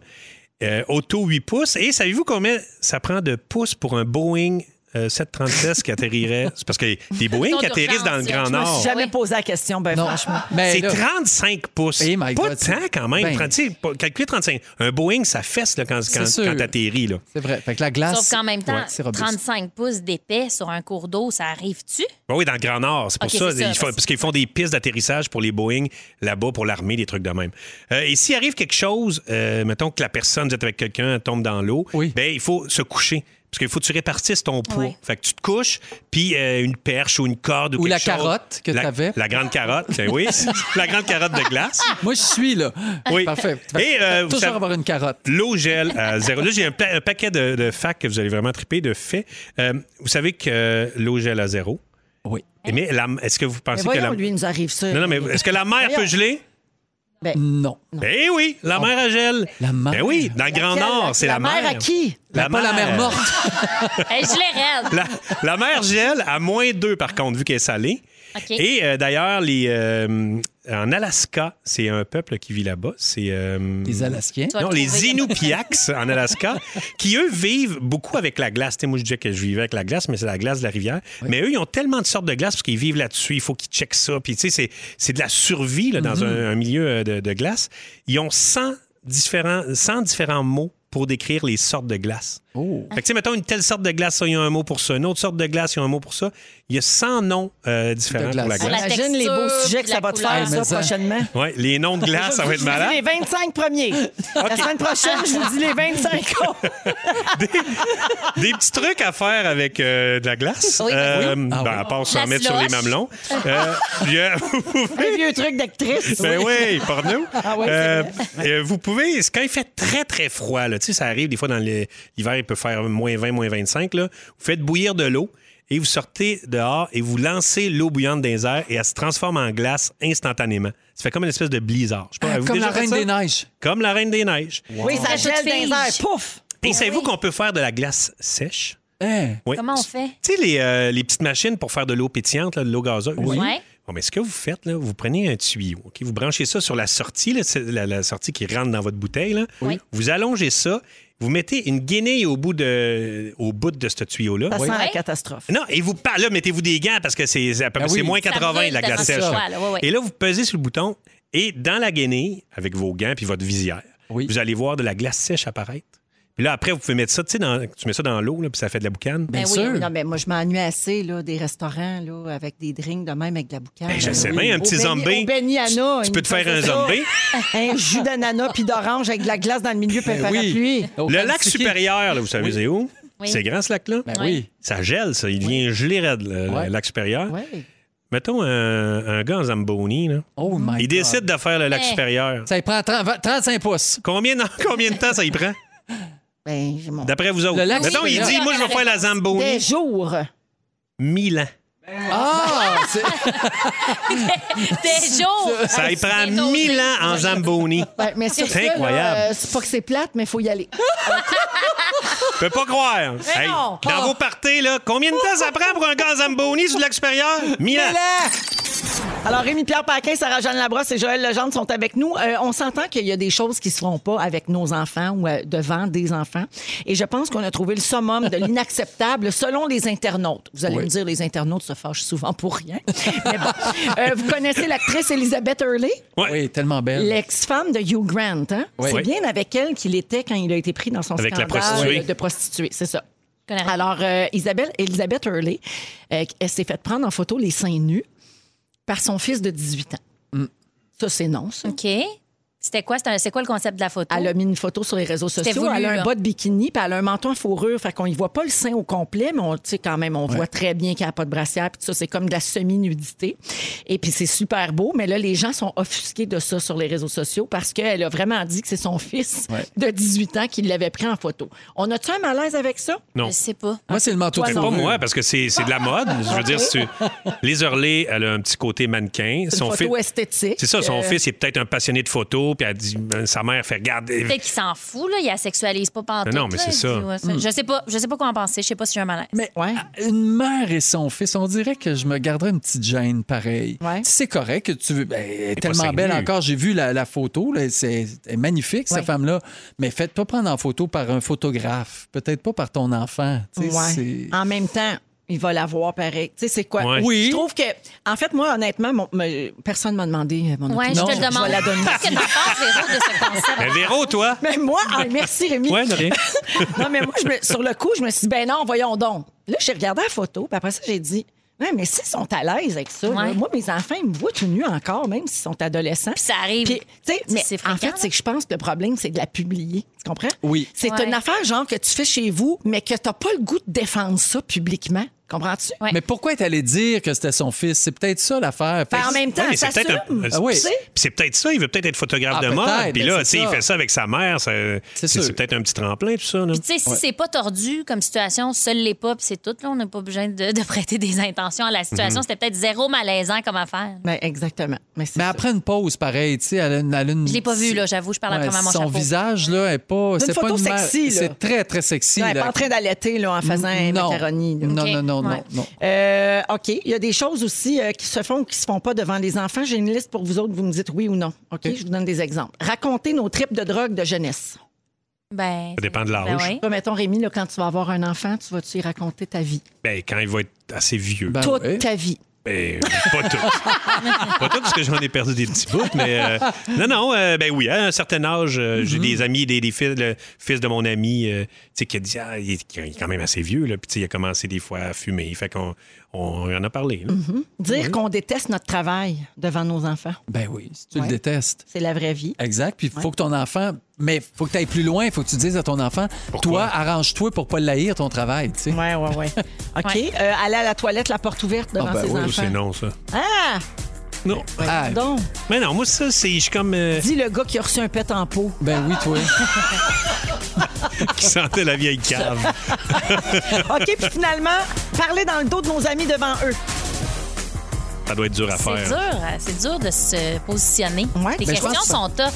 [SPEAKER 1] Euh, auto, 8 pouces. Et savez-vous combien ça prend de pouces pour un Boeing euh, 736 qui atterrirait? C'est parce que les Boeing
[SPEAKER 3] Sont
[SPEAKER 1] qui atterrissent dans le Grand
[SPEAKER 3] d'urgence,
[SPEAKER 4] Je me
[SPEAKER 1] Nord.
[SPEAKER 4] suis jamais
[SPEAKER 3] Oui.
[SPEAKER 4] posé la question, ben
[SPEAKER 2] Non,
[SPEAKER 4] franchement.
[SPEAKER 2] mais
[SPEAKER 1] C'est
[SPEAKER 2] là,
[SPEAKER 1] 35 pouces.
[SPEAKER 2] Eh my
[SPEAKER 1] pas
[SPEAKER 2] God,
[SPEAKER 1] tant
[SPEAKER 2] c'est-
[SPEAKER 1] quand même.
[SPEAKER 2] Ben.
[SPEAKER 1] 30, tu sais, pas- calculez 35. Un Boeing, ça fesse là, quand, quand,
[SPEAKER 2] sûr.
[SPEAKER 1] quand t'atterris. là.
[SPEAKER 2] C'est vrai. Fait que la glace.
[SPEAKER 3] Sauf qu'en même temps,
[SPEAKER 2] Ouais, Ah, c'est robuste.
[SPEAKER 3] 35 pouces d'épais sur un cours d'eau, ça arrive-tu?
[SPEAKER 1] Ben oui, dans le Grand Nord. C'est pour
[SPEAKER 3] Ok,
[SPEAKER 1] ça.
[SPEAKER 3] c'est ça,
[SPEAKER 1] ils font-
[SPEAKER 3] parce-
[SPEAKER 1] parce qu'ils font des pistes d'atterrissage pour les Boeing là-bas, pour l'armée, des trucs de même. Euh, et s'il arrive quelque chose, euh, mettons que la personne, vous êtes avec quelqu'un, elle tombe dans l'eau,
[SPEAKER 2] Oui.
[SPEAKER 1] ben, il faut se coucher. Parce qu'il faut que tu répartisses ton poids.
[SPEAKER 3] Ouais.
[SPEAKER 1] Fait que tu te couches, puis euh, une perche ou une corde ou,
[SPEAKER 2] Ou
[SPEAKER 1] quelque
[SPEAKER 2] la
[SPEAKER 1] chose.
[SPEAKER 2] carotte que
[SPEAKER 1] La-
[SPEAKER 2] t'avais.
[SPEAKER 1] La grande carotte, ben oui. la grande carotte de glace.
[SPEAKER 2] Moi, je suis là.
[SPEAKER 1] Oui.
[SPEAKER 2] Parfait.
[SPEAKER 1] Et,
[SPEAKER 2] Fait que
[SPEAKER 1] euh, vous
[SPEAKER 2] toujours
[SPEAKER 1] savez-
[SPEAKER 2] avoir une carotte.
[SPEAKER 1] L'eau gèle à zéro. Là, j'ai un, pla- un paquet de, de facts que vous allez vraiment triper, de faits. Euh, vous savez que euh, l'eau gèle à zéro. Eh,
[SPEAKER 2] Oui.
[SPEAKER 1] Mais la- est-ce que vous
[SPEAKER 4] Mais
[SPEAKER 1] pensez que
[SPEAKER 4] voyons,
[SPEAKER 1] la...
[SPEAKER 4] lui, il nous arrive ça.
[SPEAKER 1] Non, non, mais est-ce que la mer peut
[SPEAKER 4] Voyons.
[SPEAKER 1] geler?
[SPEAKER 2] Non.
[SPEAKER 1] Eh oui, la mer à gel.
[SPEAKER 2] La mer. Ben,
[SPEAKER 1] Ben oui, dans le Grand
[SPEAKER 4] Laquelle?
[SPEAKER 1] Nord, c'est la,
[SPEAKER 4] mère
[SPEAKER 1] mer.
[SPEAKER 4] à qui?
[SPEAKER 1] La
[SPEAKER 2] pas la
[SPEAKER 1] mer.
[SPEAKER 2] mer morte.
[SPEAKER 3] Hey, je les raide.
[SPEAKER 1] La, la mer gèle à moins 2, par contre, vu qu'elle est salée.
[SPEAKER 3] OK.
[SPEAKER 1] Et euh, d'ailleurs, les, euh, en Alaska, c'est un peuple qui vit là-bas. C'est euh,
[SPEAKER 2] Les Alaskiens.
[SPEAKER 3] Tu vas
[SPEAKER 1] non,
[SPEAKER 3] le
[SPEAKER 1] les
[SPEAKER 3] trouver.
[SPEAKER 1] Inupiaks en Alaska, qui eux vivent beaucoup avec la glace. Tu sais, moi, je disais que je vivais avec la glace, mais c'est la glace de la rivière. Mais eux, ils ont tellement de sortes de glace parce qu'ils vivent là-dessus. Il faut qu'ils checkent ça. Puis, tu sais, c'est- c'est de la survie là,
[SPEAKER 2] Mhm.
[SPEAKER 1] dans un, un milieu euh, de, de glace. Ils ont 100 différents, 100 différents mots pour décrire les sortes de glace.
[SPEAKER 2] Oh.
[SPEAKER 1] Fait que, tu sais, mettons, une telle sorte de glace, ça, il y a un mot pour ça. Une autre sorte de glace, il y a un mot pour ça. Il y a 100 noms euh, différents
[SPEAKER 2] De
[SPEAKER 1] pour la
[SPEAKER 2] glace.
[SPEAKER 1] glace.
[SPEAKER 3] la
[SPEAKER 4] Imagine les
[SPEAKER 3] texture,
[SPEAKER 4] beaux sujets que
[SPEAKER 3] puis la
[SPEAKER 4] ça va te
[SPEAKER 3] couleur.
[SPEAKER 4] faire,
[SPEAKER 2] Hey, mais
[SPEAKER 4] ça,
[SPEAKER 2] ça-
[SPEAKER 4] prochainement.
[SPEAKER 1] Ouais, les noms de glace, ça va être malade.
[SPEAKER 4] Je vous dis les 25 premiers. La semaine prochaine, je vous dis les 25 autres.
[SPEAKER 1] Des petits trucs à faire avec euh, de la glace. Euh, ben,
[SPEAKER 2] Ah oui.
[SPEAKER 1] À part s'en
[SPEAKER 3] La
[SPEAKER 1] mettre sur les
[SPEAKER 3] slush.
[SPEAKER 1] mamelons. Euh, il y a-
[SPEAKER 4] Un vieux truc d'actrice.
[SPEAKER 1] Ben oui, par nous.
[SPEAKER 2] Ah
[SPEAKER 4] oui, c'est
[SPEAKER 1] Euh, euh, vous pouvez, c'est quand il fait très, très froid, là, tu sais, ça arrive des fois dans le- l'hiver, il peut faire moins 20, moins 25, là. vous faites bouillir de l'eau et vous sortez dehors et vous lancez l'eau bouillante dans les airs et elle se transforme en glace instantanément. Ça fait comme une espèce de blizzard. Je sais pas, avez-vous
[SPEAKER 2] Ah, Comme
[SPEAKER 1] déjà
[SPEAKER 2] la
[SPEAKER 1] fait
[SPEAKER 2] Reine
[SPEAKER 1] ça?
[SPEAKER 2] des Neiges.
[SPEAKER 1] Comme la Reine des Neiges.
[SPEAKER 4] Oui, ça
[SPEAKER 3] Ça
[SPEAKER 4] gèle
[SPEAKER 3] te
[SPEAKER 4] dans les airs.
[SPEAKER 3] fige.
[SPEAKER 4] Pouf!
[SPEAKER 1] Et savez-vous qu'on peut faire de la glace sèche?
[SPEAKER 2] Hein?
[SPEAKER 1] Oui.
[SPEAKER 3] Comment on fait?
[SPEAKER 1] Tu sais, les, euh, les petites machines pour faire de l'eau pétillante, là, de l'eau gazeuse.
[SPEAKER 3] Ouais.
[SPEAKER 1] Bon, mais ce que vous faites, là, vous prenez un tuyau, OK? vous branchez ça sur la sortie, là, c'est la, la sortie qui rentre dans votre bouteille. là.
[SPEAKER 3] Oui.
[SPEAKER 1] Vous allongez ça, vous mettez une guenille au bout de, au bout de ce tuyau-là.
[SPEAKER 4] Ça sent la
[SPEAKER 3] Oui.
[SPEAKER 4] catastrophe.
[SPEAKER 1] Non, et vous par- là, mettez-vous des gants parce que c'est c'est à peu
[SPEAKER 2] Ah
[SPEAKER 1] près- c'est
[SPEAKER 2] oui.
[SPEAKER 1] moins
[SPEAKER 3] Ça
[SPEAKER 1] 80
[SPEAKER 3] brûle
[SPEAKER 1] la glace
[SPEAKER 3] dans ce
[SPEAKER 1] sèche.
[SPEAKER 3] choix, là. Ouais, ouais.
[SPEAKER 1] Et là, vous pesez sur le bouton et dans la guenille, avec vos gants puis votre visière,
[SPEAKER 2] Oui.
[SPEAKER 1] vous allez voir de la glace sèche apparaître. Puis là, après, vous pouvez mettre ça, tu sais, dans- tu mets ça dans l'eau, là, puis ça fait de la boucane.
[SPEAKER 3] Ben
[SPEAKER 2] Bien
[SPEAKER 3] oui,
[SPEAKER 2] sûr.
[SPEAKER 3] oui,
[SPEAKER 7] Ah,
[SPEAKER 11] Non, mais moi, je m'ennuie assez là, des restaurants là, avec des drinks de même avec de la boucane.
[SPEAKER 1] Ben, je sais bien, un petit zombie.
[SPEAKER 4] Au Benny Hanna,
[SPEAKER 1] Tu
[SPEAKER 4] il
[SPEAKER 1] peux
[SPEAKER 4] nous
[SPEAKER 1] te faire un
[SPEAKER 4] faisait ça.
[SPEAKER 1] zombie.
[SPEAKER 4] Un jus d'ananas puis d'orange avec de la glace dans le milieu, puis un
[SPEAKER 2] Ben oui.
[SPEAKER 4] parapluie.
[SPEAKER 2] Au
[SPEAKER 1] Le
[SPEAKER 2] Kansas
[SPEAKER 1] lac
[SPEAKER 2] City.
[SPEAKER 1] supérieur, là, vous savez, c'est où?
[SPEAKER 3] Oui.
[SPEAKER 1] C'est grand, ce lac-là?
[SPEAKER 2] Ben
[SPEAKER 3] Ouais.
[SPEAKER 2] oui.
[SPEAKER 1] Ça gèle, ça. Il devient gelé raide, le, le
[SPEAKER 2] Ouais.
[SPEAKER 1] lac supérieur.
[SPEAKER 11] Oui.
[SPEAKER 1] Mettons un, un gars en Zamboni, là.
[SPEAKER 2] Oh my
[SPEAKER 1] il
[SPEAKER 2] God.
[SPEAKER 1] décide de faire le lac
[SPEAKER 3] Eh.
[SPEAKER 1] supérieur.
[SPEAKER 2] Ça y prend 30 35 pouces.
[SPEAKER 1] Combien, de- combien de temps ça y prend,
[SPEAKER 4] Ben, j'ai mon...
[SPEAKER 1] d'après vous autres?
[SPEAKER 2] Le lac
[SPEAKER 1] Mettons, il
[SPEAKER 2] supérieur.
[SPEAKER 1] dit, moi, je vais faire la
[SPEAKER 4] Des
[SPEAKER 1] Zamboni.
[SPEAKER 4] jours.
[SPEAKER 1] 1000 ans.
[SPEAKER 2] Ah! c'est-
[SPEAKER 3] Des jours!
[SPEAKER 4] Ah,
[SPEAKER 1] Ça y prend
[SPEAKER 3] c'est dosé.
[SPEAKER 1] 1000 ans en Zamboni.
[SPEAKER 4] Ouais, Ben, mais sur
[SPEAKER 1] C'est
[SPEAKER 4] ça, là,
[SPEAKER 1] incroyable.
[SPEAKER 4] euh, c'est pas que c'est plate, mais il faut y aller.
[SPEAKER 1] Je peux pas croire. Hey,
[SPEAKER 4] non.
[SPEAKER 1] dans vos parties, là, combien de temps ça prend pour un gars en Zamboni sur le lac supérieur? 1000 ans.
[SPEAKER 4] Alors, Rémi-Pierre Paquin, Sarah-Jeanne Labrosse et Joël Legendre sont avec nous. Euh, on s'entend qu'il y a des choses qui se feront pas avec nos enfants ou euh, devant des enfants. Et je pense qu'on a trouvé le summum de l'inacceptable selon les internautes. Vous allez me dire, les internautes se fâchent souvent pour rien. Mais bon. Euh, vous connaissez l'actrice Elizabeth Hurley,
[SPEAKER 1] Ouais.
[SPEAKER 2] Oui, tellement belle.
[SPEAKER 4] l'ex-femme de Hugh Grant. hein?
[SPEAKER 2] Oui.
[SPEAKER 4] C'est
[SPEAKER 1] Euh, Oui.
[SPEAKER 4] bien avec elle qu'il était quand il a été pris dans son
[SPEAKER 1] Avec la
[SPEAKER 4] scandale
[SPEAKER 1] prostituée.
[SPEAKER 4] euh, de prostituée. C'est ça.
[SPEAKER 3] Je connais rien.
[SPEAKER 4] Alors, euh, Isabelle, Elisabeth Hurley, euh, elle s'est faite prendre en photo les seins nus par son fils de 18 ans.
[SPEAKER 1] Mm.
[SPEAKER 4] Ça, c'est non, ça.
[SPEAKER 3] OK. C'était quoi? C'était un- C'est quoi le concept de la photo?
[SPEAKER 4] Elle a mis une photo sur les réseaux
[SPEAKER 3] C'était
[SPEAKER 4] sociaux.
[SPEAKER 3] voulu,
[SPEAKER 4] elle a un
[SPEAKER 3] là.
[SPEAKER 4] bas de bikini, puis elle a un menton à fourrure. Fait qu'on y voit pas le sein au complet, mais on, tu sais, quand même, on voit très bien qu'elle n'a pas de brassière. Puis tout ça, c'est comme de la semi-nudité. Et puis c'est super beau, mais là, les gens sont offusqués de ça sur les réseaux sociaux parce qu'elle a vraiment dit que c'est son fils de 18 ans qui l'avait pris en photo. On a-tu un malaise avec ça?
[SPEAKER 1] Non.
[SPEAKER 3] Je sais pas.
[SPEAKER 2] Moi, c'est le manteau
[SPEAKER 4] Toi,
[SPEAKER 2] de
[SPEAKER 1] Ben,
[SPEAKER 4] non.
[SPEAKER 1] pas
[SPEAKER 2] fourrure.
[SPEAKER 1] moi, parce que c'est c'est de la mode. Je veux dire, si tu... les Hurley, elle a un petit côté mannequin.
[SPEAKER 4] C'est une
[SPEAKER 1] Son
[SPEAKER 4] photo
[SPEAKER 1] fils-
[SPEAKER 4] esthétique. euh,
[SPEAKER 1] C'est ça, son fils est peut-être un passionné de photos, puis elle dit, ben, sa mère fait regarde. euh,
[SPEAKER 3] Peut-être qu'il s'en fout, là. Il la sexualise pas pantoute.
[SPEAKER 1] Non, mais
[SPEAKER 3] là.
[SPEAKER 1] c'est
[SPEAKER 3] Il
[SPEAKER 1] ça.
[SPEAKER 3] dit, ouais, Je sais pas, je sais pas quoi en penser. Je sais pas si j'ai un malaise.
[SPEAKER 2] Mais
[SPEAKER 4] Ouais.
[SPEAKER 2] Hein? une mère et son fils, on dirait que je me garderais une petite gêne pareille.
[SPEAKER 4] Ouais.
[SPEAKER 2] C'est correct que tu veux. ben, elle est
[SPEAKER 1] pas
[SPEAKER 2] tellement belle
[SPEAKER 1] cinglée.
[SPEAKER 2] encore. J'ai vu la, la photo. là, C'est elle est magnifique,
[SPEAKER 4] Ouais.
[SPEAKER 2] cette femme-là. Mais faites pas prendre en photo par un photographe. Peut-être pas par ton enfant. tu sais,
[SPEAKER 4] Ouais.
[SPEAKER 2] c'est-
[SPEAKER 4] En même temps, il va l'avoir pareil. Tu sais, c'est quoi?
[SPEAKER 1] Ouais.
[SPEAKER 2] Oui.
[SPEAKER 4] Je trouve que, en fait, moi, honnêtement, mon- me- personne ne m'a demandé euh, mon
[SPEAKER 3] Ouais,
[SPEAKER 4] opinion.
[SPEAKER 2] Non,
[SPEAKER 3] je te le
[SPEAKER 2] je
[SPEAKER 3] demande.
[SPEAKER 4] vais la donner.
[SPEAKER 3] Qu'est-ce que t'en penses, Véro, de ce concept?
[SPEAKER 1] Ben, Véro, toi?
[SPEAKER 4] Mais moi, ah, merci Rémi.
[SPEAKER 1] Ouais, de rien.
[SPEAKER 4] non, mais moi, je me- sur le coup, je me suis dit, ben non, voyons donc. Là, j'ai regardé la photo, puis après ça, j'ai dit, ouais, mais s'ils sont à l'aise avec ça, là,
[SPEAKER 3] Ouais.
[SPEAKER 4] moi, mes enfants, ils me voient tout nu encore, même s'ils sont adolescents.
[SPEAKER 3] Puis ça arrive.
[SPEAKER 4] Puis, tu sais,
[SPEAKER 3] C'est-
[SPEAKER 4] mais
[SPEAKER 3] c'est
[SPEAKER 4] en
[SPEAKER 3] fréquent,
[SPEAKER 4] fait,
[SPEAKER 3] là.
[SPEAKER 4] c'est que je pense que le problème, c'est de la publier. Tu comprends?
[SPEAKER 2] Oui.
[SPEAKER 4] C'est
[SPEAKER 3] Ouais.
[SPEAKER 4] une affaire, genre, que tu fais chez vous, mais que t'as pas le goût de défendre ça publiquement. Comprends-tu?
[SPEAKER 3] Ouais.
[SPEAKER 2] Mais pourquoi t'allais dire que c'était son fils? C'est peut-être ça l'affaire. Fait
[SPEAKER 4] Ben, en
[SPEAKER 2] que-
[SPEAKER 4] même temps,
[SPEAKER 1] Ouais, mais
[SPEAKER 4] ça
[SPEAKER 1] c'est peut-être un-
[SPEAKER 4] s'assume.
[SPEAKER 1] Ah
[SPEAKER 2] oui.
[SPEAKER 4] Tu sais?
[SPEAKER 1] Puis c'est peut-être ça, il veut peut-être être photographe
[SPEAKER 2] Ah,
[SPEAKER 1] de mode.
[SPEAKER 2] peut-être,
[SPEAKER 1] Puis
[SPEAKER 2] ben,
[SPEAKER 1] là,
[SPEAKER 2] c'est
[SPEAKER 1] tu sais, il
[SPEAKER 2] ça.
[SPEAKER 1] fait ça avec sa mère. ça- C'est
[SPEAKER 2] sûr.
[SPEAKER 1] c'est peut-être un petit tremplin, tout ça. là.
[SPEAKER 3] Puis, tu sais, si
[SPEAKER 2] Ouais.
[SPEAKER 3] c'est pas tordu comme situation, seul l'est pas, puis c'est tout. Là, on n'a pas besoin de, de prêter des intentions à la
[SPEAKER 2] Mhm.
[SPEAKER 3] situation. C'était peut-être zéro malaisant comme affaire.
[SPEAKER 4] Ben, exactement. Mais c'est
[SPEAKER 2] Mais
[SPEAKER 4] ça.
[SPEAKER 2] après une pause, pareil, tu sais, elle a une, elle a une-
[SPEAKER 3] Je l'ai pas vu, là, j'avoue, je parle à
[SPEAKER 2] Ouais,
[SPEAKER 3] travers mon
[SPEAKER 2] Son
[SPEAKER 3] chapeau.
[SPEAKER 2] visage, là, est pas.
[SPEAKER 4] C'est une
[SPEAKER 2] pas
[SPEAKER 4] photo
[SPEAKER 2] mère-
[SPEAKER 4] sexy, là.
[SPEAKER 2] C'est très, très sexy.
[SPEAKER 4] Non, elle est
[SPEAKER 2] là.
[SPEAKER 4] pas en train d'allaiter là, en faisant un
[SPEAKER 2] non.
[SPEAKER 4] macaroni. là.
[SPEAKER 2] Non,
[SPEAKER 3] Ok.
[SPEAKER 2] non, non,
[SPEAKER 4] non,
[SPEAKER 3] Ouais.
[SPEAKER 4] non. Euh, OK. Il y a des choses aussi euh, qui se font ou qui se font pas devant les enfants. J'ai une liste pour vous autres. Vous me dites oui ou non. OK? Je vous donne des exemples. Raconter nos tripes de drogue de jeunesse.
[SPEAKER 3] Ben,
[SPEAKER 1] Ça dépend de l'âge.
[SPEAKER 3] ben oui.
[SPEAKER 4] Toi, mettons, Rémi, là, quand tu vas avoir un enfant, tu vas-tu y raconter ta vie?
[SPEAKER 1] Ben, quand il va être assez vieux.
[SPEAKER 2] Ben
[SPEAKER 4] Toute
[SPEAKER 2] oui.
[SPEAKER 4] ta vie.
[SPEAKER 1] Ben, pas tout. pas tout, parce que j'en ai perdu des petits bouts, mais. euh, non, non, euh, ben oui, à un certain âge, euh, j'ai des amis, des, des fils, le fils de mon ami, euh, tu sais, qui a dit, ah, il est, il est quand même assez vieux, là, puis tu sais, il a commencé des fois à fumer. Fait qu'on on, en a parlé, là.
[SPEAKER 4] Dire qu'on déteste notre travail devant nos enfants.
[SPEAKER 2] Ben oui, si tu
[SPEAKER 4] Ouais.
[SPEAKER 2] le détestes.
[SPEAKER 4] C'est la vraie vie.
[SPEAKER 2] Exact. Puis il faut que ton enfant. Mais faut que tu ailles plus loin. faut que tu dises à ton enfant Toi, arrange-toi pour pas le haïr, ton travail. tu sais.
[SPEAKER 4] Ouais, ouais, ouais. OK.
[SPEAKER 3] Ouais.
[SPEAKER 4] Euh, aller à la toilette, la porte ouverte devant
[SPEAKER 2] Ah, ben
[SPEAKER 4] ses
[SPEAKER 2] oui,
[SPEAKER 1] Ça, C'est
[SPEAKER 4] enfants.
[SPEAKER 1] non, ça.
[SPEAKER 4] Ah!
[SPEAKER 1] Non.
[SPEAKER 2] Ah,
[SPEAKER 4] Donc,
[SPEAKER 1] Mais non, moi, ça, c'est. Je suis comme. euh,
[SPEAKER 4] dis le gars qui a reçu un pet en peau.
[SPEAKER 2] ben oui, toi.
[SPEAKER 1] qui sentait la vieille cave.
[SPEAKER 4] OK, puis finalement, parler dans le dos de nos amis devant eux.
[SPEAKER 1] Ça doit être dur à
[SPEAKER 3] C'est
[SPEAKER 1] faire.
[SPEAKER 3] dur, hein, c'est dur de se positionner.
[SPEAKER 4] Ouais,
[SPEAKER 3] les
[SPEAKER 4] ben, je
[SPEAKER 3] questions
[SPEAKER 4] pense que-
[SPEAKER 3] sont tough.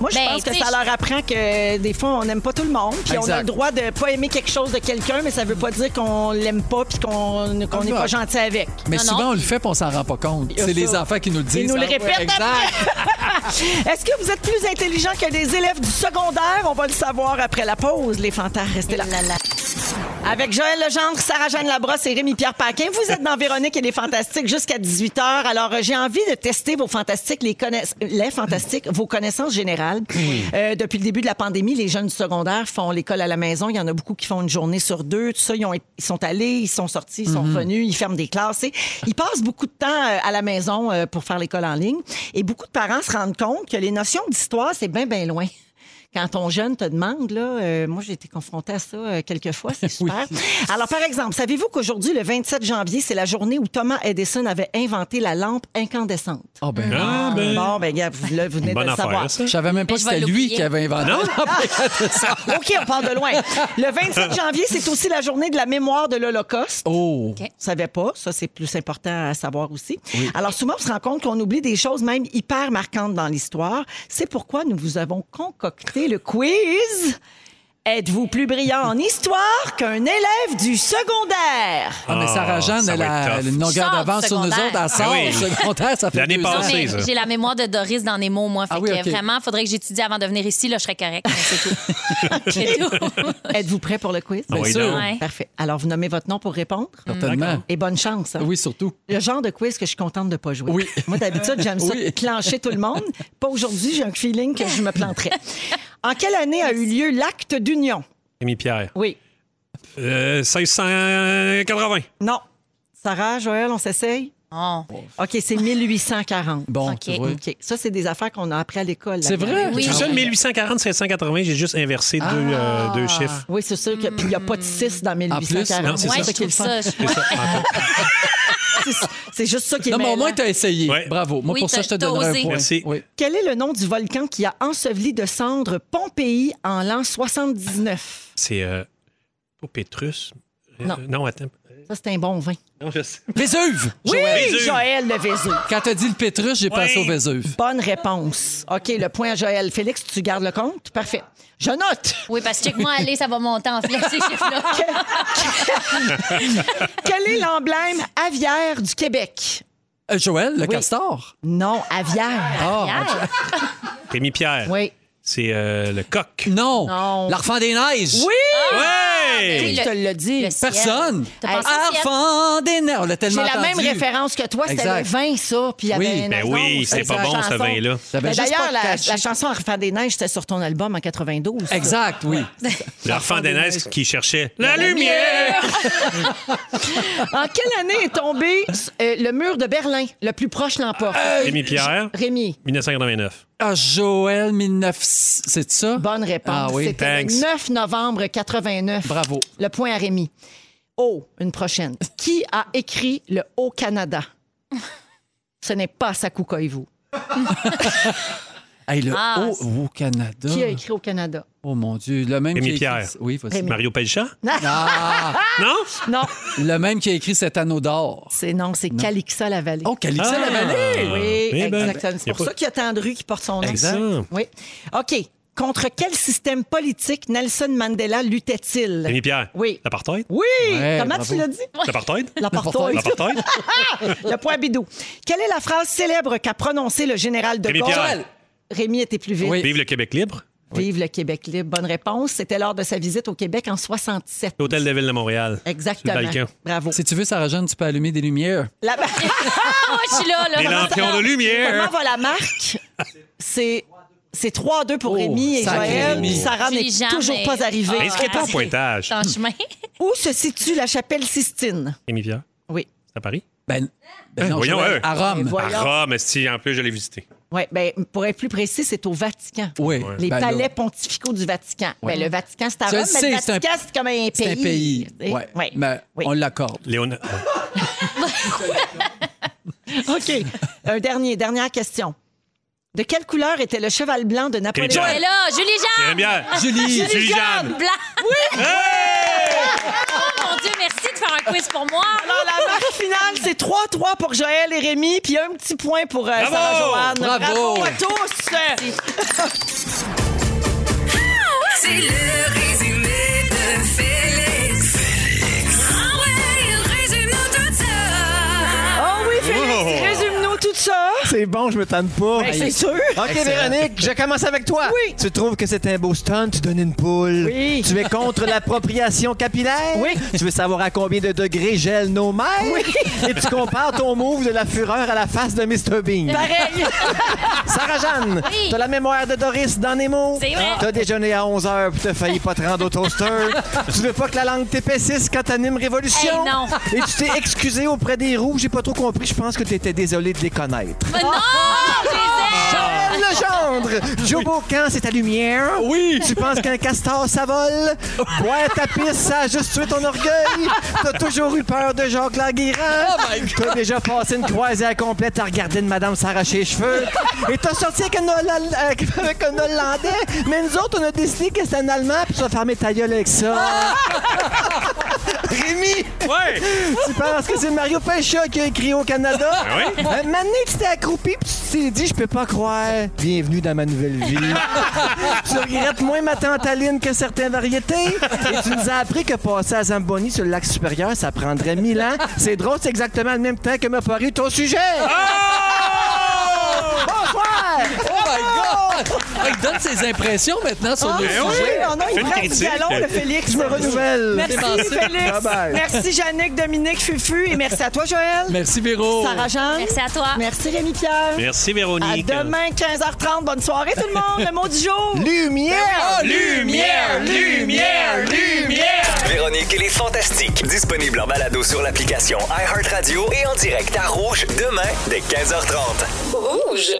[SPEAKER 4] Moi, je
[SPEAKER 3] Ben,
[SPEAKER 4] pense que
[SPEAKER 3] tu sais,
[SPEAKER 4] ça leur apprend que des fois, on n'aime pas tout le monde, puis on a
[SPEAKER 2] Exact.
[SPEAKER 4] le droit de pas aimer quelque chose de quelqu'un, mais ça veut pas dire qu'on l'aime pas puis qu'on qu'on n'est
[SPEAKER 2] Ah,
[SPEAKER 4] pas
[SPEAKER 2] ben.
[SPEAKER 4] gentil avec.
[SPEAKER 2] Mais
[SPEAKER 3] Non, non,
[SPEAKER 2] souvent, on le fait, puis on s'en rend pas compte.
[SPEAKER 4] a
[SPEAKER 2] C'est les
[SPEAKER 4] ça.
[SPEAKER 2] enfants qui nous le disent.
[SPEAKER 4] nous le
[SPEAKER 2] Ah, ouais,
[SPEAKER 4] répètent
[SPEAKER 2] Exact.
[SPEAKER 4] Est-ce que vous êtes plus intelligent que des élèves du secondaire? On va le savoir après la pause. Les fantas, restez là.
[SPEAKER 3] là, là.
[SPEAKER 4] Avec Joël Legendre, Sarah-Jeanne Labrosse et Rémi-Pierre Paquin, vous êtes dans Véronique et les Fantastiques jusqu'à 18h. Alors, euh, j'ai envie de tester vos fantastiques, les, connaiss- les fantastiques, vos connaissances générales. Euh, depuis le début de la pandémie, les jeunes du secondaire font l'école à la maison. Il y en a beaucoup qui font une journée sur deux. Tout ça, ils, ont- ils sont allés, ils sont sortis, ils sont revenus, ils ferment des classes. Et Ils passent beaucoup de temps euh, à la maison euh, pour faire l'école en ligne. Et beaucoup de parents se rendent compte que les notions d'histoire, c'est bien, bien loin quand ton jeune te demande, là, euh, moi j'ai été confrontée à ça euh, quelques fois, c'est super. Alors par exemple, savez-vous qu'aujourd'hui, le 27 janvier, c'est la journée où Thomas Edison avait inventé la lampe incandescente?
[SPEAKER 2] Ah, ben oui.
[SPEAKER 1] Ah, ben.
[SPEAKER 4] Bon, ben gars, vous, là, vous venez
[SPEAKER 1] bonne
[SPEAKER 4] de le
[SPEAKER 1] affaire,
[SPEAKER 4] savoir.
[SPEAKER 1] ça.
[SPEAKER 2] Je savais même pas
[SPEAKER 3] Mais
[SPEAKER 2] que
[SPEAKER 3] je vais
[SPEAKER 2] c'était lui
[SPEAKER 3] l'oublier.
[SPEAKER 2] qui avait inventé.
[SPEAKER 4] OK, on part de loin. Le 27 janvier, c'est aussi la journée de la mémoire de l'Holocauste.
[SPEAKER 2] Oh.
[SPEAKER 3] OK.
[SPEAKER 4] ne savait pas. Ça, c'est plus important à savoir aussi. Alors, souvent, on se rend compte qu'on oublie des choses même hyper marquantes dans l'histoire. C'est pourquoi nous vous avons concocté le quiz. Êtes-vous plus brillant en histoire qu'un élève du secondaire?
[SPEAKER 2] Ah, mais Sarah-Jeanne,
[SPEAKER 1] ça
[SPEAKER 2] elle
[SPEAKER 1] va être
[SPEAKER 2] a
[SPEAKER 1] tough.
[SPEAKER 2] une longueur
[SPEAKER 3] Sors du
[SPEAKER 2] d'avance sur nous
[SPEAKER 3] secondaire.
[SPEAKER 2] autres. Elle sort
[SPEAKER 1] Ah oui.
[SPEAKER 2] du secondaire, ça fait
[SPEAKER 1] L'année
[SPEAKER 2] deux
[SPEAKER 1] passée.
[SPEAKER 2] ans.
[SPEAKER 3] Non, mais
[SPEAKER 1] Ah, c'est ça.
[SPEAKER 3] j'ai la mémoire de Doris dans les mots, moi. Fait
[SPEAKER 2] Ah oui,
[SPEAKER 3] que
[SPEAKER 2] OK.
[SPEAKER 3] vraiment, il faudrait que j'étudie avant de venir ici, là, je serais correcte. mais C'est tout. C'est tout.
[SPEAKER 4] Êtes-vous prêt pour le quiz?
[SPEAKER 1] Ah oui, Ah.
[SPEAKER 2] sûr.
[SPEAKER 1] donc.
[SPEAKER 3] Ouais.
[SPEAKER 4] Parfait. Alors, vous nommez votre nom pour répondre.
[SPEAKER 2] Certainement.
[SPEAKER 4] Et bonne chance. hein?
[SPEAKER 2] Oui, surtout.
[SPEAKER 4] Le genre de quiz que je suis contente de pas jouer.
[SPEAKER 2] Oui.
[SPEAKER 4] Moi, d'habitude, j'aime ça,
[SPEAKER 2] Oui.
[SPEAKER 4] clencher tout le monde. Pas aujourd'hui, j'ai un feeling que je me planterais. En quelle année a eu lieu l'acte d'union?
[SPEAKER 1] Rémi Pierre.
[SPEAKER 4] Oui.
[SPEAKER 1] Euh, 1680.
[SPEAKER 4] Non. Sarah, Joël, on s'essaye?
[SPEAKER 3] Oh.
[SPEAKER 4] OK, c'est 1840.
[SPEAKER 2] Bon,
[SPEAKER 3] OK.
[SPEAKER 2] tu vois.
[SPEAKER 4] OK. Ça, c'est des affaires qu'on a appris à l'école. la
[SPEAKER 2] C'est
[SPEAKER 4] guerre.
[SPEAKER 2] vrai?
[SPEAKER 3] Oui.
[SPEAKER 1] C'est ça,
[SPEAKER 3] Ah.
[SPEAKER 1] 1840-1680, j'ai juste inversé deux, euh, deux chiffres.
[SPEAKER 4] Oui, c'est sûr que. Puis il n'y a pas de 6 dans
[SPEAKER 2] En plus,
[SPEAKER 4] 1840.
[SPEAKER 1] non, c'est
[SPEAKER 3] Ouais,
[SPEAKER 1] ça.
[SPEAKER 3] je
[SPEAKER 4] qui est
[SPEAKER 3] trouve
[SPEAKER 4] le fun.
[SPEAKER 3] ça. je-
[SPEAKER 1] C'est ça. Ah,
[SPEAKER 4] C'est- C'est juste ça qui est
[SPEAKER 2] Non, mais au
[SPEAKER 4] mêlant.
[SPEAKER 2] moins, tu as essayé.
[SPEAKER 1] Ouais.
[SPEAKER 2] Bravo. Moi,
[SPEAKER 3] Oui,
[SPEAKER 2] pour ça,
[SPEAKER 3] t'as-
[SPEAKER 2] je te
[SPEAKER 3] t'as
[SPEAKER 2] donnerai un
[SPEAKER 3] osé.
[SPEAKER 2] point.
[SPEAKER 1] Merci.
[SPEAKER 2] Oui.
[SPEAKER 4] Quel est le nom du volcan qui a enseveli de cendres Pompéi en l'an 79?
[SPEAKER 1] C'est. euh, pas Pétrus. Euh,
[SPEAKER 4] Non.
[SPEAKER 1] attends.
[SPEAKER 4] Ça, c'est un bon vin.
[SPEAKER 1] Non, je sais.
[SPEAKER 2] Vésuve!
[SPEAKER 4] Oui,
[SPEAKER 1] Vésuve.
[SPEAKER 4] Joël le Vésuve.
[SPEAKER 2] Quand t'as dit le pétrus, j'ai pensé au Vésuve.
[SPEAKER 4] Bonne réponse. OK, le point à Joël. Félix, tu gardes le compte? Parfait. Je note.
[SPEAKER 3] Oui, parce que check-moi aller, ça va monter en flèche, ces chiffres-là.
[SPEAKER 4] Quel est l'emblème aviaire du Québec?
[SPEAKER 2] Euh, Joël, le castor.
[SPEAKER 4] Non, aviaire.
[SPEAKER 2] Ah,
[SPEAKER 3] Pierre.
[SPEAKER 1] Rémi Pierre.
[SPEAKER 4] Oui.
[SPEAKER 1] C'est euh, le coq.
[SPEAKER 2] non.
[SPEAKER 4] Non.
[SPEAKER 2] L'enfant des neiges.
[SPEAKER 4] Oui!
[SPEAKER 1] Ouais!
[SPEAKER 3] oui.
[SPEAKER 4] Je te l'ai dit.
[SPEAKER 3] Le ciel.
[SPEAKER 2] Personne. Ah,
[SPEAKER 3] T'as pensé au ciel?
[SPEAKER 2] Enfant des neiges. On l'a
[SPEAKER 4] J'ai
[SPEAKER 2] tellement
[SPEAKER 4] la même
[SPEAKER 2] entendu.
[SPEAKER 4] référence que toi. C'était
[SPEAKER 2] Exact.
[SPEAKER 4] le vin, ça. Puis il y
[SPEAKER 2] Oui.
[SPEAKER 4] avait un
[SPEAKER 1] Ben
[SPEAKER 4] autre nom,
[SPEAKER 1] oui, c'est
[SPEAKER 4] ça,
[SPEAKER 1] pas
[SPEAKER 4] la
[SPEAKER 1] bon, ce
[SPEAKER 4] chanson.
[SPEAKER 1] vin-là.
[SPEAKER 2] J'avais
[SPEAKER 4] Mais
[SPEAKER 2] juste
[SPEAKER 4] Ben D'ailleurs,
[SPEAKER 2] pas
[SPEAKER 4] la,
[SPEAKER 2] caché.
[SPEAKER 4] la chanson Enfant des neiges, c'était sur ton album en 92. ça.
[SPEAKER 2] Exact, oui.
[SPEAKER 1] L'enfant des neiges qui cherchait la lumière!
[SPEAKER 4] En quelle année est tombé euh, le mur de Berlin? Le plus proche l'emporte.
[SPEAKER 1] Rémi Pierre,
[SPEAKER 4] Rémi,
[SPEAKER 1] 1989.
[SPEAKER 2] Ah, Joël 19... C'est ça?
[SPEAKER 4] bonne réponse.
[SPEAKER 2] Ah oui,
[SPEAKER 4] C'était le
[SPEAKER 1] thanks.
[SPEAKER 4] 9 novembre 89.
[SPEAKER 2] Bravo.
[SPEAKER 4] Le point à Rémi. Oh, une prochaine. Qui a écrit le Haut-Canada? Ce n'est pas Sakou Koivu.
[SPEAKER 2] Hey, le
[SPEAKER 3] Ah,
[SPEAKER 2] haut au Canada.
[SPEAKER 4] Qui a écrit au Canada?
[SPEAKER 2] Oh mon Dieu, le même
[SPEAKER 1] Rémi
[SPEAKER 2] qui a écrit...
[SPEAKER 1] Pierre.
[SPEAKER 2] Oui, vas-y.
[SPEAKER 1] Mario Pelchat?
[SPEAKER 2] Ah,
[SPEAKER 1] Non?
[SPEAKER 4] Non,
[SPEAKER 2] le même qui a écrit cet anneau d'or.
[SPEAKER 4] c'est non, c'est Calixa la vallée.
[SPEAKER 2] Oh, Calypso la vallée.
[SPEAKER 4] Oui,
[SPEAKER 1] Eh ben,
[SPEAKER 4] exactement.
[SPEAKER 1] y
[SPEAKER 4] C'est
[SPEAKER 1] a
[SPEAKER 4] pour
[SPEAKER 1] pas-
[SPEAKER 4] ça qu'il y a tant de rues qui portent son nom.
[SPEAKER 1] Exact.
[SPEAKER 4] Oui. OK. Contre quel système politique Nelson Mandela luttait-il?
[SPEAKER 1] Rémi Pierre.
[SPEAKER 4] Oui.
[SPEAKER 1] L'apartheid?
[SPEAKER 4] Oui!
[SPEAKER 1] Ouais,
[SPEAKER 4] Comment
[SPEAKER 1] bravo.
[SPEAKER 4] tu l'as dit?
[SPEAKER 1] L'apartheid?
[SPEAKER 4] L'apartheid.
[SPEAKER 1] L'apartheid?
[SPEAKER 4] le point bidou. Quelle est la phrase célèbre qu'a prononcée le général de
[SPEAKER 1] Rémi
[SPEAKER 4] Gaulle?
[SPEAKER 1] Pierre.
[SPEAKER 4] Joël. Rémi était plus vite.
[SPEAKER 1] Vive le Québec libre.
[SPEAKER 4] Vive le Québec libre. Bonne réponse. C'était lors de sa visite au Québec en 67.
[SPEAKER 1] L'hôtel de la ville de Montréal.
[SPEAKER 4] Exactement.
[SPEAKER 1] Sur le balcon.
[SPEAKER 4] Bravo.
[SPEAKER 2] Si tu veux, Sarah Jeanne, tu peux allumer des lumières.
[SPEAKER 4] La...
[SPEAKER 3] Ah, moi, je suis là, là.
[SPEAKER 1] Des
[SPEAKER 3] Vraiment.
[SPEAKER 1] lampions de lumière.
[SPEAKER 4] Comment va la marque? C'est... C'est 3-2 pour
[SPEAKER 2] Oh,
[SPEAKER 4] Rémi et
[SPEAKER 2] sacré
[SPEAKER 4] Joël.
[SPEAKER 2] Rémi.
[SPEAKER 4] Sarah n'est
[SPEAKER 3] Puis Jean,
[SPEAKER 4] toujours
[SPEAKER 3] mais-
[SPEAKER 4] pas arrivée.
[SPEAKER 3] Ah,
[SPEAKER 1] Inscris-toi en pointage.
[SPEAKER 3] Ton chemin.
[SPEAKER 4] Où se situe la chapelle Sistine?
[SPEAKER 1] Rémi Pierre.
[SPEAKER 4] Oui.
[SPEAKER 1] C'est à Paris?
[SPEAKER 2] Ben, ben non,
[SPEAKER 1] voyons,
[SPEAKER 2] Joël,
[SPEAKER 1] eux.
[SPEAKER 2] à Rome.
[SPEAKER 4] Ben, Voyons.
[SPEAKER 1] À Rome, si, en plus, je l'ai visité.
[SPEAKER 4] Ouais, ben, pour être plus précis, c'est au Vatican.
[SPEAKER 2] Oui.
[SPEAKER 4] Les
[SPEAKER 2] Ben là,
[SPEAKER 4] palais pontificaux du Vatican. Ben, le Vatican, c'est à
[SPEAKER 2] Je
[SPEAKER 4] Rome,
[SPEAKER 2] le
[SPEAKER 4] mais
[SPEAKER 2] sais,
[SPEAKER 4] le
[SPEAKER 2] c'est un-
[SPEAKER 4] Vatican, c'est comme un pays.
[SPEAKER 2] C'est un pays.
[SPEAKER 4] Et-
[SPEAKER 2] Ouais.
[SPEAKER 4] ouais.
[SPEAKER 2] Mais
[SPEAKER 4] Oui.
[SPEAKER 2] on l'accorde.
[SPEAKER 1] Léon...
[SPEAKER 4] OK. Un dernier, dernière question. De quelle couleur était le cheval blanc de Napoléon?
[SPEAKER 1] Quelle couleur?
[SPEAKER 3] Et là, Julie
[SPEAKER 1] Rémi
[SPEAKER 3] Jeanne.
[SPEAKER 1] Pierre.
[SPEAKER 2] Julie.
[SPEAKER 1] Julie Jeanne.
[SPEAKER 3] Blanc.
[SPEAKER 1] Hey!
[SPEAKER 3] Oh mon Dieu, merci de faire un quiz pour moi.
[SPEAKER 4] Alors, la marque finale, c'est 3-3 pour Joël et Rémi, puis un petit point pour euh,
[SPEAKER 1] Bravo!
[SPEAKER 4] Sarah Joanne.
[SPEAKER 2] Bravo!
[SPEAKER 4] à tous!
[SPEAKER 12] C'est le résumé de Félix. Félix. Ah ouais, il résume nous tout ça.
[SPEAKER 4] Oh oui, Félix,
[SPEAKER 1] Wow!
[SPEAKER 4] résume-nous tout ça.
[SPEAKER 9] C'est bon, je me tanne pas.
[SPEAKER 4] Ben, c'est sûr.
[SPEAKER 9] OK, Véronique, je commence avec toi.
[SPEAKER 4] Oui.
[SPEAKER 9] Tu trouves que c'est un beau stunt, tu donnes une poule.
[SPEAKER 4] Oui.
[SPEAKER 9] Tu es contre l'appropriation capillaire.
[SPEAKER 4] Oui.
[SPEAKER 9] Tu veux savoir à combien de degrés gèlent nos mères. Et tu compares ton move de la fureur à la face de Mr.
[SPEAKER 2] Ah.
[SPEAKER 9] Bean.
[SPEAKER 4] Pareil.
[SPEAKER 9] Sarah-Jeanne,
[SPEAKER 3] Ah. Oui.
[SPEAKER 9] t'as la mémoire de Doris dans Nemo.
[SPEAKER 3] C'est vrai.
[SPEAKER 9] T'as déjeuné à 11h puis t'as failli pas te rendre au toaster. tu veux pas que la langue t'épaississe quand t'animes Révolution.
[SPEAKER 3] Hey, Eh non.
[SPEAKER 9] Et tu t'es excusé auprès des roues. J'ai pas trop compris. Je pense que t'étais désolé de les connaître.
[SPEAKER 3] Mais non, je les aime.
[SPEAKER 9] Joël Legendre! Joe Bocan, c'est ta lumière. Oui! Tu penses qu'un castor, ça vole? Boire ta pisse, ça a juste tué ton orgueil. T'as toujours eu peur de Jacques Laguirand. T'as déjà passé une croisière complète à regarder une madame s'arracher les cheveux. Et t'as sorti avec un, Holla- euh, avec un Hollandais. Mais nous autres, on a décidé que c'était un Allemand, puis tu vas fermer ta gueule avec ça. Rémi!
[SPEAKER 1] Ouais!
[SPEAKER 9] Tu penses que c'est Mario Pécha qui a écrit au Canada?
[SPEAKER 1] Ah oui?
[SPEAKER 9] Un moment donné, tu t'es accroupi puis tu t'es dit, je peux pas croire. Bienvenue dans ma nouvelle vie. tu regrettes moins ma tantaline que certaines variétés. Et tu nous as appris que passer à Zamboni sur le lac supérieur, ça prendrait mille ans. C'est drôle, c'est exactement le même temps que m'a paru ton sujet.
[SPEAKER 1] Oh!
[SPEAKER 9] Bonsoir!
[SPEAKER 2] Oh my God! Ah, il donne ses impressions maintenant sur le
[SPEAKER 1] ben oui.
[SPEAKER 2] sujet.
[SPEAKER 4] Ah, on a
[SPEAKER 1] Fais
[SPEAKER 4] une
[SPEAKER 1] une
[SPEAKER 4] prend du
[SPEAKER 1] critique.
[SPEAKER 4] galon, le Félix.
[SPEAKER 9] Je me renouvelle.
[SPEAKER 4] Merci,
[SPEAKER 2] Démenti.
[SPEAKER 4] Félix.
[SPEAKER 9] Bye-bye.
[SPEAKER 4] Merci, Yannick, Dominique, Fufu. Et merci à toi, Joël.
[SPEAKER 2] Merci, Véro.
[SPEAKER 4] Sarah-Jeanne.
[SPEAKER 3] Merci à toi.
[SPEAKER 4] Merci, Rémi-Pierre.
[SPEAKER 1] oh. Merci,
[SPEAKER 4] À
[SPEAKER 1] Véronique.
[SPEAKER 4] demain, 15h30. Bonne soirée, tout le monde. Le mot du jour.
[SPEAKER 9] Lumière!
[SPEAKER 4] Ah,
[SPEAKER 1] Lumière, lumière, lumière!
[SPEAKER 13] Véronique et les Fantastiques. Disponible en balado sur l'application iHeartRadio et en direct à Rouge demain dès 15h30.